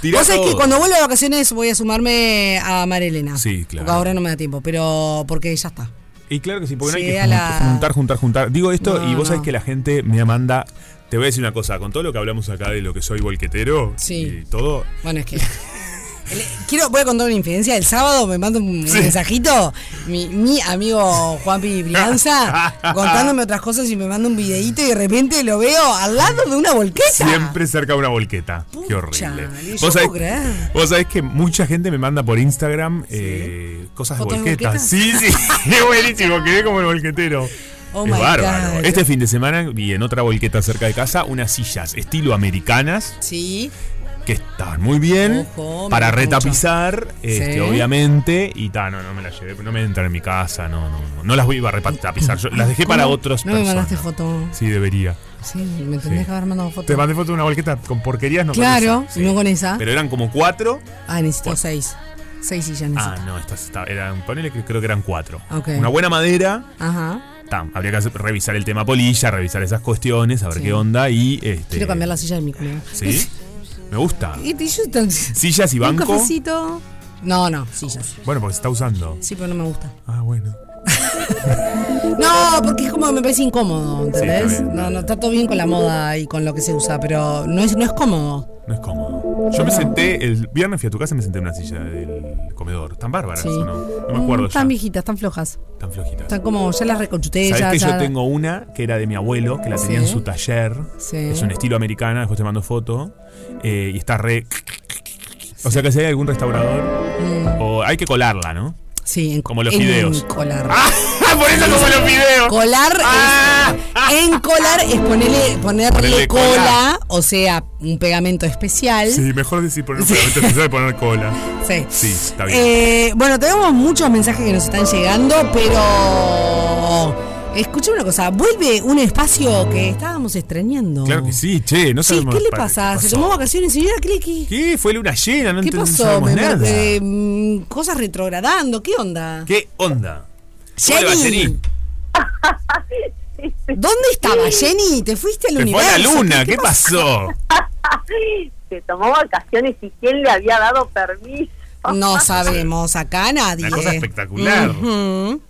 [SPEAKER 3] Tirá
[SPEAKER 2] Vos sabés que
[SPEAKER 3] todo.
[SPEAKER 2] cuando vuelva de vacaciones voy a sumarme a María Elena.
[SPEAKER 3] Sí, claro.
[SPEAKER 2] Porque ahora no me da tiempo, pero porque ya está.
[SPEAKER 3] Y claro que sí, porque
[SPEAKER 2] Sí,
[SPEAKER 3] no hay
[SPEAKER 2] a
[SPEAKER 3] que
[SPEAKER 2] la-
[SPEAKER 3] juntar, juntar, juntar. Digo esto
[SPEAKER 2] No,
[SPEAKER 3] y vos sabés
[SPEAKER 2] no.
[SPEAKER 3] que la gente me manda. Te voy a decir una cosa, con todo lo que hablamos acá de lo que soy volquetero
[SPEAKER 2] Sí.
[SPEAKER 3] y todo.
[SPEAKER 2] Bueno, es que. <laughs> El- Quiero, voy a contar una infidencia. El sábado me manda un mensajito mi, mi amigo Juanpi Brianza
[SPEAKER 3] <laughs>
[SPEAKER 2] contándome otras cosas y me manda un videíto y de repente lo veo al lado de una volqueta.
[SPEAKER 3] Siempre cerca de una volqueta. Qué
[SPEAKER 2] Pucha,
[SPEAKER 3] horrible.
[SPEAKER 2] Ale, yo
[SPEAKER 3] ¿Vos
[SPEAKER 2] puedo
[SPEAKER 3] sabés,
[SPEAKER 2] creer.
[SPEAKER 3] vos sabés que mucha gente me manda por Instagram eh, cosas de
[SPEAKER 2] ¿Fotos de
[SPEAKER 3] volquetas. Sí, <laughs>
[SPEAKER 2] <laughs>
[SPEAKER 3] sí. Es buenísimo, quedé como el volquetero.
[SPEAKER 2] Oh
[SPEAKER 3] es
[SPEAKER 2] my
[SPEAKER 3] bárbaro.
[SPEAKER 2] God.
[SPEAKER 3] Este fin de semana vi en otra volqueta cerca de casa unas sillas estilo americanas
[SPEAKER 2] Sí.
[SPEAKER 3] que están muy bien
[SPEAKER 2] Ojo, me
[SPEAKER 3] para
[SPEAKER 2] gusta
[SPEAKER 3] retapizar,
[SPEAKER 2] mucho.
[SPEAKER 3] este,
[SPEAKER 2] Sí.
[SPEAKER 3] obviamente. Y ta, no, no me las llevé, no me entran en mi casa, no, no, no, no las iba a retapizar. Yo las dejé para
[SPEAKER 2] ¿Cómo?
[SPEAKER 3] otros
[SPEAKER 2] No me mandaste foto.
[SPEAKER 3] Sí, debería.
[SPEAKER 2] Sí, me tendrías
[SPEAKER 3] Sí.
[SPEAKER 2] que haber mandado foto.
[SPEAKER 3] Te mandé foto de una bolqueta con porquerías, no con
[SPEAKER 2] claro,
[SPEAKER 3] esa.
[SPEAKER 2] y no con esa.
[SPEAKER 3] Pero eran como cuatro.
[SPEAKER 2] ah, necesito seis. Seis sillas necesito.
[SPEAKER 3] Ah, no, estas esta- eran, ponele que creo que eran cuatro.
[SPEAKER 2] Ok.
[SPEAKER 3] Una buena madera.
[SPEAKER 2] Ajá.
[SPEAKER 3] Tam, habría que hacer- revisar el tema polilla, revisar esas cuestiones, a ver
[SPEAKER 2] Sí.
[SPEAKER 3] qué onda y este.
[SPEAKER 2] Quiero cambiar la silla de mi culo.
[SPEAKER 3] ¿Sí? Me gusta.
[SPEAKER 2] <laughs> Y te- yo tan-
[SPEAKER 3] Sillas y
[SPEAKER 2] Un
[SPEAKER 3] banco.
[SPEAKER 2] cafecito. No, no, sillas.
[SPEAKER 3] Bueno, porque se está usando.
[SPEAKER 2] Sí, pero no me gusta.
[SPEAKER 3] Ah, bueno.
[SPEAKER 2] No, porque es como me parece incómodo, ¿entendés?
[SPEAKER 3] está bien.
[SPEAKER 2] no, no, está todo bien con la moda y con lo que se usa, pero no es, no es cómodo.
[SPEAKER 3] No es cómodo. Yo me senté, el viernes fui a tu casa y me senté en una silla del comedor. Tan bárbara
[SPEAKER 2] Sí.
[SPEAKER 3] eso, ¿no? No me acuerdo
[SPEAKER 2] Mm, Están
[SPEAKER 3] ya.
[SPEAKER 2] viejitas, están flojas.
[SPEAKER 3] Tan flojita.
[SPEAKER 2] Están como, ya las reconchuté,
[SPEAKER 3] Sabés
[SPEAKER 2] ya,
[SPEAKER 3] que yo
[SPEAKER 2] ya-
[SPEAKER 3] tengo <laughs> una que era de mi abuelo, que la tenía
[SPEAKER 2] Sí.
[SPEAKER 3] en su taller.
[SPEAKER 2] Sí.
[SPEAKER 3] Es un estilo americana, después te mando foto. Eh, y está re. O sea que si hay algún restaurador. O hay que colarla, ¿no?
[SPEAKER 2] Mm. Sí, en,
[SPEAKER 3] Como los
[SPEAKER 2] en
[SPEAKER 3] videos. <laughs>
[SPEAKER 2] Colar.
[SPEAKER 3] por eso como los videos.
[SPEAKER 2] Colar es- En colar es ponerle, ponerle
[SPEAKER 3] Ponerle
[SPEAKER 2] cola,
[SPEAKER 3] Ah. cola.
[SPEAKER 2] o sea, un pegamento especial.
[SPEAKER 3] Sí, mejor decir poner un pegamento especial que poner cola.
[SPEAKER 2] <laughs> Sí.
[SPEAKER 3] Sí, está bien.
[SPEAKER 2] Eh, bueno, tenemos muchos mensajes que nos están llegando, pero escucha una cosa, vuelve un espacio que estábamos extrañando.
[SPEAKER 3] Claro que sí, che, no
[SPEAKER 2] Sí,
[SPEAKER 3] sabemos.
[SPEAKER 2] ¿qué le
[SPEAKER 3] para-
[SPEAKER 2] pasa?
[SPEAKER 3] ¿qué
[SPEAKER 2] ¿Se
[SPEAKER 3] pasó?
[SPEAKER 2] tomó vacaciones, señora Clicky?
[SPEAKER 3] ¿Qué? Fue luna llena, no
[SPEAKER 2] ¿Qué
[SPEAKER 3] entendemos
[SPEAKER 2] pasó? Me-
[SPEAKER 3] nada.
[SPEAKER 2] me- eh, mm, cosas retrogradando, ¿qué
[SPEAKER 5] <laughs>
[SPEAKER 2] onda?
[SPEAKER 3] ¿Qué onda?
[SPEAKER 2] Jenny.
[SPEAKER 3] ¿Cómo le va, Jenny? Eh,
[SPEAKER 2] ¿Dónde estaba Jenny? ¿Te fuiste al
[SPEAKER 3] Te fue
[SPEAKER 2] universo?
[SPEAKER 3] a la luna, ¿qué pasó?
[SPEAKER 5] <laughs> Se tomó vacaciones y quién le había dado permiso. <laughs>
[SPEAKER 2] No sabemos, acá nadie.
[SPEAKER 3] Una cosa espectacular.
[SPEAKER 2] Ujú.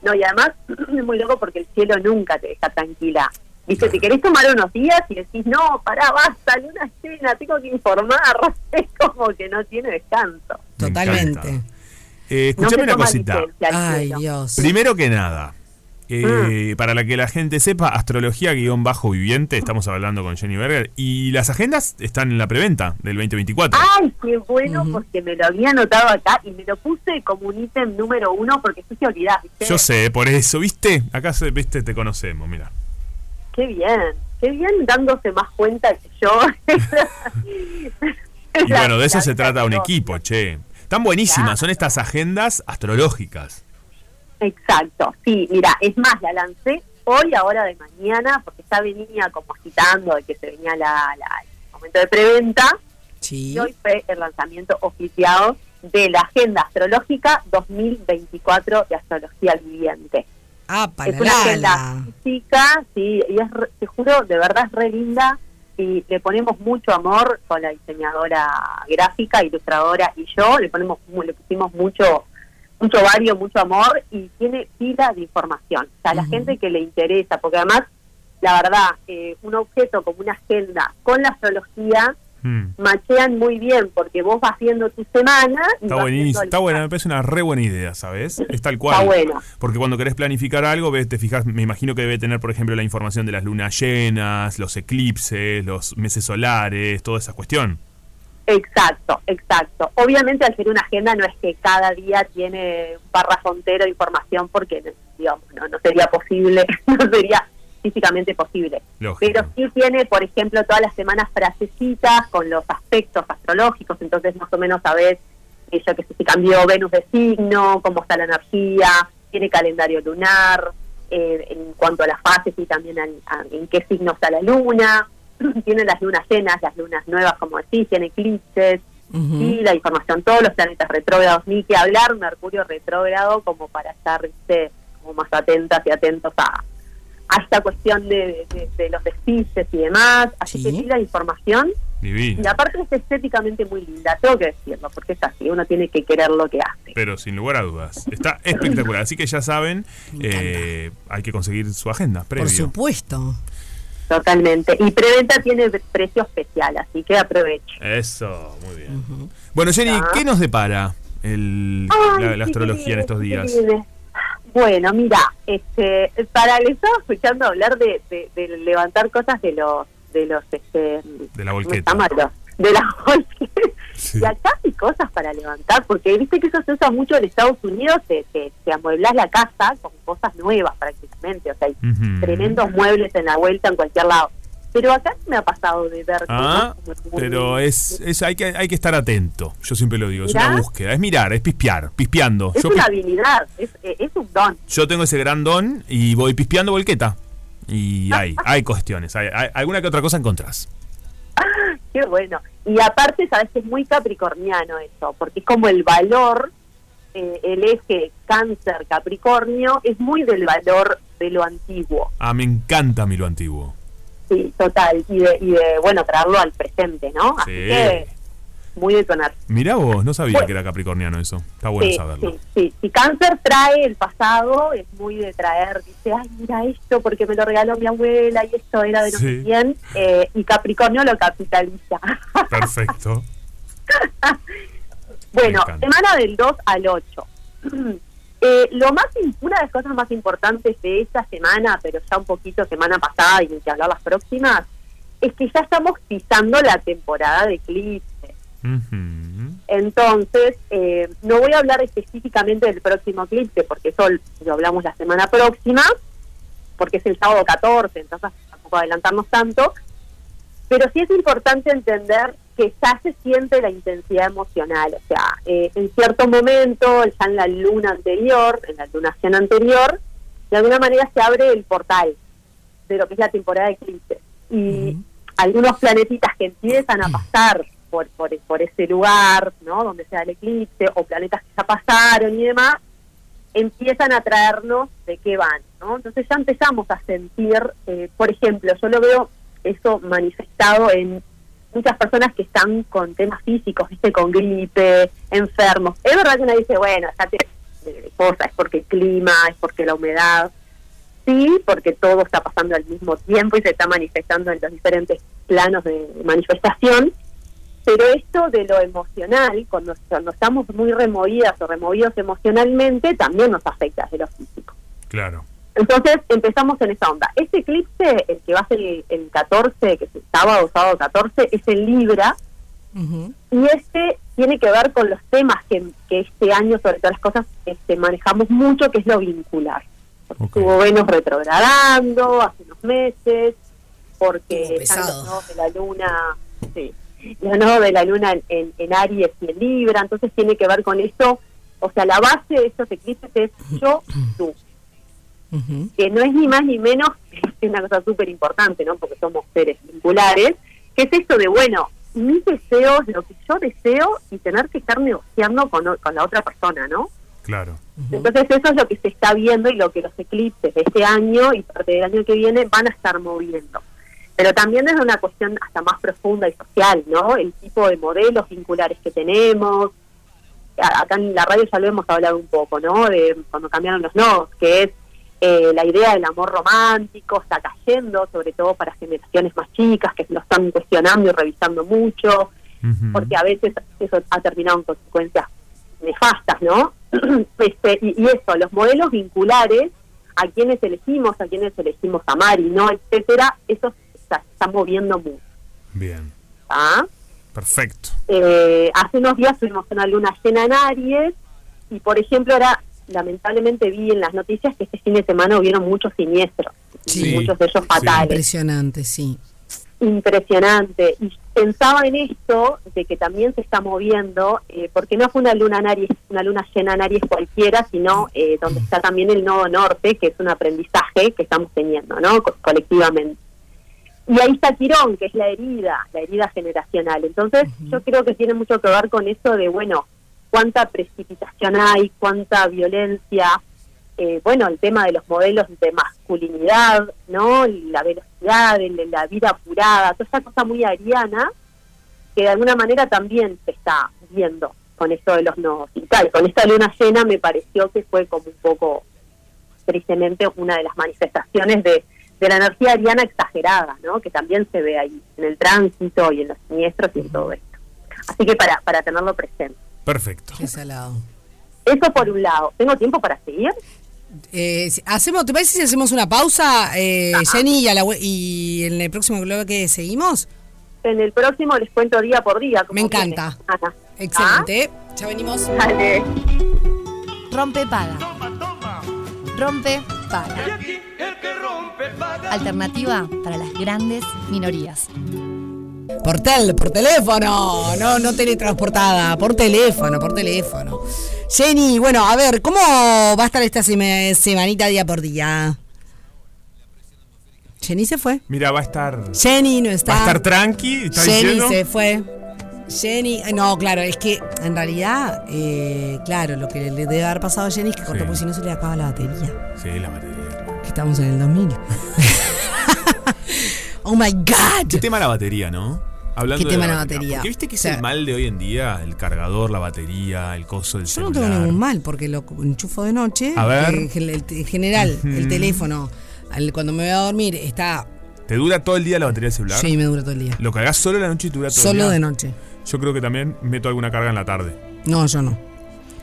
[SPEAKER 5] No, y además <clears throat> es muy loco porque el cielo nunca te deja tranquila. Dice, te querés tomar unos días y decís, no, pará, basta, luna llena, tengo que informar. <laughs> Es como que no tiene descanso.
[SPEAKER 2] Totalmente.
[SPEAKER 3] Eh,
[SPEAKER 5] No se
[SPEAKER 3] escuchame una
[SPEAKER 5] toma
[SPEAKER 3] cosita.
[SPEAKER 5] licencia el
[SPEAKER 2] Ay,
[SPEAKER 5] cielo.
[SPEAKER 2] Dios.
[SPEAKER 3] Primero que nada, eh, para la que la gente sepa, astrología-viviente, estamos hablando con Jenny Berger, y las agendas están en la preventa del 2024.
[SPEAKER 5] Ay, qué bueno, porque me lo había anotado acá y me lo puse como un ítem número uno porque tú te olvidás, ¿viste?
[SPEAKER 3] Yo sé, por eso, ¿viste? Acá se- viste, te conocemos, mira.
[SPEAKER 5] Qué bien, qué bien dándose más cuenta que yo.
[SPEAKER 3] <laughs> Y bueno, de eso
[SPEAKER 5] La
[SPEAKER 3] se
[SPEAKER 5] vida
[SPEAKER 3] trata un
[SPEAKER 5] que no.
[SPEAKER 3] equipo, che. Están buenísimas, son estas agendas astrológicas.
[SPEAKER 5] Exacto, sí, mira, es más, la lancé hoy, ahora de mañana, porque ya venía como agitando de que se venía la, la- el momento de preventa,
[SPEAKER 2] Sí.
[SPEAKER 5] y hoy fue el lanzamiento oficial de la Agenda Astrológica 2024 de Astrología al Viviente.
[SPEAKER 2] Ah, para
[SPEAKER 5] es una
[SPEAKER 2] la,
[SPEAKER 5] agenda física, sí, y es, re- te juro, de verdad es re linda, y le ponemos mucho amor con la diseñadora gráfica, ilustradora y yo, le ponemos mu- le pusimos mucho mucho vario, mucho amor y tiene pila de información. O sea, a la gente que le interesa, porque además, la verdad, eh, un objeto como una agenda con la astrología
[SPEAKER 3] Mm,
[SPEAKER 5] machean muy bien, porque vos vas viendo tu semana. y
[SPEAKER 3] Está
[SPEAKER 5] vas viendo
[SPEAKER 3] buenísimo,
[SPEAKER 5] el-
[SPEAKER 3] está buena, me parece una re buena idea, ¿sabes? Es tal cual.
[SPEAKER 5] Está buena.
[SPEAKER 3] Porque cuando querés planificar algo, ves, te fijas, me imagino que debe tener, por ejemplo, la información de las lunas llenas, los eclipses, los meses solares, toda esa cuestión.
[SPEAKER 5] Exacto, exacto. Obviamente al ser una agenda no es que cada día tiene un párrafo entero de información porque digamos, no, no sería posible, <laughs> no sería físicamente posible.
[SPEAKER 3] Lógico.
[SPEAKER 5] Pero sí tiene, por ejemplo, todas las semanas frasecitas con los aspectos astrológicos, entonces más o menos sabés, eh, yo que sé, si cambió Venus de signo, cómo está la energía, tiene calendario lunar, eh, en cuanto a las fases y también al- a- en qué signo está la luna, <clears throat> tiene las lunas llenas, las lunas nuevas, como decís, tiene eclipses, y la información, todos los planetas retrógrados, ni que hablar, Mercurio retrógrado, como para estar ¿viste? como más atentas y atentos a, a esta cuestión de, de- de los desfiles y demás. Así que sí, la información.
[SPEAKER 3] Divino.
[SPEAKER 5] Y aparte es estéticamente muy linda, tengo que decirlo, porque es así, uno tiene que querer lo que hace.
[SPEAKER 3] Pero sin lugar a dudas, está espectacular. Así que ya saben, eh, hay que conseguir su agenda previo.
[SPEAKER 2] Por supuesto.
[SPEAKER 5] Totalmente. Y preventa tiene pre- precio especial, así que aproveche.
[SPEAKER 3] Eso, muy bien. Bueno, Jenny, ¿qué nos depara el-
[SPEAKER 5] Ah. Ay,
[SPEAKER 3] la, la
[SPEAKER 5] sí,
[SPEAKER 3] astrología en estos
[SPEAKER 5] sí,
[SPEAKER 3] días?
[SPEAKER 5] sí, sí. Bueno, mira, este, para les estaba escuchando hablar de, de- de levantar cosas de los, de los, este,
[SPEAKER 3] De la
[SPEAKER 5] ¿cómo se
[SPEAKER 3] volqueta.
[SPEAKER 5] llama? Los- de la volqueta. Y acá hay cosas para levantar, porque viste que eso se usa mucho en Estados Unidos, te, te, te amueblás la casa con cosas nuevas prácticamente, o sea, hay
[SPEAKER 3] Ujú.
[SPEAKER 5] tremendos muebles en la vuelta en cualquier lado. Pero acá sí me ha pasado de ver
[SPEAKER 3] Ah,
[SPEAKER 5] cosas como muy-
[SPEAKER 3] pero es, es hay, que, hay que estar atento. Yo siempre lo digo, es una
[SPEAKER 5] Mirá.
[SPEAKER 3] búsqueda, es mirar, es pispear, pispeando.
[SPEAKER 5] Es
[SPEAKER 3] Yo,
[SPEAKER 5] una
[SPEAKER 3] pis-
[SPEAKER 5] habilidad, es, eh, es un don. <laughs>
[SPEAKER 3] yo tengo ese gran don y voy pispeando volqueta.
[SPEAKER 5] <laughs>
[SPEAKER 3] Y hay, hay cuestiones, hay, hay- alguna que otra cosa encontrás.
[SPEAKER 5] Qué bueno. Y aparte, sabes que es muy capricorniano eso, porque es como el valor, eh, el eje cáncer-capricornio, es muy del valor de lo antiguo,
[SPEAKER 3] Ah, me encanta mi lo antiguo.
[SPEAKER 5] sí, total, y de, y de, bueno, traerlo al presente, ¿no? Así
[SPEAKER 3] Sí.
[SPEAKER 5] que muy detonar.
[SPEAKER 3] Mirá vos, no sabía que era capricorniano eso. Está bueno
[SPEAKER 5] sí,
[SPEAKER 3] saberlo.
[SPEAKER 5] sí, sí. Si cáncer trae el pasado, es muy de traer, dice, ay, mira esto porque me lo regaló mi abuela y esto era de no sé
[SPEAKER 3] Sí.
[SPEAKER 5] quién, eh, y Capricornio lo capitaliza. <laughs>
[SPEAKER 3] Perfecto.
[SPEAKER 5] Bueno,
[SPEAKER 3] Me encanta.
[SPEAKER 5] semana del 2 al 8. <clears throat> Eh, lo más, im- una de las cosas más importantes de esta semana, pero ya un poquito semana pasada y ni que hablar las próximas, es que ya estamos pisando la temporada de eclipse. Entonces, eh, no voy a hablar específicamente del próximo eclipse, porque eso lo hablamos la semana próxima, porque es el sábado 14, entonces tampoco adelantarnos tanto. Pero sí es importante entender que ya se siente la intensidad emocional. O sea, eh, en cierto momento, ya en la luna anterior, en la lunación anterior, de alguna manera se abre el portal de lo que es la temporada de eclipses. Y algunos planetitas que empiezan a pasar por, por, por ese lugar, ¿no? Donde sea el eclipse, o planetas que ya pasaron y demás, empiezan a traernos de qué van, ¿no? Entonces ya empezamos a sentir, eh, por ejemplo, yo lo veo eso manifestado en muchas personas que están con temas físicos, ¿viste? Con gripe, enfermos. Es verdad que uno dice, bueno, ya te eh, cosa, es porque el clima, es porque la humedad. Sí, porque todo está pasando al mismo tiempo y se está manifestando en los diferentes planos de manifestación. Pero esto de lo emocional, cuando, cuando estamos muy removidas o removidos emocionalmente, también nos afecta de lo físico.
[SPEAKER 3] Claro.
[SPEAKER 5] Entonces empezamos en esa onda. Este eclipse, el que va a ser el, el 14, que es el sábado, sábado 14, es en Libra. Y este tiene que ver con los temas que, que este año, sobre todas las cosas, este, manejamos mucho, que es lo vincular. Estuvo Venus retrogradando hace unos meses, porque están los nodos de la luna, sí, los nodos de la luna en, en- en Aries y en Libra, entonces tiene que ver con eso. O sea, la base de estos eclipses es yo, tú, que no es ni más ni menos <laughs> que una cosa súper importante, ¿no? Porque somos seres vinculares, que es esto de, bueno, mis deseos, lo que yo deseo y tener que estar negociando con, o- con la otra persona, ¿no?
[SPEAKER 3] Claro.
[SPEAKER 5] Entonces eso es lo que se está viendo y lo que los eclipses de este año y parte del año que viene van a estar moviendo. Pero también es una cuestión hasta más profunda y social, ¿no? El tipo de modelos vinculares que tenemos. A- Acá en la radio ya lo hemos hablado un poco, ¿no? De cuando cambiaron los nodos, que es eh, la idea del amor romántico, está cayendo, sobre todo para generaciones más chicas que lo están cuestionando y revisando mucho porque a veces eso ha terminado en consecuencias nefastas, ¿no? <clears throat> Este, y, y eso, los modelos vinculares, a quienes elegimos, a quienes elegimos amar y no, etcétera, eso se está, está moviendo mucho.
[SPEAKER 3] Bien.
[SPEAKER 5] ¿ah?
[SPEAKER 3] Perfecto.
[SPEAKER 5] Eh, hace unos días tuvimos una luna llena en Aries y, por ejemplo, ahora lamentablemente vi en las noticias que este fin de semana hubieron muchos siniestros,
[SPEAKER 2] Sí.
[SPEAKER 5] muchos de ellos fatales
[SPEAKER 2] Impresionante, sí.
[SPEAKER 5] impresionante. Y pensaba en esto, de que también se está moviendo, eh, porque no fue una luna en Aries, una luna llena en Aries cualquiera, sino eh, donde está también el nodo norte, que es un aprendizaje que estamos teniendo, ¿no? Co- colectivamente. Y ahí está Quirón, que es la herida, la herida generacional. Entonces, yo creo que tiene mucho que ver con eso de, bueno, cuánta precipitación hay, cuánta violencia, eh, bueno, el tema de los modelos de masculinidad, ¿no? La velocidad, el- la vida apurada, toda esa cosa muy ariana que de alguna manera también se está viendo con eso de los nodos y tal. Con esta luna llena me pareció que fue como un poco, tristemente, una de las manifestaciones de, de la energía ariana exagerada, ¿no? Que también se ve ahí, en el tránsito y en los siniestros y en todo esto. Así que para, para tenerlo presente.
[SPEAKER 3] Perfecto.
[SPEAKER 2] Qué salado.
[SPEAKER 5] Eso por un lado. ¿Tengo tiempo para seguir?
[SPEAKER 2] Eh, si- hacemos, ¿Te parece si hacemos una pausa, eh,
[SPEAKER 5] Ah.
[SPEAKER 2] Jenny, y, a la we- y en el próximo globo que seguimos?
[SPEAKER 5] En el próximo les cuento día por día. Ah.
[SPEAKER 2] Me encanta. Excelente. Ya venimos.
[SPEAKER 7] Rompe paga. Rompe paga. Alternativa para las grandes minorías.
[SPEAKER 2] Por tel, por teléfono. No, no teletransportada. Por teléfono, por teléfono. Jenny, bueno, a ver, ¿cómo va a estar esta seme- semanita día por día? Jenny se fue.
[SPEAKER 3] Mira, va a estar.
[SPEAKER 2] Jenny no está.
[SPEAKER 3] Va a estar tranqui. ¿está
[SPEAKER 2] Jenny
[SPEAKER 3] diciendo?
[SPEAKER 2] se fue. Jenny, eh, no, claro, es que en realidad, eh, claro, lo que le debe haber pasado a Jenny es que cortó
[SPEAKER 3] Sí.
[SPEAKER 2] porque si no se le acaba la batería.
[SPEAKER 3] Sí, la batería.
[SPEAKER 2] Que estamos en el 2000. <laughs> oh my God.
[SPEAKER 3] ¿Qué tema la batería, no? Hablando
[SPEAKER 2] ¿Qué tema la batería?
[SPEAKER 3] Porque viste que es
[SPEAKER 2] O sea-
[SPEAKER 3] el mal de hoy en día, el cargador, la batería, el coso, el
[SPEAKER 2] Yo no
[SPEAKER 3] celular.
[SPEAKER 2] tengo ningún mal porque lo enchufo de noche.
[SPEAKER 3] A ver.
[SPEAKER 2] que En, el- en general, el
[SPEAKER 3] Ujú.
[SPEAKER 2] teléfono, al- cuando me voy a dormir, está
[SPEAKER 3] ¿Te dura todo el día la batería del celular?
[SPEAKER 2] Sí, me dura todo el día.
[SPEAKER 3] ¿Lo cargas solo en la noche y te dura todo el día?
[SPEAKER 2] solo de noche.
[SPEAKER 3] Yo creo que también meto alguna carga en la tarde.
[SPEAKER 2] No, yo no.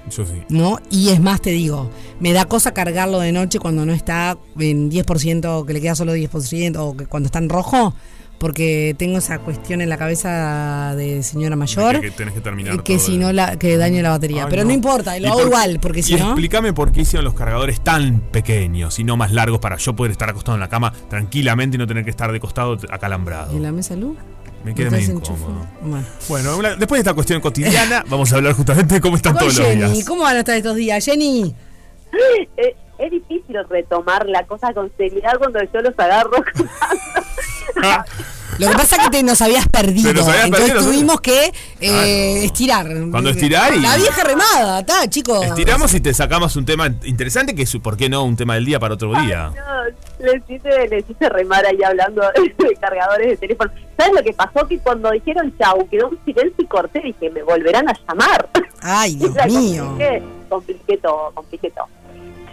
[SPEAKER 3] Yo sí.
[SPEAKER 2] No, y es más, te digo, me da cosa cargarlo de noche cuando no está en 10%, que le queda solo 10%, o que cuando está en rojo, porque tengo esa cuestión en la cabeza de señora mayor.
[SPEAKER 3] De que- que tenés que terminar
[SPEAKER 2] eh, que
[SPEAKER 3] todo
[SPEAKER 2] si
[SPEAKER 3] el-
[SPEAKER 2] no, la, que daño la batería.
[SPEAKER 3] Ay,
[SPEAKER 2] Pero no, importa,
[SPEAKER 3] ¿Y
[SPEAKER 2] lo hago
[SPEAKER 3] por-
[SPEAKER 2] igual, porque si
[SPEAKER 3] y
[SPEAKER 2] no.
[SPEAKER 3] Explícame por qué hicieron los cargadores tan pequeños y no más largos para yo poder estar acostado en la cama tranquilamente y no tener que estar de costado t- acalambrado.
[SPEAKER 2] ¿En la mesa luz?
[SPEAKER 3] Me queda
[SPEAKER 2] Entonces
[SPEAKER 3] medio
[SPEAKER 2] enchufo.
[SPEAKER 3] incómodo.
[SPEAKER 2] Bueno.
[SPEAKER 3] Bueno, una- después de esta cuestión
[SPEAKER 2] <laughs>
[SPEAKER 3] cotidiana, vamos a hablar justamente de cómo están
[SPEAKER 2] Con
[SPEAKER 3] todos los
[SPEAKER 2] Jenny,
[SPEAKER 3] días.
[SPEAKER 2] ¿cómo van a estar estos días? Jenny.
[SPEAKER 5] <laughs> Es, es difícil retomar la cosa con seriedad cuando yo los agarro.
[SPEAKER 2] Lo que pasa es que te nos habías perdido.
[SPEAKER 3] Te nos habías
[SPEAKER 2] entonces
[SPEAKER 3] perdido, Ah,
[SPEAKER 2] tuvimos que eh, estirar.
[SPEAKER 3] Cuando estirar y-
[SPEAKER 2] La vieja remada, está, chicos.
[SPEAKER 3] Estiramos y te sacamos un tema interesante que es, ¿por qué no? Un tema del día para otro día.
[SPEAKER 5] No, les hice, les hice remar ahí hablando <laughs> de cargadores de teléfono. ¿Sabes lo que pasó? Que cuando dijeron chau, quedó un silencio y corté. Dije, me volverán a llamar. <laughs>
[SPEAKER 2] Ay, Dios
[SPEAKER 5] La
[SPEAKER 2] mío.
[SPEAKER 5] compliqué, compliqué todo, compliqué todo.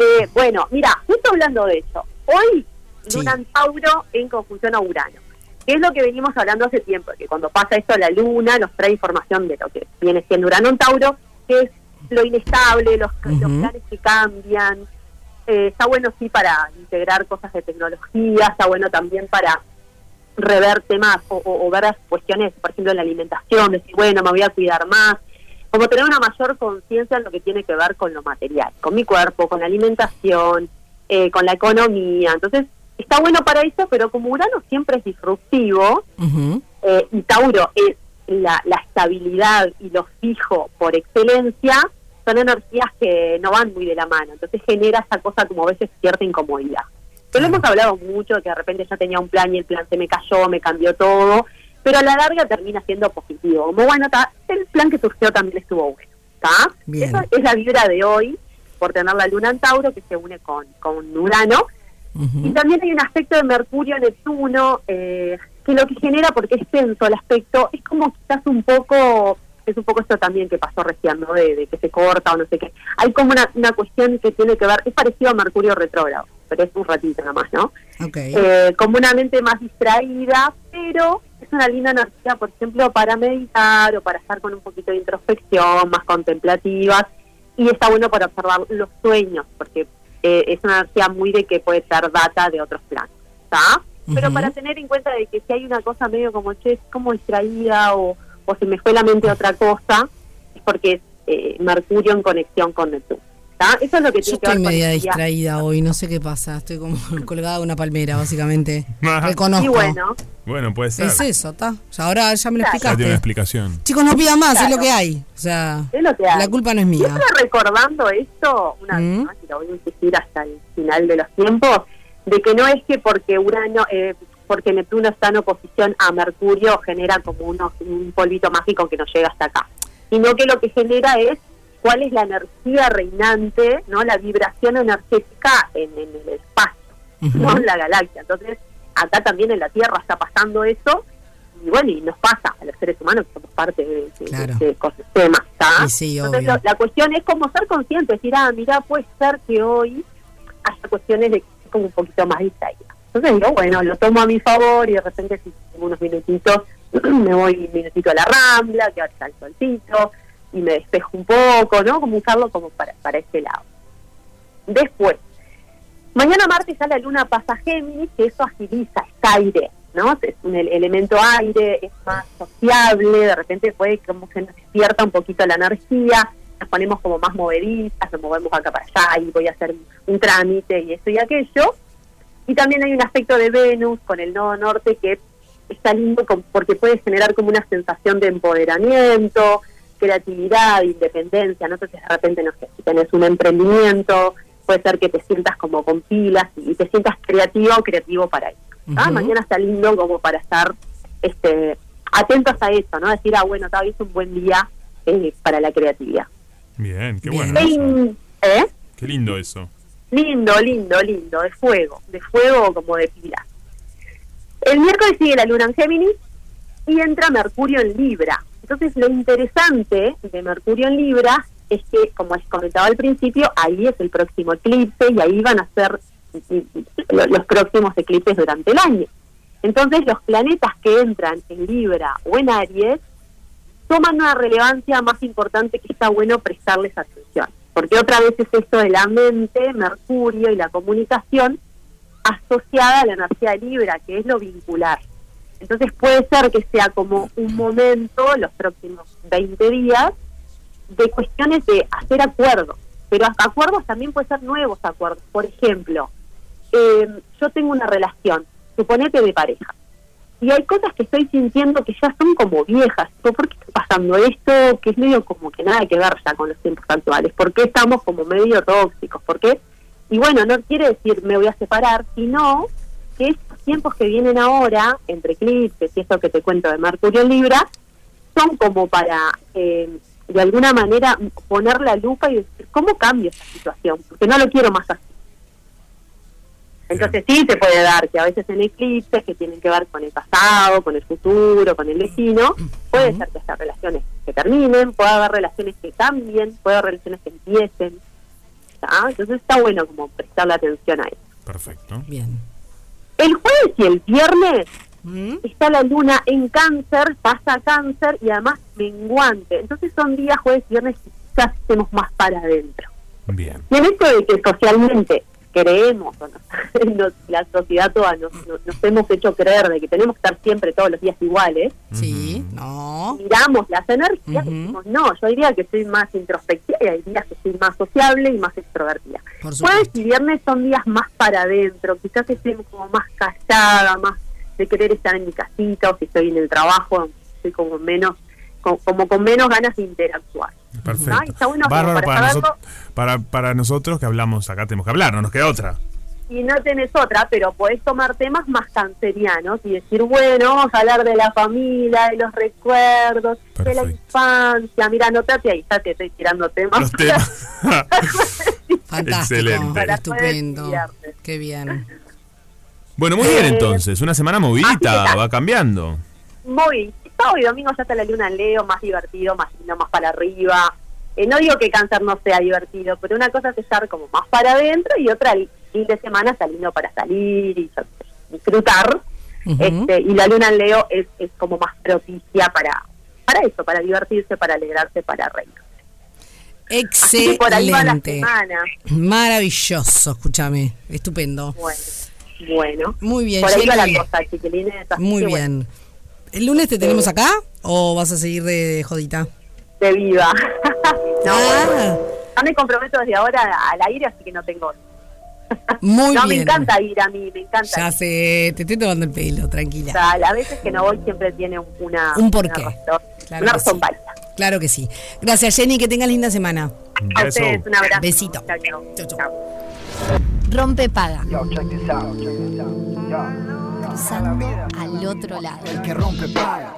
[SPEAKER 5] Eh, bueno, mira, justo hablando de eso, hoy
[SPEAKER 2] Sí.
[SPEAKER 5] Luna en Tauro en conjunción a Urano. Que es lo que venimos hablando hace tiempo, que cuando pasa esto la Luna nos trae información de lo que viene siendo Urano en Tauro, que es lo inestable, los, los
[SPEAKER 13] Ujú.
[SPEAKER 5] planes que cambian. Eh, está bueno, sí, para integrar cosas de tecnología, está bueno también para rever temas o, o- o ver las cuestiones, por ejemplo, en la alimentación, decir, bueno, me voy a cuidar más, como tener una mayor conciencia en lo que tiene que ver con lo material, con mi cuerpo, con la alimentación, eh, con la economía. Entonces, está bueno para eso, pero como Urano siempre es disruptivo, eh, y Tauro es la, la estabilidad y lo fijo por excelencia, son energías que no van muy de la mano. Entonces genera esa cosa como a veces cierta incomodidad. Pero lo hemos hablado mucho, que de repente yo tenía un plan y el plan se me cayó, me cambió todo, pero a la larga termina siendo positivo. Como bueno, ta, el plan que surgió también estuvo bueno. ¿ta?
[SPEAKER 2] Bien.
[SPEAKER 5] Esa es la vibra de hoy, por tener la luna en Tauro que se une con, con Urano. Y también hay un aspecto de Mercurio-Neptuno eh, que lo que genera, porque es tenso el aspecto, es como quizás un poco, es un poco esto también que pasó recién, ¿no? De, de que se corta o no sé qué. Hay como una, una cuestión que tiene que ver, es parecido a Mercurio retrógrado, pero es un ratito nada más, ¿no?
[SPEAKER 2] Ok.
[SPEAKER 5] Eh, como una mente más distraída, pero es una linda energía, por ejemplo, para meditar o para estar con un poquito de introspección, más contemplativas. Y está bueno para observar los sueños, porque eh, es una energía muy de que puede ser data de otros planes, ¿está? Pero
[SPEAKER 13] Ujú.
[SPEAKER 5] para tener en cuenta de que si hay una cosa medio como, che, es como distraída o, o se me fue la mente a otra cosa, es porque es eh, Mercurio en conexión con Neptuno, ¿está? Ah, Eso es lo que
[SPEAKER 2] Yo
[SPEAKER 5] tiene que ver
[SPEAKER 2] estoy
[SPEAKER 5] con
[SPEAKER 2] media
[SPEAKER 5] el día.
[SPEAKER 2] distraída hoy, no sé qué pasa. Estoy como <laughs> colgada de una palmera, básicamente.
[SPEAKER 3] Ajá.
[SPEAKER 2] Reconozco.
[SPEAKER 5] Y bueno,
[SPEAKER 3] Bueno, puede ser.
[SPEAKER 2] Es eso, ¿está? O sea, ahora ya me lo
[SPEAKER 3] Ya tiene una
[SPEAKER 2] explicaste.
[SPEAKER 3] explicación.
[SPEAKER 2] Chicos, no pidan más, es
[SPEAKER 5] Claro.
[SPEAKER 2] lo que hay. O sea,
[SPEAKER 5] Es lo que hay.
[SPEAKER 2] la culpa no es
[SPEAKER 5] Yo
[SPEAKER 2] mía.
[SPEAKER 5] estaba recordando esto una vez más, y lo voy a insistir hasta el final de los tiempos, de que no es que porque Urano, eh, porque Neptuno está en oposición a Mercurio genera como unos- un polvito mágico que nos llega hasta acá, sino que lo que genera es cuál es la energía reinante, no, la vibración energética en, en el espacio, no en la galaxia. Entonces, acá también en la Tierra está pasando eso. Y bueno, y nos pasa a los seres humanos que somos parte de, de-
[SPEAKER 2] Claro.
[SPEAKER 5] de ecosistema, ¿está?
[SPEAKER 2] Y sí,
[SPEAKER 5] Entonces,
[SPEAKER 2] obvio.
[SPEAKER 5] lo- la cuestión es como ser conscientes, decir, ah, mira, puede ser que hoy haya cuestiones de que estoy como un poquito más distraída. Entonces digo, bueno, lo tomo a mi favor y de repente si tengo unos minutitos, <clears throat> me voy un minutito a la rambla, que ahora está el solcito, y me despejo un poco, ¿no? Como usarlo como para, para ese lado. Después, mañana martes ya la luna pasa a Géminis, que eso agiliza, es aire, ¿no? Es un el- elemento aire, es más sociable, de repente puede como que nos despierta un poquito la energía, nos ponemos como más movedizas, nos movemos acá para allá y voy a hacer un trámite y esto y aquello. Y también hay un aspecto de Venus con el nodo norte que está lindo con- porque puede generar como una sensación de empoderamiento, creatividad, independencia. No sé si de repente, no sé, si tenés un emprendimiento, puede ser que te sientas como con pilas y te sientas creativa o creativo para eso. ¿tá?
[SPEAKER 13] Ujú.
[SPEAKER 5] Mañana está lindo como para estar este, atentos a eso, ¿no? Decir, ah, bueno, tal vez es un buen día eh, para la creatividad.
[SPEAKER 3] Bien, qué bueno. eso.
[SPEAKER 5] Lin- ¿eh?
[SPEAKER 3] Qué lindo eso.
[SPEAKER 5] Lindo, lindo, lindo, de fuego, de fuego como de pila. El miércoles sigue la luna en Géminis y entra Mercurio en Libra. Entonces lo interesante de Mercurio en Libra es que, como les comentaba al principio, ahí es el próximo eclipse y ahí van a ser mm, mm, lo- los próximos eclipses durante el año. Entonces los planetas que entran en Libra o en Aries toman una relevancia más importante que está bueno prestarles atención. Porque otra vez es esto de la mente, Mercurio y la comunicación asociada a la energía Libra, que es lo vincular. Entonces puede ser que sea como un momento, los próximos 20 días, de cuestiones de hacer acuerdos. Pero hasta acuerdos también puede ser nuevos acuerdos. Por ejemplo, eh, yo tengo una relación, suponete de pareja y hay cosas que estoy sintiendo que ya son como viejas. Digo, ¿Por qué está pasando esto? Que es medio como que nada que ver ya con los tiempos actuales. ¿Por qué estamos como medio tóxicos? ¿Por qué? Y bueno, no quiere decir me voy a separar, sino que estos tiempos que vienen ahora, entre eclipses y esto que te cuento de Mercurio en Libra, son como para, eh, de alguna manera, m- poner la lupa y decir, ¿cómo cambio esta situación? Porque no lo quiero más así. Entonces sí se puede dar que a veces en eclipses que tienen que ver con el pasado, con el futuro, con el destino, puede ser que estas relaciones se terminen, puede haber relaciones que cambien, puede haber relaciones que empiecen. ¿tá? Entonces está bueno como prestarle atención a eso.
[SPEAKER 3] Perfecto.
[SPEAKER 2] Bien.
[SPEAKER 5] El jueves y el viernes está la luna en cáncer, pasa a cáncer y además menguante. Entonces son días jueves y viernes que quizás estemos más para adentro.
[SPEAKER 3] Bien.
[SPEAKER 5] Y el hecho de que socialmente creemos, o <laughs> nos- nos- la sociedad toda nos, nos- nos hemos hecho creer de que tenemos que estar siempre todos los días iguales.
[SPEAKER 2] Sí, no.
[SPEAKER 5] Miramos las energías y decimos, no, yo diría que soy más introspectiva y hay días que soy más sociable y más extrovertida.
[SPEAKER 2] Por supuesto.
[SPEAKER 5] Jueves y viernes son días más para adentro, quizás estemos como más callada, más de querer estar en mi casita o si estoy en el trabajo, estoy como menos, co- como con menos ganas de interactuar.
[SPEAKER 3] Perfecto.
[SPEAKER 5] Ay, está bueno,
[SPEAKER 3] Bárbaro
[SPEAKER 5] para
[SPEAKER 3] para,
[SPEAKER 5] saberlo.
[SPEAKER 3] nosot- para, para nosotros que hablamos acá, tenemos que hablar, no nos queda
[SPEAKER 5] <laughs>
[SPEAKER 3] otra. <laughs>
[SPEAKER 5] y no tenés otra, pero podés tomar temas más cancerianos y decir, bueno, vamos a hablar de la familia, de los recuerdos, de la infancia. Mira, anotate ahí, ya te estoy tirando temas.
[SPEAKER 3] Los
[SPEAKER 5] <laughs>
[SPEAKER 3] temas.
[SPEAKER 2] Fantástico.
[SPEAKER 3] Excelente.
[SPEAKER 2] Estupendo. Qué bien.
[SPEAKER 3] Bueno, muy
[SPEAKER 5] Eh,
[SPEAKER 3] bien entonces. Una semana movidita, va cambiando.
[SPEAKER 5] Muy, sábado y domingo ya está la luna en Leo, más divertido, más lindo, más para arriba. Eh, no digo que cáncer no sea divertido, pero una cosa es estar como más para adentro y otra el fin de semana saliendo para salir y disfrutar. Este, y la luna en Leo es, es como más propicia para, para eso, para divertirse, para alegrarse, para reír. Así que por ahí va la
[SPEAKER 2] Excelente.
[SPEAKER 5] semana.
[SPEAKER 2] Maravilloso, escúchame. Estupendo.
[SPEAKER 5] Bueno, bueno.
[SPEAKER 2] Muy bien,
[SPEAKER 5] Por ahí va la
[SPEAKER 2] Jenny.
[SPEAKER 5] cosa, chiquilines. Así
[SPEAKER 2] Muy
[SPEAKER 5] que, bueno, Eh,
[SPEAKER 2] bien. ¿El lunes te tenemos acá o vas a seguir de jodita?
[SPEAKER 5] De viva. No, bueno, ya me comprometo desde ahora al aire, así que no tengo.
[SPEAKER 2] Muy
[SPEAKER 5] no, me
[SPEAKER 2] bien.
[SPEAKER 5] encanta ir a mí, me encanta.
[SPEAKER 2] Ya
[SPEAKER 5] ir.
[SPEAKER 2] sé, te estoy tomando el pelo,
[SPEAKER 5] O
[SPEAKER 2] tranquila.
[SPEAKER 5] sea, a veces que no voy siempre tiene un- una.
[SPEAKER 2] Un porqué.
[SPEAKER 5] Una razón,
[SPEAKER 2] Claro
[SPEAKER 5] una
[SPEAKER 2] que
[SPEAKER 5] razón
[SPEAKER 2] sí.
[SPEAKER 5] válida.
[SPEAKER 2] Claro que sí. Gracias, Jenny, que tengas linda semana.
[SPEAKER 5] A ustedes un abrazo.
[SPEAKER 2] Besito.
[SPEAKER 5] Chao, chao. Chao.
[SPEAKER 7] Rompe paga.
[SPEAKER 13] Cruzando al otro lado. El que rompe paga.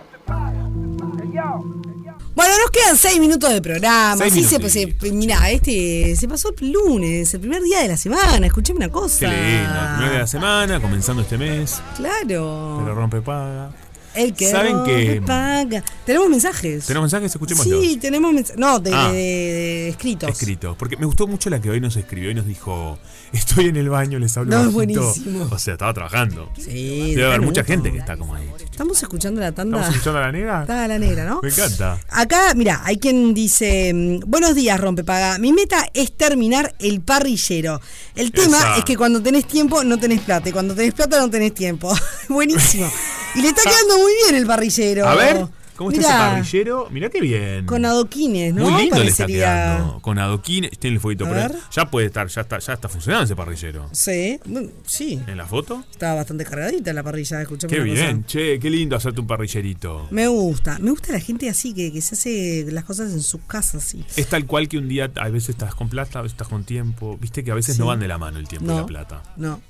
[SPEAKER 2] Bueno, nos quedan seis minutos de programa.
[SPEAKER 3] Seis
[SPEAKER 2] sí, se,
[SPEAKER 3] minutos.
[SPEAKER 2] se- mirá, este se pasó el lunes, el primer día de la semana. Escuchame una
[SPEAKER 3] Qué
[SPEAKER 2] cosa.
[SPEAKER 3] lindo. Nueve de la semana, comenzando este mes.
[SPEAKER 2] Claro.
[SPEAKER 3] Pero rompe paga.
[SPEAKER 2] El que
[SPEAKER 3] ¿Saben
[SPEAKER 2] rompe
[SPEAKER 3] qué?
[SPEAKER 2] paga. Tenemos mensajes.
[SPEAKER 3] ¿Tenemos mensajes? Escuchémoslos.
[SPEAKER 2] Sí, tenemos mensajes. No, de,
[SPEAKER 3] Ah.
[SPEAKER 2] de- de escritos.
[SPEAKER 3] Escrito. Porque me gustó mucho la que hoy nos escribió y nos dijo: Estoy en el baño, les hablo.
[SPEAKER 2] No, es
[SPEAKER 3] bajito".
[SPEAKER 2] buenísimo.
[SPEAKER 3] O sea, estaba trabajando.
[SPEAKER 2] Sí.
[SPEAKER 3] Debe haber
[SPEAKER 2] dale
[SPEAKER 3] mucha
[SPEAKER 2] gusto.
[SPEAKER 3] gente que está como ahí.
[SPEAKER 2] Estamos escuchando la tanda.
[SPEAKER 3] ¿Estamos escuchando a la negra?
[SPEAKER 2] Está la negra, ¿no?
[SPEAKER 3] Me encanta.
[SPEAKER 2] Acá, mira, hay quien dice, mm, buenos días, rompepaga. Mi meta es terminar el parrillero. El tema
[SPEAKER 3] Esa.
[SPEAKER 2] es que cuando tenés tiempo no tenés plata y <laughs> cuando tenés plata no tenés tiempo. Buenísimo. Y le está quedando muy bien el parrillero.
[SPEAKER 3] A ver. ¿Cómo está ese
[SPEAKER 2] Mirá.
[SPEAKER 3] parrillero? Mirá qué bien.
[SPEAKER 2] Con adoquines, ¿no?
[SPEAKER 3] Muy lindo le
[SPEAKER 2] Parecería-
[SPEAKER 3] está quedando. Con adoquines. Tiene el fueguito
[SPEAKER 2] A
[SPEAKER 3] por ahí.
[SPEAKER 2] ver.
[SPEAKER 3] Ya puede estar, ya está, ya está funcionando ese parrillero.
[SPEAKER 2] Sí, bueno, sí.
[SPEAKER 3] ¿En la foto?
[SPEAKER 2] Estaba bastante cargadita la parrilla, escuchame
[SPEAKER 3] Qué
[SPEAKER 2] una cosa.
[SPEAKER 3] bien. Che, qué lindo hacerte un parrillerito.
[SPEAKER 2] Me gusta, me gusta la gente así, que, que se hace las cosas en su casa así.
[SPEAKER 3] Es tal cual que un día a veces estás con plata, a veces estás con tiempo. Viste que a veces
[SPEAKER 2] Sí.
[SPEAKER 3] no van de la mano el tiempo y la plata.
[SPEAKER 2] No.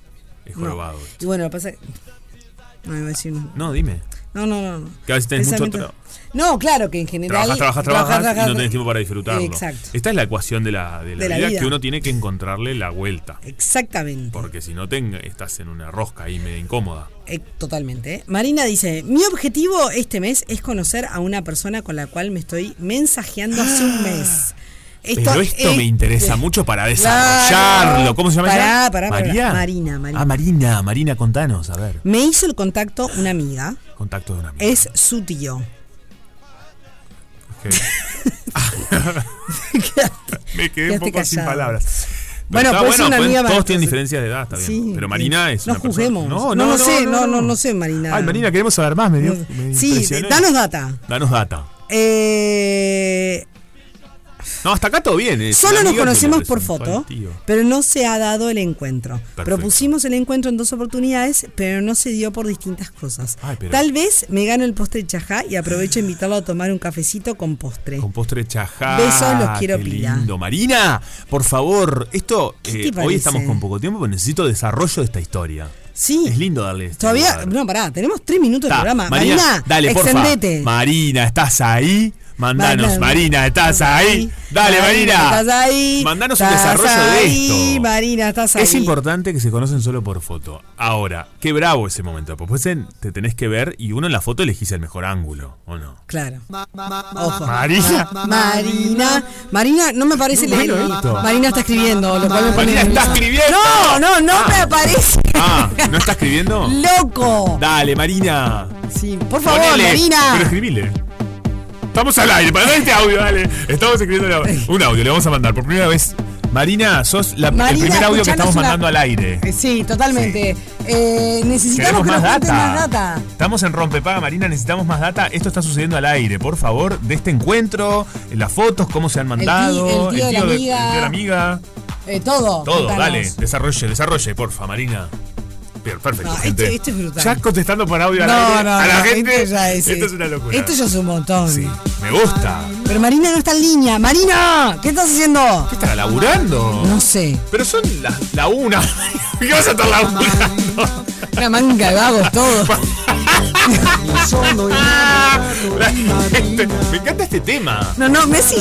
[SPEAKER 3] Es
[SPEAKER 2] no.
[SPEAKER 3] jorobado.
[SPEAKER 2] Y bueno, lo que pasa es- No, iba a decir... No,
[SPEAKER 3] No, dime.
[SPEAKER 2] no, no. no.
[SPEAKER 3] Que a veces tenés mucho
[SPEAKER 2] Precisamente- No, claro, que en general...
[SPEAKER 3] Trabajas, trabajas, trabajas, y no tenés tiempo para disfrutarlo.
[SPEAKER 2] Exacto.
[SPEAKER 3] Esta es la ecuación de la, de la
[SPEAKER 2] De la
[SPEAKER 3] vida,
[SPEAKER 2] vida.
[SPEAKER 3] que uno tiene que encontrarle la vuelta.
[SPEAKER 2] Exactamente.
[SPEAKER 3] Porque si no, te, estás en una rosca ahí medio incómoda.
[SPEAKER 2] Eh, totalmente. ¿eh? Marina dice, mi objetivo este mes es conocer a una persona con la cual me estoy mensajeando hace un mes.
[SPEAKER 3] Ah. Pero esto me
[SPEAKER 2] eh,
[SPEAKER 3] interesa
[SPEAKER 2] eh,
[SPEAKER 3] mucho para
[SPEAKER 2] claro.
[SPEAKER 3] desarrollarlo. ¿Cómo se llama
[SPEAKER 2] Pará,
[SPEAKER 3] ella?
[SPEAKER 2] pará, pará.
[SPEAKER 3] María.
[SPEAKER 2] Marina, Marina.
[SPEAKER 3] Ah, Marina, Marina, contanos, a ver.
[SPEAKER 2] Me hizo el contacto una amiga.
[SPEAKER 3] Contacto de una amiga.
[SPEAKER 2] Es su tío. <laughs>
[SPEAKER 3] Ok. me quedé un
[SPEAKER 2] quedaste
[SPEAKER 3] poco sin
[SPEAKER 2] callado.
[SPEAKER 3] palabras. Pero
[SPEAKER 2] Bueno,
[SPEAKER 3] está
[SPEAKER 2] puede ser una
[SPEAKER 3] pueden-
[SPEAKER 2] amiga
[SPEAKER 3] Todos
[SPEAKER 2] maravillosa.
[SPEAKER 3] tienen diferencias de edad, está bien.
[SPEAKER 2] Sí,
[SPEAKER 3] Pero Marina
[SPEAKER 2] sí.
[SPEAKER 3] es
[SPEAKER 2] No
[SPEAKER 3] una persona-
[SPEAKER 2] juzguemos. No, no, sé, no, no, no, sé, Marina.
[SPEAKER 3] Ay, Marina, queremos saber más, me dio. me
[SPEAKER 2] sí,
[SPEAKER 3] impresioné.
[SPEAKER 2] danos data.
[SPEAKER 3] Danos data.
[SPEAKER 2] Eh,
[SPEAKER 3] No, hasta acá todo bien. es
[SPEAKER 2] Solo
[SPEAKER 3] una
[SPEAKER 2] nos
[SPEAKER 3] amiga que le
[SPEAKER 2] conocemos por
[SPEAKER 3] presentó al
[SPEAKER 2] foto,
[SPEAKER 3] tío.
[SPEAKER 2] pero no se ha dado el encuentro. Propusimos el encuentro en dos oportunidades, pero no se dio por distintas cosas.
[SPEAKER 3] Ay, pero-
[SPEAKER 2] Tal vez me gano el postre chajá y aprovecho a invitarlo a tomar un cafecito con postre.
[SPEAKER 3] Con postre de chajá.
[SPEAKER 2] Besos, los quiero
[SPEAKER 3] qué
[SPEAKER 2] pila.
[SPEAKER 3] lindo. Marina, por favor, esto. eh,
[SPEAKER 2] te
[SPEAKER 3] hoy
[SPEAKER 2] parece?
[SPEAKER 3] estamos con poco tiempo, pero necesito desarrollo de esta historia.
[SPEAKER 2] Sí.
[SPEAKER 3] Es lindo darle esto.
[SPEAKER 2] Todavía, no, pará, tenemos tres minutos de
[SPEAKER 3] Está,
[SPEAKER 2] programa.
[SPEAKER 3] Marina, dale, porfa.
[SPEAKER 2] extendete.
[SPEAKER 3] Marina, estás ahí. Mandanos,
[SPEAKER 2] Mandame.
[SPEAKER 3] Marina, estás ahí. Dale, Marina.
[SPEAKER 2] Estás ahí.
[SPEAKER 3] Mandanos un
[SPEAKER 2] Estás
[SPEAKER 3] desarrollo de
[SPEAKER 2] ahí,
[SPEAKER 3] esto.
[SPEAKER 2] Marina, estás ahí.
[SPEAKER 3] Es importante que se conocen solo por foto. Ahora, qué bravo ese momento. Porque después en- te tenés que ver y uno en la foto elegís el mejor ángulo, ¿o no?
[SPEAKER 2] Claro. Ojo.
[SPEAKER 3] Marina.
[SPEAKER 2] Ma- Marina. Marina, no me parece
[SPEAKER 3] Bueno,
[SPEAKER 2] leer.
[SPEAKER 3] esto.
[SPEAKER 2] Marina está escribiendo. Lo cual me pone
[SPEAKER 3] Marina está
[SPEAKER 2] nerviosa.
[SPEAKER 3] escribiendo.
[SPEAKER 2] No, no, no me aparece.
[SPEAKER 3] Ah, ¿no está
[SPEAKER 2] <laughs>
[SPEAKER 3] escribiendo?
[SPEAKER 2] ¡Loco!
[SPEAKER 3] Dale, Marina.
[SPEAKER 2] Sí, por favor,
[SPEAKER 3] Ponele. Pero
[SPEAKER 2] Marina.
[SPEAKER 3] escribile. Estamos al aire, para este audio, dale. Estamos escribiendo la- un audio, le vamos a mandar por primera vez. Marina, sos la- el
[SPEAKER 2] Marina,
[SPEAKER 3] primer audio que
[SPEAKER 2] escuchanos
[SPEAKER 3] estamos
[SPEAKER 2] una-
[SPEAKER 3] mandando al aire.
[SPEAKER 2] Eh, Sí, totalmente. Eh,
[SPEAKER 3] Queremos
[SPEAKER 2] necesitamos que
[SPEAKER 3] más
[SPEAKER 2] nos cuenten
[SPEAKER 3] data.
[SPEAKER 2] más data.
[SPEAKER 3] Estamos en Rompepaga, Marina, necesitamos más data. Esto está sucediendo al aire, por favor, de este encuentro, las fotos, cómo se han
[SPEAKER 2] tío-
[SPEAKER 3] mandado,
[SPEAKER 2] el tío de
[SPEAKER 3] el
[SPEAKER 2] la amiga.
[SPEAKER 3] tío de la amiga.
[SPEAKER 2] Eh, todo.
[SPEAKER 3] Todo,
[SPEAKER 2] contanos.
[SPEAKER 3] dale, desarrolle, desarrolle, porfa, Marina. Bien, perfecto,
[SPEAKER 2] No,
[SPEAKER 3] gente.
[SPEAKER 2] esto- esto Ah, este, es brutal.
[SPEAKER 3] Ya contestando por audio al
[SPEAKER 2] No,
[SPEAKER 3] aire
[SPEAKER 2] no,
[SPEAKER 3] a la
[SPEAKER 2] no,
[SPEAKER 3] gente.
[SPEAKER 2] esto ya es- eh,
[SPEAKER 3] esto es una locura.
[SPEAKER 2] Esto ya es un montón.
[SPEAKER 3] Me gusta.
[SPEAKER 2] Pero Marina no está en línea. Marina, ¿qué estás haciendo?
[SPEAKER 3] ¿Está laburando?
[SPEAKER 2] No sé.
[SPEAKER 3] Pero son la, la una. <laughs> ¿Qué vas a estar laburando?
[SPEAKER 2] Una manga de vagos todos.
[SPEAKER 3] <laughs> La gente- me encanta este tema.
[SPEAKER 2] No, no, Messi.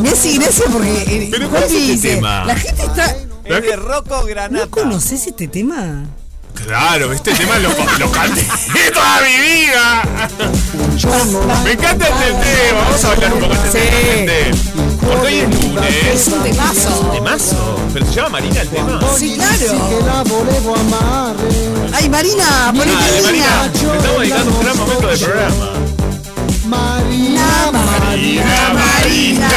[SPEAKER 2] Messi, gracias porque. eh,
[SPEAKER 3] Pero ¿cuál es
[SPEAKER 2] Juanpi
[SPEAKER 3] este
[SPEAKER 2] dice,
[SPEAKER 3] tema?
[SPEAKER 2] La gente está.
[SPEAKER 3] Es de
[SPEAKER 4] Rocco Granata.
[SPEAKER 2] ¿No conoces este tema?
[SPEAKER 3] Claro, este tema lo, lo canté toda mi vida. Me encanta este tema. Vamos a bailar un poco este tema. gente. Porque hoy es lunes.
[SPEAKER 2] Es un temazo.
[SPEAKER 3] Temazo. Pero se llama Marina el tema.
[SPEAKER 2] Sí, claro. Ay, Marina, ponete
[SPEAKER 3] Dale,
[SPEAKER 2] en
[SPEAKER 3] Marina.
[SPEAKER 2] línea.
[SPEAKER 3] Te estamos dedicando un gran momento del programa.
[SPEAKER 2] Marina, Marina, Marina.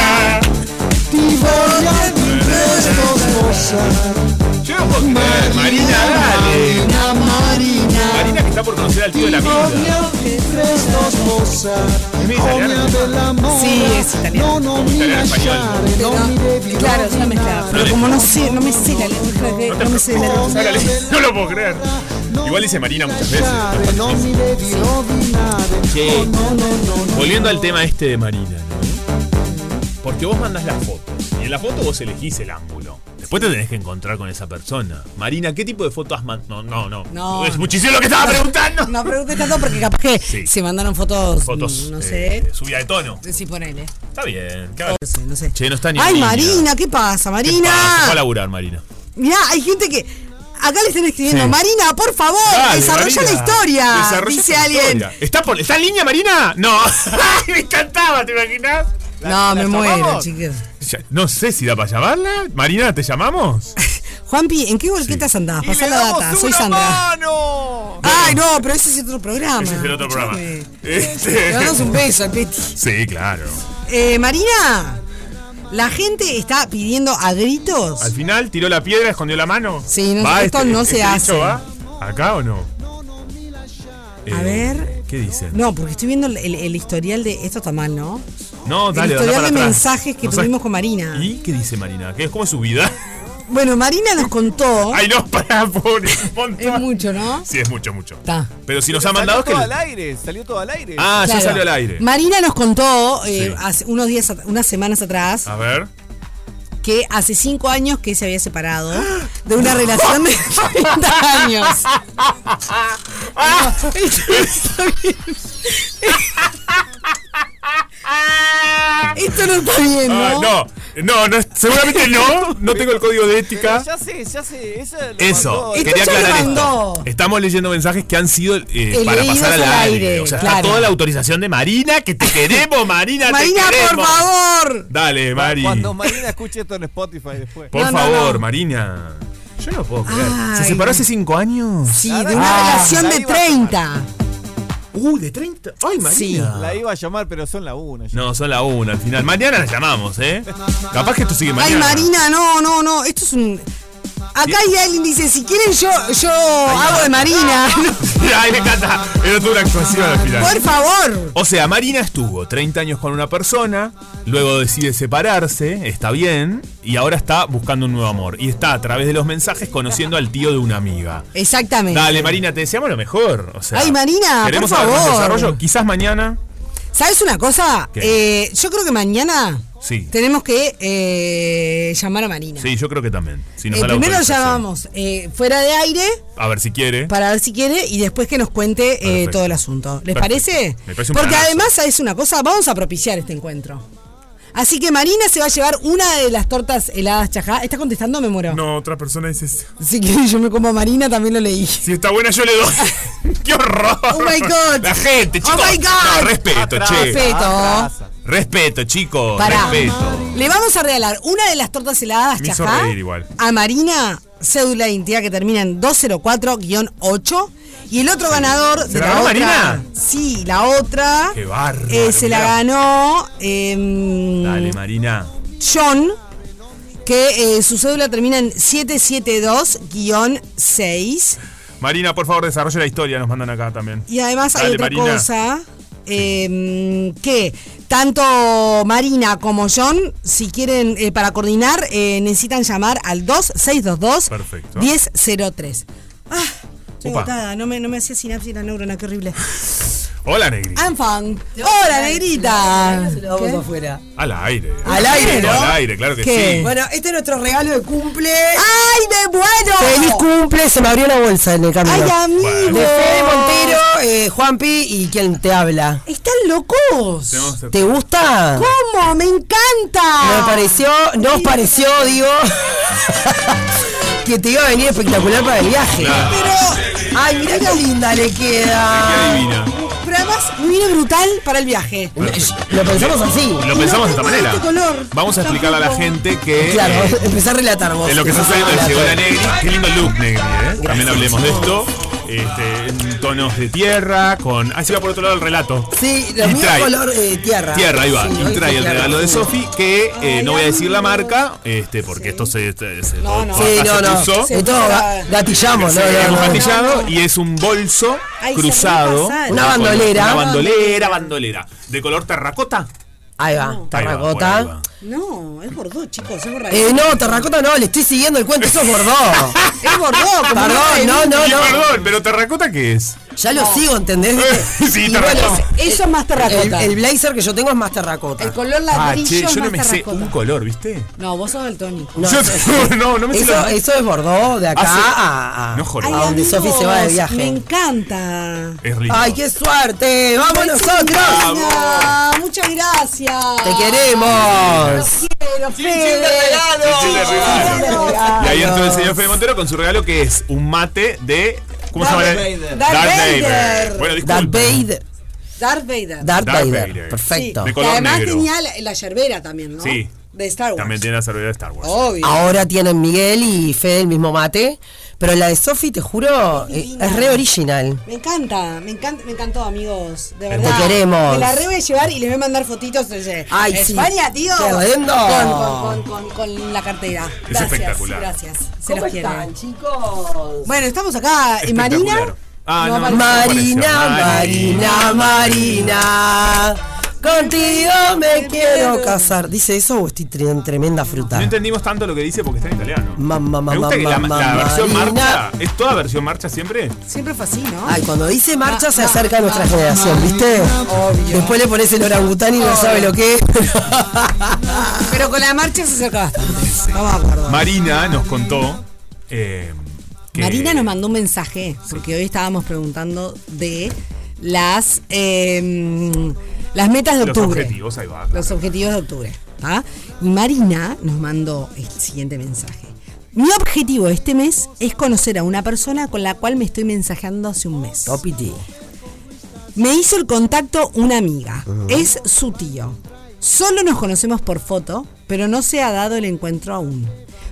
[SPEAKER 3] Yo no puedo creer, Marina, dale.
[SPEAKER 2] Marina.
[SPEAKER 3] Marina que está por conocer al tío de la amiga. Es medio italiano.
[SPEAKER 2] Sí, es italiano.
[SPEAKER 3] Italiano español.
[SPEAKER 2] Pero, claro, es una mezcla. Pero como no sé, no me sé la letra, de- no me sé la
[SPEAKER 3] O sea,
[SPEAKER 2] letra.
[SPEAKER 3] la le- No lo puedo creer. Igual dice Marina muchas veces. Che, volviendo al tema este de Marina, ¿no? Porque vos mandás las fotos y en la foto vos elegís el ángulo. Después te tenés que encontrar con esa persona. Marina, ¿qué tipo de fotos has mandado? No, no, no.
[SPEAKER 2] No.
[SPEAKER 3] Es muchísimo lo que estaba preguntando.
[SPEAKER 2] No preguntes tanto porque capaz que
[SPEAKER 3] Sí.
[SPEAKER 2] se mandaron fotos.
[SPEAKER 3] Fotos,
[SPEAKER 2] mm, No
[SPEAKER 3] eh,
[SPEAKER 2] sé.
[SPEAKER 3] subida de tono.
[SPEAKER 2] Sí, ponele.
[SPEAKER 3] Está bien. claro.
[SPEAKER 2] No sé.
[SPEAKER 3] Che, no está ni en
[SPEAKER 2] Ay,
[SPEAKER 3] línea.
[SPEAKER 2] Marina, ¿qué pasa,
[SPEAKER 3] ¿Qué pasa? Se fue a
[SPEAKER 2] Marina?
[SPEAKER 3] laburar, Marina.
[SPEAKER 2] Mirá, hay gente que. Acá le están escribiendo,
[SPEAKER 3] Sí.
[SPEAKER 2] Marina, por favor,
[SPEAKER 3] Dale, Marina.
[SPEAKER 2] desarrolla la historia.
[SPEAKER 3] Desarrolla
[SPEAKER 2] dice
[SPEAKER 3] esta
[SPEAKER 2] alguien.
[SPEAKER 3] historia. ¿Está, por- ¿Está en línea, Marina?
[SPEAKER 2] <laughs>
[SPEAKER 3] No. Ay, me encantaba, ¿te imaginas?
[SPEAKER 2] No, me muero,
[SPEAKER 3] llamamos?
[SPEAKER 2] chicos.
[SPEAKER 3] Ya- no sé si da para llamarla. Marina, ¿te llamamos?
[SPEAKER 2] Juanpi, ¿en qué golquetas andás? Pasá la data, soy Sandra.
[SPEAKER 4] ¡Mano!
[SPEAKER 2] Ay, no, pero ese es otro programa.
[SPEAKER 3] Ese es el otro programa.
[SPEAKER 2] Escuchame.
[SPEAKER 3] Este-
[SPEAKER 2] Le
[SPEAKER 3] <laughs>
[SPEAKER 2] damos un beso al Peti.
[SPEAKER 3] Sí, claro.
[SPEAKER 2] Eh, Marina, la gente está pidiendo a gritos.
[SPEAKER 3] Al final tiró la piedra, escondió la mano.
[SPEAKER 2] Sí, no,
[SPEAKER 3] ¿Va este
[SPEAKER 2] esto no se
[SPEAKER 3] bicho
[SPEAKER 2] hace.
[SPEAKER 3] va? ¿Acá o no?
[SPEAKER 2] A
[SPEAKER 3] Eh,
[SPEAKER 2] ver,
[SPEAKER 3] ¿Qué dicen?
[SPEAKER 2] No, porque estoy viendo el, el historial de. Esto está mal, ¿no?
[SPEAKER 3] No,
[SPEAKER 2] el
[SPEAKER 3] dale, anda
[SPEAKER 2] historial
[SPEAKER 3] para
[SPEAKER 2] de
[SPEAKER 3] atrás.
[SPEAKER 2] mensajes que
[SPEAKER 3] No
[SPEAKER 2] tuvimos
[SPEAKER 3] sabes-
[SPEAKER 2] con Marina.
[SPEAKER 3] ¿Y qué dice Marina? ¿Qué, ¿Cómo es su vida? <laughs>
[SPEAKER 2] Bueno, Marina nos contó.
[SPEAKER 3] Ay, no, para, pobre. un montón.
[SPEAKER 2] Es mucho, ¿no?
[SPEAKER 3] Sí, es mucho, mucho.
[SPEAKER 2] Está.
[SPEAKER 3] Pero si nos ha
[SPEAKER 4] Salió
[SPEAKER 3] mandado es
[SPEAKER 4] todo
[SPEAKER 3] que.
[SPEAKER 4] al aire, salió todo al aire.
[SPEAKER 3] Ah,
[SPEAKER 2] Claro.
[SPEAKER 3] ya salió al aire.
[SPEAKER 2] Marina nos contó
[SPEAKER 3] Sí.
[SPEAKER 2] eh, hace unos días, at- unas semanas atrás,
[SPEAKER 3] A ver.
[SPEAKER 2] que hace cinco años que se había separado de una
[SPEAKER 3] <laughs>
[SPEAKER 2] relación de 30 años.
[SPEAKER 3] Ah.
[SPEAKER 2] No, esto está bien.
[SPEAKER 3] <laughs>
[SPEAKER 2] Esto no está bien, ¿no?
[SPEAKER 3] Ah, no, no, no, seguramente
[SPEAKER 2] <laughs>
[SPEAKER 3] no. No tengo el código de ética.
[SPEAKER 4] Ya sé, ya sé. Eso lo
[SPEAKER 3] Eso,
[SPEAKER 4] mandó.
[SPEAKER 3] quería
[SPEAKER 2] ya lo
[SPEAKER 3] aclarar esto.
[SPEAKER 2] mandó.
[SPEAKER 3] Estamos leyendo mensajes que han sido eh, para
[SPEAKER 2] Elegidos
[SPEAKER 3] pasar al
[SPEAKER 2] al
[SPEAKER 3] aire.
[SPEAKER 2] aire,
[SPEAKER 3] O sea, está
[SPEAKER 2] claro.
[SPEAKER 3] toda la autorización de Marina, que te queremos, Marina. te
[SPEAKER 2] Marina, por
[SPEAKER 3] queremos.
[SPEAKER 2] favor.
[SPEAKER 3] Dale, Mari.
[SPEAKER 4] Cuando Marina escuche esto en Spotify después.
[SPEAKER 3] Por
[SPEAKER 2] No, no,
[SPEAKER 3] favor,
[SPEAKER 2] no.
[SPEAKER 3] Marina. Yo no puedo creer. ¿Se
[SPEAKER 2] Ay.
[SPEAKER 3] separó hace cinco años?
[SPEAKER 2] Sí, de
[SPEAKER 3] Ah.
[SPEAKER 2] una relación de 30.
[SPEAKER 3] Uh, de 30. Ay, Marina.
[SPEAKER 4] La iba a llamar, pero son la una.
[SPEAKER 3] No, son la una al final. Mañana la llamamos, ¿eh? Capaz que esto sigue
[SPEAKER 2] Ay,
[SPEAKER 3] mañana.
[SPEAKER 2] Marina, no, no, no. Esto es un. Acá hay alguien dice, si quieren yo, yo hago
[SPEAKER 3] <laughs>
[SPEAKER 2] de Marina.
[SPEAKER 3] <laughs> Ay, me encanta. Era toda una actuación al final.
[SPEAKER 2] Por favor.
[SPEAKER 3] O sea, Marina estuvo 30 años con una persona, luego decide separarse, está bien, y ahora está buscando un nuevo amor. Y está a través de los mensajes conociendo al tío de una amiga.
[SPEAKER 2] Exactamente.
[SPEAKER 3] Dale, Marina, te deseamos lo mejor. O sea,
[SPEAKER 2] Ay, Marina, por
[SPEAKER 3] queremos saber más
[SPEAKER 2] favor.
[SPEAKER 3] desarrollo. Quizás mañana.
[SPEAKER 2] ¿Sabes una cosa? Eh, yo creo que mañana
[SPEAKER 3] Sí.
[SPEAKER 2] tenemos que eh, llamar a Marina.
[SPEAKER 3] Sí, yo creo que también. Si nos
[SPEAKER 2] Eh,
[SPEAKER 3] da la
[SPEAKER 2] primero
[SPEAKER 3] autorización.
[SPEAKER 2] llamamos eh, fuera de aire
[SPEAKER 3] A ver si quiere.
[SPEAKER 2] para ver si quiere y después que nos cuente eh,
[SPEAKER 3] Perfecto.
[SPEAKER 2] todo el asunto. ¿Les
[SPEAKER 3] Perfecto.
[SPEAKER 2] parece?
[SPEAKER 3] Me parece un
[SPEAKER 2] Porque
[SPEAKER 3] planazo.
[SPEAKER 2] además es una cosa, vamos a propiciar este encuentro. Así que Marina se va a llevar una de las tortas heladas chajá. ¿Estás contestando? Me muero.
[SPEAKER 3] No, otra persona dice eso.
[SPEAKER 2] Así que yo me como a Marina, también lo leí.
[SPEAKER 3] Si está buena, yo le
[SPEAKER 2] <laughs>
[SPEAKER 3] doy. ¡Qué horror!
[SPEAKER 2] Oh my God.
[SPEAKER 3] La gente,
[SPEAKER 2] Oh
[SPEAKER 3] chicos.
[SPEAKER 2] my God.
[SPEAKER 3] No, respeto,
[SPEAKER 2] Atrasa,
[SPEAKER 3] che.
[SPEAKER 2] atrasa.
[SPEAKER 3] Respeto, chicos.
[SPEAKER 2] Pará.
[SPEAKER 3] Respeto.
[SPEAKER 2] Le vamos a regalar una de las tortas heladas
[SPEAKER 3] Me hizo
[SPEAKER 2] chajá
[SPEAKER 3] reír igual.
[SPEAKER 2] a Marina, cédula de identidad que termina en 204-8. Y el otro ganador de
[SPEAKER 3] la
[SPEAKER 2] la,
[SPEAKER 3] ganó
[SPEAKER 2] otra.
[SPEAKER 3] Marina?
[SPEAKER 2] Sí, la otra.
[SPEAKER 3] Qué bárbaro.
[SPEAKER 2] eh, se la
[SPEAKER 3] mirá.
[SPEAKER 2] ganó em,
[SPEAKER 3] Dale, Marina.
[SPEAKER 2] John, que eh, su cédula termina en 772-6.
[SPEAKER 3] Marina, por favor, desarrolle la historia. Nos mandan acá también.
[SPEAKER 2] Y además hay
[SPEAKER 3] Dale,
[SPEAKER 2] otra
[SPEAKER 3] Marina.
[SPEAKER 2] cosa eh, que tanto Marina como John, si quieren, eh, para coordinar, eh, necesitan llamar al 2622
[SPEAKER 3] Perfecto.
[SPEAKER 2] 1003. Ah, estoy
[SPEAKER 3] Upa.
[SPEAKER 2] agotada, no me, no me hacía sinapsis la neurona, qué horrible.
[SPEAKER 3] Hola, Negri.
[SPEAKER 2] I'm fan. Hola, negrita.
[SPEAKER 14] vamos
[SPEAKER 2] ¿Qué?
[SPEAKER 14] afuera.
[SPEAKER 3] Al aire.
[SPEAKER 14] Al aire, ¿no?
[SPEAKER 3] Al aire, claro que sí.
[SPEAKER 14] Bueno, este es nuestro regalo de cumple.
[SPEAKER 2] ¡Ay, me bueno!
[SPEAKER 14] ¡Feliz cumple! Se me abrió la bolsa en el camino.
[SPEAKER 2] ¡Ay, amigo!
[SPEAKER 14] De Fede Montero, eh, Juanpi y quien te habla.
[SPEAKER 2] ¡Están locos!
[SPEAKER 3] Tenemos que-
[SPEAKER 14] ¿Te gusta?
[SPEAKER 2] ¿Cómo? ¡Me encanta!
[SPEAKER 14] Me pareció, nos pareció, digo, <laughs> que te iba a venir espectacular para el viaje.
[SPEAKER 3] Claro.
[SPEAKER 14] Pero, ay, mira qué linda le
[SPEAKER 3] Qué
[SPEAKER 14] queda.
[SPEAKER 3] divina.
[SPEAKER 2] Pero además me viene brutal para el viaje.
[SPEAKER 14] Lo pensamos así.
[SPEAKER 3] Lo pensamos de esta
[SPEAKER 2] tengo
[SPEAKER 3] manera.
[SPEAKER 2] este color.
[SPEAKER 3] Vamos a explicarle a la gente que.
[SPEAKER 14] Claro,
[SPEAKER 3] eh,
[SPEAKER 14] empezá a relatar vos.
[SPEAKER 3] de lo que está sucediendo
[SPEAKER 14] Relatar.
[SPEAKER 3] llegó la Negri. Qué lindo look, Negri, ¿eh? También hablemos de esto. Este, en tonos de tierra, con. Ah, se va por otro lado el relato.
[SPEAKER 14] Sí, lo
[SPEAKER 3] Y
[SPEAKER 14] mío
[SPEAKER 3] trae-
[SPEAKER 14] es color eh, tierra.
[SPEAKER 3] Tierra, ahí va.
[SPEAKER 14] Sí,
[SPEAKER 3] y
[SPEAKER 14] hoy
[SPEAKER 3] trae
[SPEAKER 14] fue
[SPEAKER 3] el
[SPEAKER 14] tierra.
[SPEAKER 3] regalo de Sofi, que eh, no voy a decir la marca, este, porque esto se. se- se- todo-
[SPEAKER 2] no.
[SPEAKER 3] todo
[SPEAKER 14] Sí,
[SPEAKER 3] acá
[SPEAKER 14] no,
[SPEAKER 3] Ah, se
[SPEAKER 14] no.
[SPEAKER 3] puso.
[SPEAKER 14] Sí, todo ga- gatillamos,
[SPEAKER 3] Sí,
[SPEAKER 14] no, no,
[SPEAKER 3] hemos
[SPEAKER 14] no.
[SPEAKER 3] gatillado, y es un bolso
[SPEAKER 2] Ay, se
[SPEAKER 3] cruzado.
[SPEAKER 2] puede pasar.
[SPEAKER 14] Una
[SPEAKER 3] de color-
[SPEAKER 14] bandolera.
[SPEAKER 3] Una bandolera, bandolera. De color terracota.
[SPEAKER 14] Ahí va,
[SPEAKER 3] Ahí va,
[SPEAKER 14] terracota.
[SPEAKER 3] por
[SPEAKER 2] No, es bordó, chicos, es borrado.
[SPEAKER 14] Eh, no, terracota no, le estoy siguiendo el cuento, eso es
[SPEAKER 3] <laughs>
[SPEAKER 14] bordó.
[SPEAKER 2] Es bordó, como
[SPEAKER 3] Ah,
[SPEAKER 2] una
[SPEAKER 14] Perdón, no,
[SPEAKER 2] peluca.
[SPEAKER 14] no,
[SPEAKER 3] Y
[SPEAKER 14] no.
[SPEAKER 3] perdón, pero terracota qué es?
[SPEAKER 14] Ya lo sigo, ¿entendés?
[SPEAKER 3] <laughs> Sí,
[SPEAKER 14] Y
[SPEAKER 3] terracota.
[SPEAKER 14] bueno,
[SPEAKER 2] Eso es más
[SPEAKER 14] el,
[SPEAKER 2] terracota.
[SPEAKER 14] el blazer que yo tengo es más terracota.
[SPEAKER 2] El color
[SPEAKER 3] Ah,
[SPEAKER 2] ladrillo
[SPEAKER 3] che,
[SPEAKER 2] es
[SPEAKER 3] yo no
[SPEAKER 2] más
[SPEAKER 3] me sé
[SPEAKER 2] terracota.
[SPEAKER 3] un color, ¿viste?
[SPEAKER 2] No, vos sos el Tony.
[SPEAKER 14] No,
[SPEAKER 3] Yo-
[SPEAKER 14] eso,
[SPEAKER 3] <laughs> no, no me sé
[SPEAKER 14] eso-
[SPEAKER 3] los-
[SPEAKER 14] eso es bordó de acá
[SPEAKER 3] Ah, sí.
[SPEAKER 14] a, a-
[SPEAKER 3] No Ah, jodas.
[SPEAKER 14] a donde Sofi se va de
[SPEAKER 2] Me
[SPEAKER 14] viaje.
[SPEAKER 2] encanta.
[SPEAKER 3] Es lindo.
[SPEAKER 14] ¡Ay, qué suerte! ¡Vamos nosotros!
[SPEAKER 2] Gracias, Muchas gracias.
[SPEAKER 14] ¡Te queremos!
[SPEAKER 2] quiero, Fede.
[SPEAKER 3] Chin, chin de regalo.
[SPEAKER 2] Regalo.
[SPEAKER 3] Y ahí entró el señor Fede Montero con su regalo que es un mate de. ¿Cómo
[SPEAKER 14] Darth
[SPEAKER 3] se llama?
[SPEAKER 14] Vader.
[SPEAKER 2] Darth
[SPEAKER 3] Vader.
[SPEAKER 2] Vader.
[SPEAKER 3] Bueno, disculpa.
[SPEAKER 14] Darth Vader.
[SPEAKER 2] Darth Vader.
[SPEAKER 3] Darth
[SPEAKER 14] Darth Vader.
[SPEAKER 3] Vader.
[SPEAKER 14] Perfecto.
[SPEAKER 3] Sí. De
[SPEAKER 2] Que
[SPEAKER 3] color
[SPEAKER 2] además
[SPEAKER 3] negro.
[SPEAKER 2] tenía la, la yerbera también, ¿no?
[SPEAKER 3] Sí.
[SPEAKER 2] De Star Wars.
[SPEAKER 3] También tiene la cerveza de Star Wars.
[SPEAKER 2] Obvio.
[SPEAKER 14] Ahora tienen Miguel y Fede el mismo mate. Pero la de Sofi, te juro,
[SPEAKER 2] Es
[SPEAKER 14] eh,
[SPEAKER 2] divina.
[SPEAKER 14] es re original.
[SPEAKER 2] Me encanta, me encanta, me encantó, amigos. De
[SPEAKER 3] Te
[SPEAKER 2] verdad.
[SPEAKER 14] queremos.
[SPEAKER 2] Me la re voy a llevar y les voy a mandar fotitos desde
[SPEAKER 14] Ay, sí.
[SPEAKER 2] España, tío.
[SPEAKER 14] Qué lindo.
[SPEAKER 2] Con, con- con- con- con la cartera.
[SPEAKER 3] Es
[SPEAKER 2] Gracias,
[SPEAKER 3] espectacular.
[SPEAKER 2] Gracias. Se los quiere.
[SPEAKER 14] chicos?
[SPEAKER 2] Bueno, estamos acá. eh,
[SPEAKER 3] Espectacular.
[SPEAKER 2] Marina
[SPEAKER 3] Ah, no, no
[SPEAKER 14] Marina,
[SPEAKER 3] apareció.
[SPEAKER 14] Marina, Marina. Contigo me quiero casar. ¿Dice eso o estoy tre- en tremenda
[SPEAKER 3] No
[SPEAKER 14] fruta?
[SPEAKER 3] entendimos tanto lo que dice porque está en italiano.
[SPEAKER 14] Mamá,
[SPEAKER 3] Me
[SPEAKER 14] mamá,
[SPEAKER 3] gusta que la,
[SPEAKER 14] mamá,
[SPEAKER 3] la versión
[SPEAKER 14] Marina.
[SPEAKER 3] marcha. ¿Es toda versión marcha siempre?
[SPEAKER 2] Siempre fue así, ¿no? Ah,
[SPEAKER 14] Ay, cuando dice marcha se acerca a nuestra generación, ¿viste? Después le pones el orangután y no
[SPEAKER 2] Obvio.
[SPEAKER 14] sabe lo que es.
[SPEAKER 2] Ah, Pero con la marcha se acerca bastante. Estamos de acuerdo.
[SPEAKER 3] Marina nos contó. eh, que-
[SPEAKER 2] Marina nos mandó un mensaje, porque hoy estábamos preguntando de las, eh, las metas de
[SPEAKER 3] Los
[SPEAKER 2] octubre.
[SPEAKER 3] objetivos, ahí va.
[SPEAKER 2] Los objetivos de octubre. ¿tá? Y Marina nos mandó el siguiente mensaje. Mi objetivo este mes es conocer a una persona con la cual me estoy mensajeando hace un mes. Me hizo el contacto una amiga.
[SPEAKER 14] Ujú.
[SPEAKER 2] Es su tío. Solo nos conocemos por foto, pero no se ha dado el encuentro aún.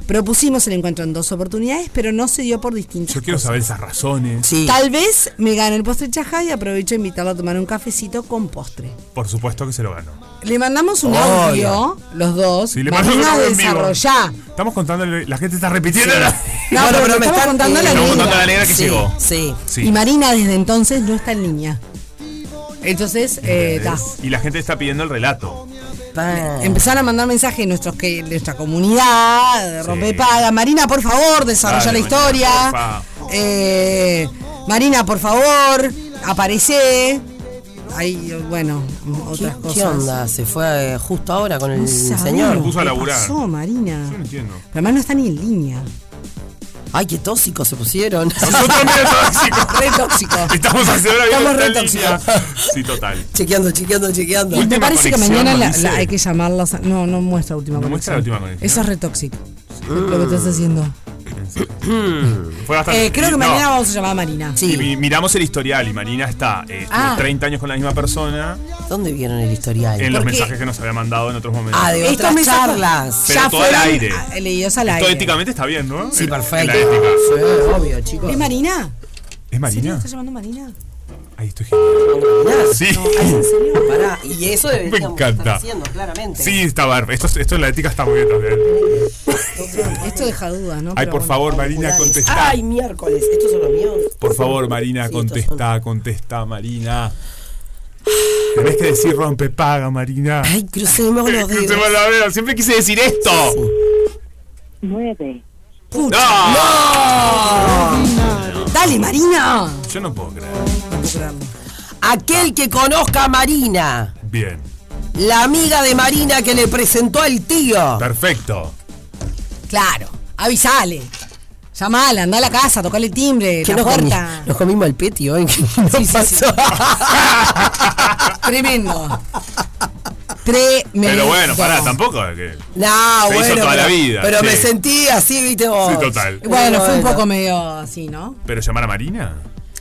[SPEAKER 2] Propusimos el encuentro en dos oportunidades, pero no se dio por distintas
[SPEAKER 3] Yo quiero saber esas razones.
[SPEAKER 2] Tal vez me gane el postre chajá y aprovecho de invitarlo a tomar un cafecito con postre.
[SPEAKER 3] Por supuesto que se lo ganó.
[SPEAKER 2] Le mandamos un
[SPEAKER 3] Obvio.
[SPEAKER 2] audio, los dos.
[SPEAKER 3] Sí, le
[SPEAKER 2] Marina
[SPEAKER 3] mandó un audio en vivo.
[SPEAKER 2] desarrollá.
[SPEAKER 3] Estamos contándole. La gente está repitiendo. la-
[SPEAKER 2] No, pero,
[SPEAKER 3] pero me
[SPEAKER 2] estamos
[SPEAKER 3] están-
[SPEAKER 2] contando la
[SPEAKER 3] Estamos
[SPEAKER 2] negra.
[SPEAKER 3] contando la negra que llegó.
[SPEAKER 14] Sí.
[SPEAKER 3] Sí.
[SPEAKER 2] Y Marina desde entonces no está en línea. Entonces, eh, ta.
[SPEAKER 3] Y la gente está pidiendo el relato.
[SPEAKER 2] empezaron a mandar mensajes nuestros que nuestra comunidad, de rompe paga. Marina, por favor, desarrolla
[SPEAKER 3] Dale,
[SPEAKER 2] la
[SPEAKER 3] Marina,
[SPEAKER 2] historia.
[SPEAKER 3] porfa.
[SPEAKER 2] Eh, Marina, por favor, aparece. Ahí, bueno, otras
[SPEAKER 14] ¿Qué,
[SPEAKER 2] cosas.
[SPEAKER 14] qué onda? ¿Se fue eh, justo ahora
[SPEAKER 3] Mm,
[SPEAKER 14] con el
[SPEAKER 2] No sabemos
[SPEAKER 14] señor?
[SPEAKER 2] qué pasó, Marina?
[SPEAKER 3] Yo no entiendo.
[SPEAKER 2] Pero además no está ni en línea.
[SPEAKER 14] Ay, qué tóxicos se pusieron.
[SPEAKER 3] Nosotros medio
[SPEAKER 14] <laughs>
[SPEAKER 3] tóxicos.
[SPEAKER 2] Re tóxicos.
[SPEAKER 3] Estamos hace hora viendo
[SPEAKER 14] Estamos re
[SPEAKER 3] esta línea.
[SPEAKER 14] tóxicos.
[SPEAKER 3] Sí, total.
[SPEAKER 14] Chequeando, chequeando, chequeando.
[SPEAKER 2] Me parece que mañana la-
[SPEAKER 3] dice.
[SPEAKER 2] la- hay que llamarlas. a- No, no muestra última
[SPEAKER 3] No
[SPEAKER 2] conexión.
[SPEAKER 3] muestra la última conexión.
[SPEAKER 2] Eso es re tóxico. Lo que estás haciendo.
[SPEAKER 3] Fue bastante.
[SPEAKER 2] Eh, creo que
[SPEAKER 3] No.
[SPEAKER 2] mañana vamos a llamar a Marina.
[SPEAKER 3] Y mi- miramos el historial y Marina está eh, estuvo
[SPEAKER 2] Ah.
[SPEAKER 3] 30 años con la misma persona
[SPEAKER 14] ¿Dónde vieron el historial?
[SPEAKER 3] en los
[SPEAKER 2] Porque-
[SPEAKER 3] mensajes que nos había mandado en otros momentos.
[SPEAKER 14] Ah, de
[SPEAKER 2] Estos
[SPEAKER 14] otras
[SPEAKER 2] mensajes
[SPEAKER 14] charlas.
[SPEAKER 3] Pero todo al
[SPEAKER 2] fueron,
[SPEAKER 3] aire.
[SPEAKER 2] ah, Leídos al
[SPEAKER 3] Todo
[SPEAKER 2] aire.
[SPEAKER 3] éticamente está bien, ¿no?
[SPEAKER 14] Sí,
[SPEAKER 3] En-
[SPEAKER 14] perfecto.
[SPEAKER 3] en la ética.
[SPEAKER 14] obvio, chicos.
[SPEAKER 2] ¿Es Marina?
[SPEAKER 3] ¿Es Marina?
[SPEAKER 2] ¿Estás llamando Marina?
[SPEAKER 3] Ahí estoy genial. Sí. <laughs>
[SPEAKER 14] Pará, y eso
[SPEAKER 3] Me
[SPEAKER 14] deberíamos estar
[SPEAKER 3] encanta.
[SPEAKER 14] haciendo, claramente.
[SPEAKER 3] Sí, está barba. Esto, es- esto en la ética está muy bien también.
[SPEAKER 2] Esto deja dudas, ¿no?
[SPEAKER 3] Ay,
[SPEAKER 2] Pero
[SPEAKER 3] por
[SPEAKER 2] bueno.
[SPEAKER 3] favor, Marina, contesta.
[SPEAKER 14] Ay, miércoles, estos son los míos.
[SPEAKER 3] Por favor, Marina, contesta, contesta, Marina. Tenés que decir rompe paga, Marina.
[SPEAKER 14] Ay, crucemos los
[SPEAKER 3] <laughs>
[SPEAKER 14] dedos.
[SPEAKER 3] Crucemos los dedos. Siempre quise decir esto.
[SPEAKER 5] Nueve.
[SPEAKER 3] Ah.
[SPEAKER 14] Dale, Marina.
[SPEAKER 3] Yo no puedo creer.
[SPEAKER 14] Aquel que conozca a Marina,
[SPEAKER 3] Bien.
[SPEAKER 14] la amiga de Marina que le presentó al tío.
[SPEAKER 3] Perfecto.
[SPEAKER 2] Claro. Avisale. Llamala, anda a la casa, tocale el timbre,
[SPEAKER 14] Que
[SPEAKER 2] la
[SPEAKER 14] nos, comi-
[SPEAKER 2] puerta.
[SPEAKER 14] nos comimos el peti hoy. <laughs> ¿Qué nos pasó?
[SPEAKER 2] Tremendo. Tremendo.
[SPEAKER 3] Pero bueno, pará, tampoco. es que-
[SPEAKER 14] No,
[SPEAKER 3] Se hizo
[SPEAKER 14] bueno.
[SPEAKER 3] toda
[SPEAKER 14] pero,
[SPEAKER 3] la vida,
[SPEAKER 14] Pero
[SPEAKER 3] sí.
[SPEAKER 14] me sentí así, viste vos.
[SPEAKER 3] Sí, total.
[SPEAKER 2] Bueno, fue un poco medio así, ¿no?
[SPEAKER 3] ¿Pero llamar a Marina?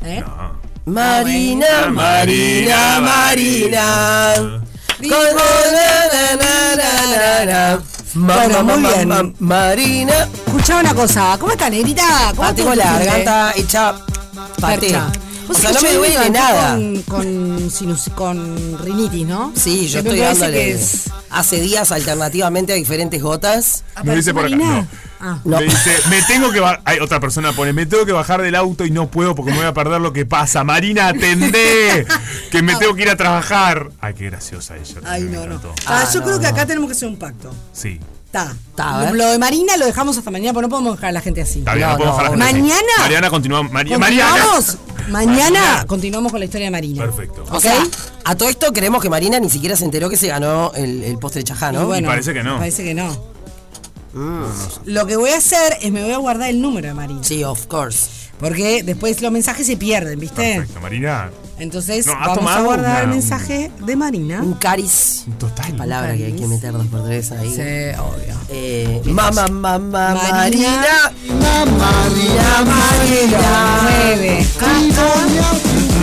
[SPEAKER 2] ¿Eh?
[SPEAKER 3] No.
[SPEAKER 2] Ah,
[SPEAKER 14] Marina, Marina, Marina. Con- na, na, na, na, na, na.
[SPEAKER 2] Bueno,
[SPEAKER 14] Ma-
[SPEAKER 2] muy
[SPEAKER 14] ma-
[SPEAKER 2] bien.
[SPEAKER 14] ma- Marina.
[SPEAKER 2] Escuchá una cosa, Ah, ¿cómo está, negrita? ¿Cómo eh?
[SPEAKER 14] Ah,
[SPEAKER 2] está
[SPEAKER 14] tengo
[SPEAKER 2] tu
[SPEAKER 14] la
[SPEAKER 2] fin de-
[SPEAKER 14] garganta hecha paté.
[SPEAKER 2] Percha.
[SPEAKER 14] O
[SPEAKER 2] Vos
[SPEAKER 14] sea,
[SPEAKER 2] sabés
[SPEAKER 14] no
[SPEAKER 2] que
[SPEAKER 14] me
[SPEAKER 2] yo
[SPEAKER 14] duele
[SPEAKER 2] levanté
[SPEAKER 14] nada.
[SPEAKER 2] Con, con, sinus- con rinitis, ¿no?
[SPEAKER 14] Sí, yo
[SPEAKER 2] Me
[SPEAKER 14] estoy
[SPEAKER 2] parece
[SPEAKER 14] dándole
[SPEAKER 2] que es-
[SPEAKER 14] hace días alternativamente a diferentes gotas.
[SPEAKER 3] Me dice por acá. No.
[SPEAKER 2] Ah.
[SPEAKER 14] No.
[SPEAKER 3] Me dice, me tengo que bajar. Hay otra persona pone, me tengo que bajar del auto y no puedo porque me voy a perder lo que pasa. Marina, atendé. Que me tengo que ir a trabajar. Ay, qué graciosa ella.
[SPEAKER 2] Ay,
[SPEAKER 3] también, me
[SPEAKER 2] no, no.
[SPEAKER 3] encantó.
[SPEAKER 2] Ah,
[SPEAKER 14] Ah,
[SPEAKER 2] yo
[SPEAKER 14] no,
[SPEAKER 2] creo que
[SPEAKER 14] no.
[SPEAKER 2] acá tenemos que hacer un pacto.
[SPEAKER 3] Sí.
[SPEAKER 2] Está.
[SPEAKER 14] Ta, a ver.
[SPEAKER 2] Lo de Marina lo dejamos hasta mañana, porque no podemos dejar a la gente así.
[SPEAKER 3] Está bien, no,
[SPEAKER 14] No,
[SPEAKER 3] podemos
[SPEAKER 14] no,
[SPEAKER 3] dejar la gente
[SPEAKER 2] obvio.
[SPEAKER 3] así.
[SPEAKER 2] Mañana-
[SPEAKER 3] Mariana, continuamos. Mari- Mariana.
[SPEAKER 2] ¿Continuamos? Mañana continuamos con la historia de Marina.
[SPEAKER 3] Perfecto.
[SPEAKER 14] O sea, a todo esto creemos que Marina ni siquiera se enteró que se ganó el, el postre chajá,
[SPEAKER 2] Y
[SPEAKER 14] Ah, ¿no? Ah.
[SPEAKER 2] bueno,
[SPEAKER 3] parece que no.
[SPEAKER 2] Parece que no. Lo que voy a hacer es me voy a guardar el número de Marina.
[SPEAKER 14] Sí, of course.
[SPEAKER 2] Porque después los mensajes se pierden, ¿viste?
[SPEAKER 3] Perfecto, Marina.
[SPEAKER 2] Entonces
[SPEAKER 3] No, ha
[SPEAKER 2] vamos a
[SPEAKER 3] tomado
[SPEAKER 2] guardar el
[SPEAKER 3] una-
[SPEAKER 2] mensaje de Marina.
[SPEAKER 14] Un caris.
[SPEAKER 3] Total.
[SPEAKER 14] Palabra que hay que meter dos por tres ahí.
[SPEAKER 2] Sí, obvio.
[SPEAKER 14] Eh, mamá, mamá,
[SPEAKER 2] Marina.
[SPEAKER 14] Marina. Marina, Marina.
[SPEAKER 2] Nueve.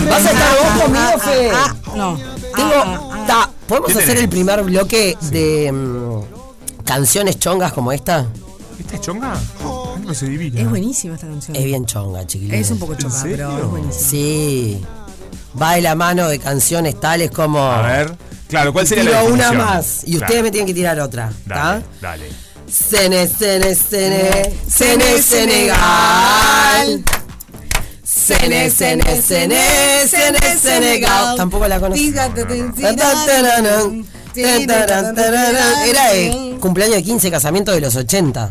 [SPEAKER 14] ¿Vas a estar vos conmigo, Fede? Ah,
[SPEAKER 2] Ah, no.
[SPEAKER 14] Tengo. ta, ¿Podemos
[SPEAKER 3] ¿Qué
[SPEAKER 14] hacer
[SPEAKER 3] tenés?
[SPEAKER 14] el primer bloque de mm, canciones chongas como esta?
[SPEAKER 3] ¿Esta es chonga? Ay, no se divina.
[SPEAKER 2] Es buenísima esta canción.
[SPEAKER 14] Es bien chonga, chiquilines.
[SPEAKER 2] Es un poco chocada,
[SPEAKER 3] serio?
[SPEAKER 2] pero es buenísima.
[SPEAKER 14] Sí. Va de la mano de canciones tales como.
[SPEAKER 3] A ver. Claro, ¿cuál sería
[SPEAKER 14] Tiro
[SPEAKER 3] la
[SPEAKER 14] una
[SPEAKER 3] definición?
[SPEAKER 14] más. Y
[SPEAKER 3] Claro.
[SPEAKER 14] ustedes me tienen que tirar otra. ¿Está?
[SPEAKER 3] Dale, dale.
[SPEAKER 14] Sene, Sene, Sene, Sene, Senegal.
[SPEAKER 2] Sene, sene, sene, sene, Senegal.
[SPEAKER 14] Tampoco la conozco. Era el cumpleaños de 15, casamiento de los 80.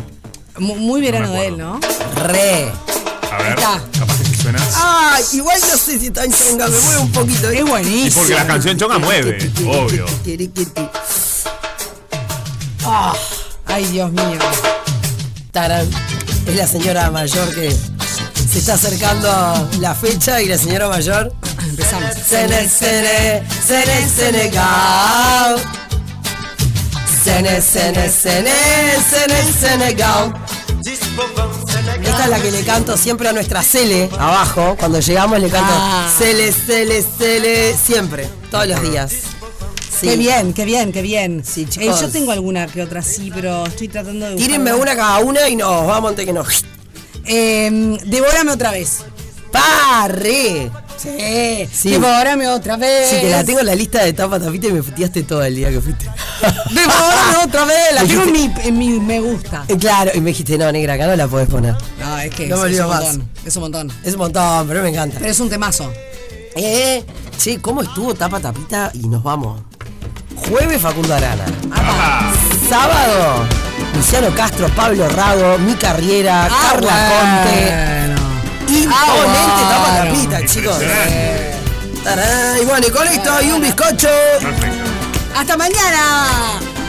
[SPEAKER 2] Mu- Muy verano de él, ¿no?
[SPEAKER 14] Re.
[SPEAKER 3] A ver,
[SPEAKER 2] Está.
[SPEAKER 3] capaz que sí suena.
[SPEAKER 14] Ay, igual no sé si tan chonga, me mueve un poquito. Es
[SPEAKER 3] Y porque la canción chonga mueve, obvio.
[SPEAKER 14] Ah, ay, Dios mío. Tarán. Es la señora mayor que se está acercando a la fecha y la señora mayor. Empezamos. Sene, sene, sene, Senegal. Sene, sene, sene, sene, Senegal. Esta es la que le canto siempre a nuestra Cele, abajo. Cuando llegamos le canto
[SPEAKER 2] Ah.
[SPEAKER 14] Cele, Cele, Cele, siempre, todos los días. Sí.
[SPEAKER 2] Qué bien, qué bien, qué bien. Sí,
[SPEAKER 14] chicos.
[SPEAKER 2] yo tengo alguna que otra sí, pero estoy tratando de.
[SPEAKER 14] Tírenme
[SPEAKER 2] buscar-
[SPEAKER 14] una cada una y nos vamos antes que nos.
[SPEAKER 2] Eh, devórame otra vez.
[SPEAKER 14] ¡Parre!
[SPEAKER 2] Sí,
[SPEAKER 14] Sí.
[SPEAKER 2] devórame otra vez.
[SPEAKER 14] Sí, que la tengo en la lista de tapas, tapita y me futeaste todo el día que fuiste. <laughs>
[SPEAKER 2] Devórame otra vez. La
[SPEAKER 14] Me
[SPEAKER 2] tengo en mi,
[SPEAKER 14] dijiste-
[SPEAKER 2] en mi me gusta.
[SPEAKER 14] Eh, Claro, y me dijiste, no, negra, acá no la podés poner.
[SPEAKER 2] No, es que
[SPEAKER 14] No me
[SPEAKER 2] es, es
[SPEAKER 14] olvido
[SPEAKER 2] un
[SPEAKER 14] más.
[SPEAKER 2] montón. Es un montón.
[SPEAKER 14] Es un montón, pero me encanta.
[SPEAKER 2] Pero es un temazo.
[SPEAKER 14] Eh, che, ¿cómo estuvo tapa tapita? Y nos vamos. Jueves Facundo Arana. Sábado, Luciano Castro, Pablo Rago, Mi Carriera, Carla Conte.
[SPEAKER 3] Ah,
[SPEAKER 14] Imponente tapa
[SPEAKER 1] Ah,
[SPEAKER 14] tapita, chicos.
[SPEAKER 3] Impresionante.
[SPEAKER 14] Tarán, y bueno, y con esto hay un bizcocho.
[SPEAKER 2] ¡Hasta mañana!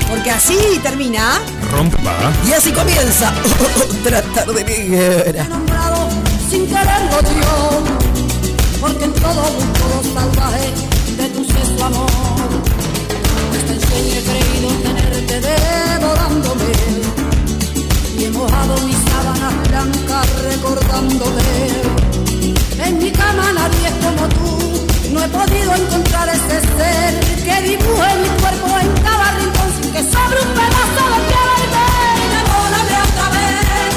[SPEAKER 2] Porque así termina.
[SPEAKER 3] Rompe paga.
[SPEAKER 14] Y así comienza otra tarde negra.
[SPEAKER 1] nombrado sin quererlo yo, porque en todo gusto salvaje de tu sexto amor, hasta el sueño he creído tenerte devorándome, y he mojado mis sábanas blancas recordándote. En mi cama nadie es como tú, no he podido encontrar ese ser que dibuje mi cuerpo en cada rincón, que sobre un pedazo de piel me enamórame otra vez.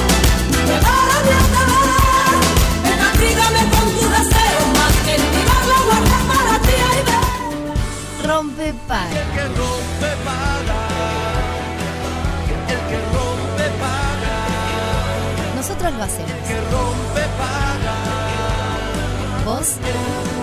[SPEAKER 1] Devórame otra vez, ven abrígame con tu deseo, más que el mirarlo guardé para ti ay, ven.
[SPEAKER 7] Rompe para. Nosotros lo hacemos. Vos